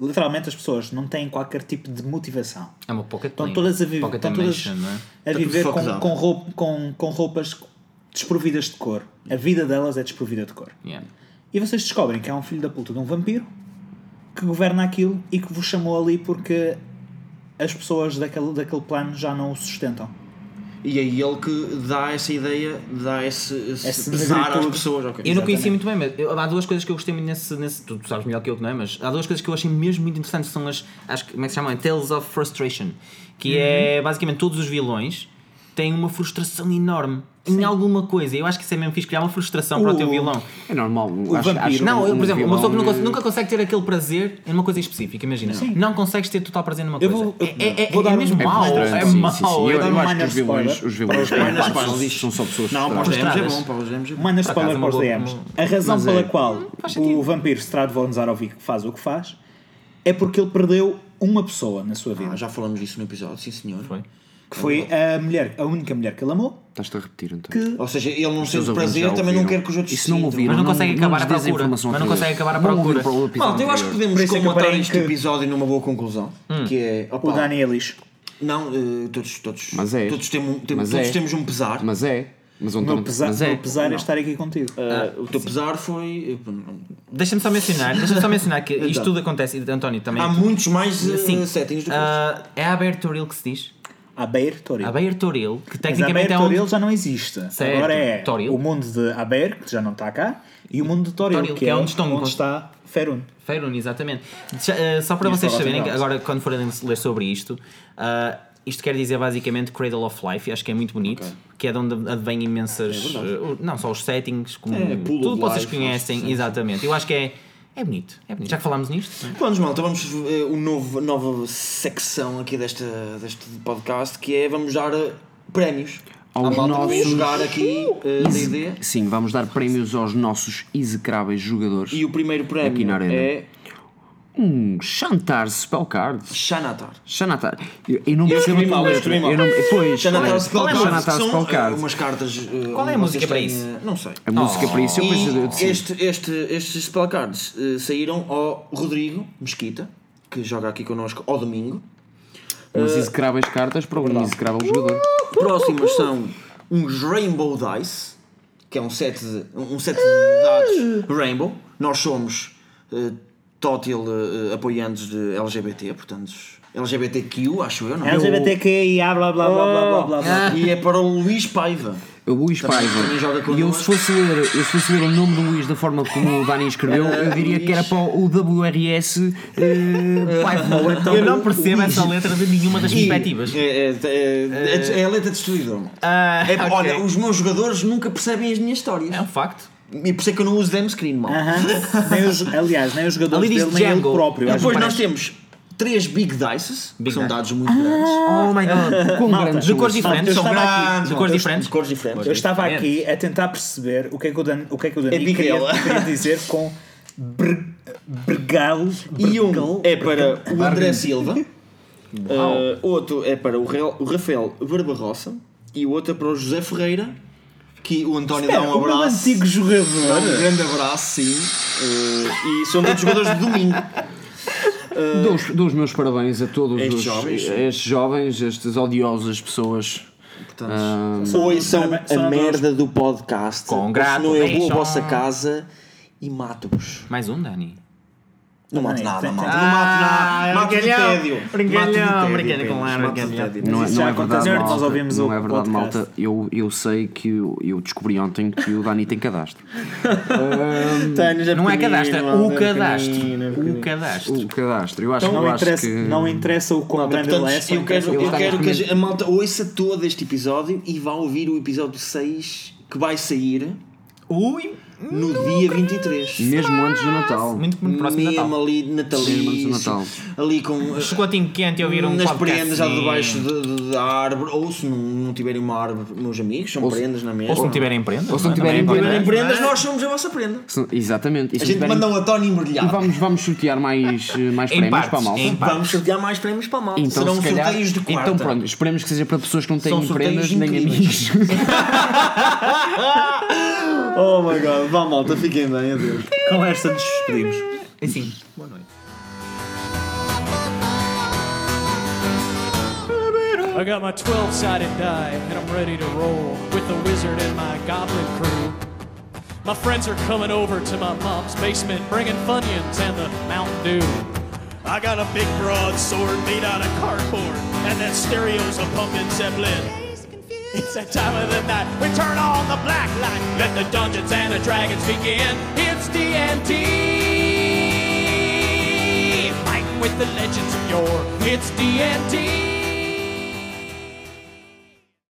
Speaker 4: Literalmente as pessoas não têm qualquer tipo de motivação.
Speaker 5: É uma pocket
Speaker 4: Estão
Speaker 5: plane,
Speaker 4: todas a, vi
Speaker 5: pocket
Speaker 4: estão todas
Speaker 5: animation, não é?
Speaker 4: a viver
Speaker 2: fucked
Speaker 4: com,
Speaker 2: up.
Speaker 4: com roupa- com- com roupas desprovidas de cor. A vida delas é desprovida de cor.
Speaker 5: Yeah.
Speaker 4: E vocês descobrem que é um filho da puta de um vampiro que governa aquilo e que vos chamou ali porque as pessoas daquele, daquele plano já não o sustentam.
Speaker 2: E é ele que dá essa ideia, dá esse, esse
Speaker 4: Essa
Speaker 2: pesar às
Speaker 4: negritude.
Speaker 2: pessoas. ok.
Speaker 5: Eu não conheci muito bem, mas eu- há duas coisas que eu gostei muito nesse, nesse. Tu tu sabes melhor que eu, não é? Mas há duas coisas que eu achei mesmo muito interessantes, que são as. Acho que, como é que se chamam? Tales of Frustration. Que é basicamente todos os vilões têm uma frustração enorme em alguma coisa. Eu acho que isso é mesmo fixe, criar uma frustração para o teu
Speaker 4: O-
Speaker 5: vilão.
Speaker 3: É normal. acho-
Speaker 4: vampiro.
Speaker 3: acho que
Speaker 5: Não, eu,
Speaker 3: um
Speaker 5: por exemplo, uma pessoa que
Speaker 3: vilão,
Speaker 5: não cons-
Speaker 3: eh,
Speaker 5: nunca consegue ter aquele prazer em uma coisa específica, imagina. Não consegues ter total prazer numa
Speaker 4: Eu
Speaker 5: coisa.
Speaker 4: vou- eu-
Speaker 5: é, é, é-
Speaker 4: vou
Speaker 5: é
Speaker 4: dar um-
Speaker 5: mesmo
Speaker 4: É
Speaker 5: mau,
Speaker 3: frustrante,
Speaker 5: é
Speaker 3: sim, sim,
Speaker 5: mau.
Speaker 3: sim. Eu,
Speaker 5: é-
Speaker 3: eu
Speaker 4: um
Speaker 3: acho que
Speaker 4: minor
Speaker 3: os vilões,
Speaker 4: spoiler
Speaker 3: os vilões
Speaker 4: para os
Speaker 3: bem
Speaker 2: minors
Speaker 3: parvos,
Speaker 2: spoilers.
Speaker 3: são só pessoas
Speaker 2: Não, para os DMs é
Speaker 3: frustradas.
Speaker 5: frustradas.
Speaker 2: bom, para os DMs é bom.
Speaker 4: Uma
Speaker 5: Por acaso,
Speaker 4: spoiler para
Speaker 5: uma
Speaker 4: os
Speaker 5: boa-
Speaker 4: DMs.
Speaker 5: uma-
Speaker 4: A razão
Speaker 5: Mas
Speaker 4: pela
Speaker 5: é-
Speaker 4: qual
Speaker 5: faz sentido.
Speaker 4: o vampiro Stradvon Zarovic faz o que faz é porque ele perdeu uma pessoa na sua vida,
Speaker 2: Ah, já falamos disso no episódio, sim senhor.
Speaker 5: Foi.
Speaker 4: que foi a mulher, a única mulher que ele amou,
Speaker 3: Estás-te a repetir então.
Speaker 4: que
Speaker 2: Ou seja, ele não
Speaker 3: Seus
Speaker 2: sente
Speaker 3: ouvintes
Speaker 2: prazer,
Speaker 3: já
Speaker 2: também não
Speaker 3: ouviram.
Speaker 2: quer que os outros
Speaker 3: E se não
Speaker 2: sintam.
Speaker 3: ouviram,
Speaker 5: Mas não consegue acabar
Speaker 3: lhes
Speaker 5: à
Speaker 3: dês
Speaker 5: procura.
Speaker 3: informação
Speaker 5: Mas não
Speaker 3: outra
Speaker 5: consegue
Speaker 3: vez.
Speaker 5: acabar à
Speaker 3: Não ouviram
Speaker 5: procura.
Speaker 3: para o episódio
Speaker 2: é? Malta, eu acho que
Speaker 3: anterior.
Speaker 2: podemos
Speaker 4: Por isso é que eu
Speaker 2: comatar
Speaker 4: parei
Speaker 2: este
Speaker 4: que-
Speaker 5: Hum.
Speaker 2: episódio numa boa conclusão, que é,
Speaker 4: o
Speaker 2: opa,
Speaker 4: Dani é lixo.
Speaker 2: Não, eh, todos, todos,
Speaker 3: Mas é.
Speaker 2: todos, temos, temos-
Speaker 3: Mas
Speaker 2: todos
Speaker 3: é.
Speaker 2: temos um pesar.
Speaker 3: Mas é. Mas
Speaker 4: O
Speaker 3: onde
Speaker 4: meu pesar,
Speaker 3: mas
Speaker 4: o
Speaker 3: é.
Speaker 4: meu pesar é estar aqui contigo.
Speaker 2: Ah, o teu pesar foi. eh,
Speaker 5: Deixa-me só mencionar, deixa-me só mencionar que isto
Speaker 2: Então.
Speaker 5: tudo acontece, e António também.
Speaker 2: Há muitos mais eh,
Speaker 5: Sim.
Speaker 2: settings do que isto.
Speaker 5: Ah, é a Abertoril que se diz.
Speaker 4: Ah, Abeir Toril.
Speaker 5: Abeir Toril, que
Speaker 4: Mas a Abeir
Speaker 5: tecnicamente é onde.
Speaker 4: Toril já não existe.
Speaker 5: Certo.
Speaker 4: Agora é
Speaker 5: Toril.
Speaker 4: o mundo de Abeir, que já não está cá, e o mundo de Toril,
Speaker 5: Toril,
Speaker 4: que, é onde, estão, onde está Ferun.
Speaker 5: Ferun, exatamente. Deixa- eh, só para
Speaker 4: E
Speaker 5: vocês
Speaker 4: só
Speaker 5: saberem,
Speaker 4: Rotten
Speaker 5: agora quando forem ler sobre isto, ah, isto quer dizer basicamente Cradle of Life, e acho que é muito bonito, que é de onde advém imensas. eh, o- não, só os settings, como
Speaker 2: É, Pool
Speaker 5: tudo
Speaker 2: of
Speaker 5: que vocês
Speaker 2: Life,
Speaker 5: conhecem, exatamente. Eu acho que é. É bonito, é bonito. Já que falámos nisto,
Speaker 2: Vamos, malta, vamos eh, um novo, nova secção aqui desta, deste podcast que é vamos dar eh, prémios.
Speaker 3: Aos
Speaker 2: a malta que veio
Speaker 3: nossos-
Speaker 2: jogar aqui eh, D&D.
Speaker 3: Sim, vamos dar prémios aos nossos execráveis jogadores.
Speaker 2: E o primeiro prémio
Speaker 3: na arena.
Speaker 2: é
Speaker 3: Um Xantar Spellcard.
Speaker 2: Xanatar.
Speaker 3: Xanatar. Eu, eu não
Speaker 2: Eu
Speaker 3: percebo
Speaker 2: escrevi
Speaker 3: a
Speaker 2: mal,
Speaker 3: tua
Speaker 2: eu
Speaker 3: letra.
Speaker 2: escrevi mal.
Speaker 3: Eu não, pois,
Speaker 2: Xanatar
Speaker 3: pois.
Speaker 2: Spellcard.
Speaker 3: Xanatar
Speaker 2: são,
Speaker 3: Spellcard.
Speaker 2: eh, umas cartas. eh,
Speaker 5: Qual é a
Speaker 2: onde
Speaker 5: música
Speaker 2: vocês
Speaker 5: para
Speaker 2: têm,
Speaker 5: isso?
Speaker 2: eh, Oh, Não sei.
Speaker 3: A música para isso é eu depois eu
Speaker 2: E
Speaker 3: decido.
Speaker 2: este, este, estes spellcards eh, saíram ao Rodrigo Mesquita, que joga aqui connosco ao domingo.
Speaker 3: Umas execráveis cartas para um execrável jogador.
Speaker 2: Uh! Próximos são uns Rainbow Dice, que é um set de, um set de dados Rainbow. Nós somos eh, total eh, apoiantes de LGBT, portanto LGBTQ, acho eu, não é?
Speaker 4: LGBTQIA, blá blá blá blá blá blá. blá.
Speaker 2: E é para o Luís Paiva.
Speaker 3: É O Luís
Speaker 2: Também-
Speaker 3: Paiva.
Speaker 2: também joga
Speaker 3: E eu
Speaker 2: connosco.
Speaker 3: se, fosse ler, eu se fosse ler o nome do Luís da forma como o Dani escreveu,
Speaker 2: É,
Speaker 3: eu diria que era para o WRS eh, Paiva. Ou então-
Speaker 5: eu não percebo essa letra de nenhuma das
Speaker 2: E-
Speaker 5: perspectivas.
Speaker 2: É, é, é, é- é a letra destruidora. mano.
Speaker 5: Ah,
Speaker 2: É,
Speaker 5: ok.
Speaker 2: Olha, os meus jogadores nunca percebem as minhas histórias.
Speaker 5: É um facto.
Speaker 2: E por isso é que eu não uso damn screen, mal.
Speaker 4: Aham. Nem os- aliás, nem os jogadores
Speaker 5: Ali diz
Speaker 4: dele, nem ele
Speaker 5: Django.
Speaker 4: próprio.
Speaker 2: E
Speaker 4: Acho
Speaker 2: depois
Speaker 4: que
Speaker 2: nós temos três big dices, que
Speaker 5: Big
Speaker 2: são
Speaker 5: dice.
Speaker 2: dados muito grandes.
Speaker 5: Oh my god.
Speaker 3: Com
Speaker 4: Malta,
Speaker 3: grandes
Speaker 5: De cores
Speaker 3: luzes.
Speaker 5: diferentes,
Speaker 4: eu
Speaker 2: Ah,
Speaker 5: são
Speaker 4: estava aqui-
Speaker 5: grandes, de cores diferentes.
Speaker 2: De cores diferentes.
Speaker 4: Eu estava aqui a tentar perceber o que é que o Dani, o que é que o Dani
Speaker 2: É Big
Speaker 4: queria,
Speaker 2: L.
Speaker 4: queria dizer com bre- Bergal.
Speaker 2: E
Speaker 4: Bergal-
Speaker 2: um é para o André Silva, eh, outro é para o, Rel- o Rafael Barbarossa e o outro é para o José Ferreira, que o António
Speaker 4: Espera, é
Speaker 2: dá um
Speaker 4: o meu
Speaker 2: abraço.
Speaker 4: antigo
Speaker 2: Dá um
Speaker 4: jogador.
Speaker 2: grande abraço, sim. eh, e são todos jogadores de domingo.
Speaker 3: Dou os- dou os meus parabéns a todos
Speaker 2: Estes
Speaker 3: os
Speaker 2: jovens.
Speaker 3: estes jovens, estas odiosas pessoas.
Speaker 2: Portanto, Oi, são
Speaker 4: parabéns-
Speaker 2: a
Speaker 4: são
Speaker 2: merda do podcast.
Speaker 5: Congratulations.
Speaker 2: Senão eu vou à vossa casa e mato-vos.
Speaker 5: Mais um, Dani.
Speaker 2: Não mato
Speaker 4: Tem-
Speaker 2: nada,
Speaker 4: tem-
Speaker 2: malta. Não mato
Speaker 5: Ah,
Speaker 2: nada. Mato de
Speaker 5: É, brincalhão,
Speaker 2: tédio.
Speaker 5: brincalhão,
Speaker 2: Mato de tédio,
Speaker 5: brincalhão,
Speaker 2: apenas.
Speaker 5: claro,
Speaker 2: Mato de
Speaker 5: brincalhão.
Speaker 2: tédio.
Speaker 3: Não é,
Speaker 4: isso
Speaker 3: não
Speaker 4: já
Speaker 3: é verdade,
Speaker 4: acontece, nós
Speaker 3: malta.
Speaker 4: ouvimos
Speaker 3: não
Speaker 4: o
Speaker 3: é verdade,
Speaker 4: podcast.
Speaker 3: malta. Eu, eu sei que eu, eu descobri ontem que o Dani tem cadastro.
Speaker 5: Não é cadastro, é o cadastro. O
Speaker 3: O
Speaker 5: cadastro.
Speaker 3: cadastro. Eu acho, que eu
Speaker 4: Então Não
Speaker 3: acho
Speaker 4: interessa,
Speaker 3: que.
Speaker 4: não interessa o quão
Speaker 2: Malta,
Speaker 4: grande
Speaker 2: portanto,
Speaker 4: ele é, só
Speaker 2: eu
Speaker 4: interessa
Speaker 2: quero,
Speaker 4: o
Speaker 2: eu
Speaker 4: qual-
Speaker 2: quero que a gen- a malta ouça todo este episódio e vá ouvir o episódio 6 que vai sair Uh.
Speaker 5: Ui,
Speaker 2: no dia 23.
Speaker 3: Mesmo antes do Natal.
Speaker 5: muito, muito próximo de Natal.
Speaker 2: Mesmo ali de
Speaker 3: Mesmo antes do
Speaker 2: Natal.
Speaker 3: Natal.
Speaker 2: Ali com. eh,
Speaker 5: Chocotinho quente e ouvir um
Speaker 2: nas
Speaker 5: podcast.
Speaker 2: prendas lá debaixo de- de- da árvore, ou se não, não tiverem uma árvore, meus amigos, são prendas na mesa.
Speaker 5: Ou se não tiverem prenda.
Speaker 3: Ou se não tiverem
Speaker 2: Se
Speaker 3: prenda.
Speaker 2: tiverem
Speaker 3: Não é?
Speaker 2: prendas, nós somos a vossa prenda.
Speaker 3: Se- Exatamente. E
Speaker 2: A
Speaker 3: se
Speaker 2: gente
Speaker 3: tiverem-
Speaker 2: manda um António
Speaker 3: E
Speaker 2: embrulhado. Vamos,
Speaker 3: vamos, vamos sortear mais, eh, mais
Speaker 5: Em
Speaker 3: prémios
Speaker 5: partes,
Speaker 3: para a malta.
Speaker 5: em partes.
Speaker 2: sortear mais prémios para a malta.
Speaker 3: Então,
Speaker 2: Serão
Speaker 3: se calhar,
Speaker 2: sorteios de quarta.
Speaker 3: Então pronto, esperemos que seja para pessoas que não
Speaker 2: São
Speaker 3: têm
Speaker 2: sorteios
Speaker 3: prendas nem
Speaker 2: incríveis.
Speaker 3: amigos.
Speaker 2: Oh my god, vá malta, fiquem bem, adeus.
Speaker 4: Com esta nos despedimos.
Speaker 5: Assim, boa noite.
Speaker 1: I got my 12 sided die and I'm ready to roll with the wizard and my goblin crew. My friends are coming over to my mom's basement bringing Funyuns and the Mountain Dew. I got a big broadsword made out of cardboard and that stereo's a pumping Zeppelin. It's that time of the night. We turn on the black light. Let the dungeons and the dragons begin. It's D&D. Fighting with the legends of yore. It's D&D.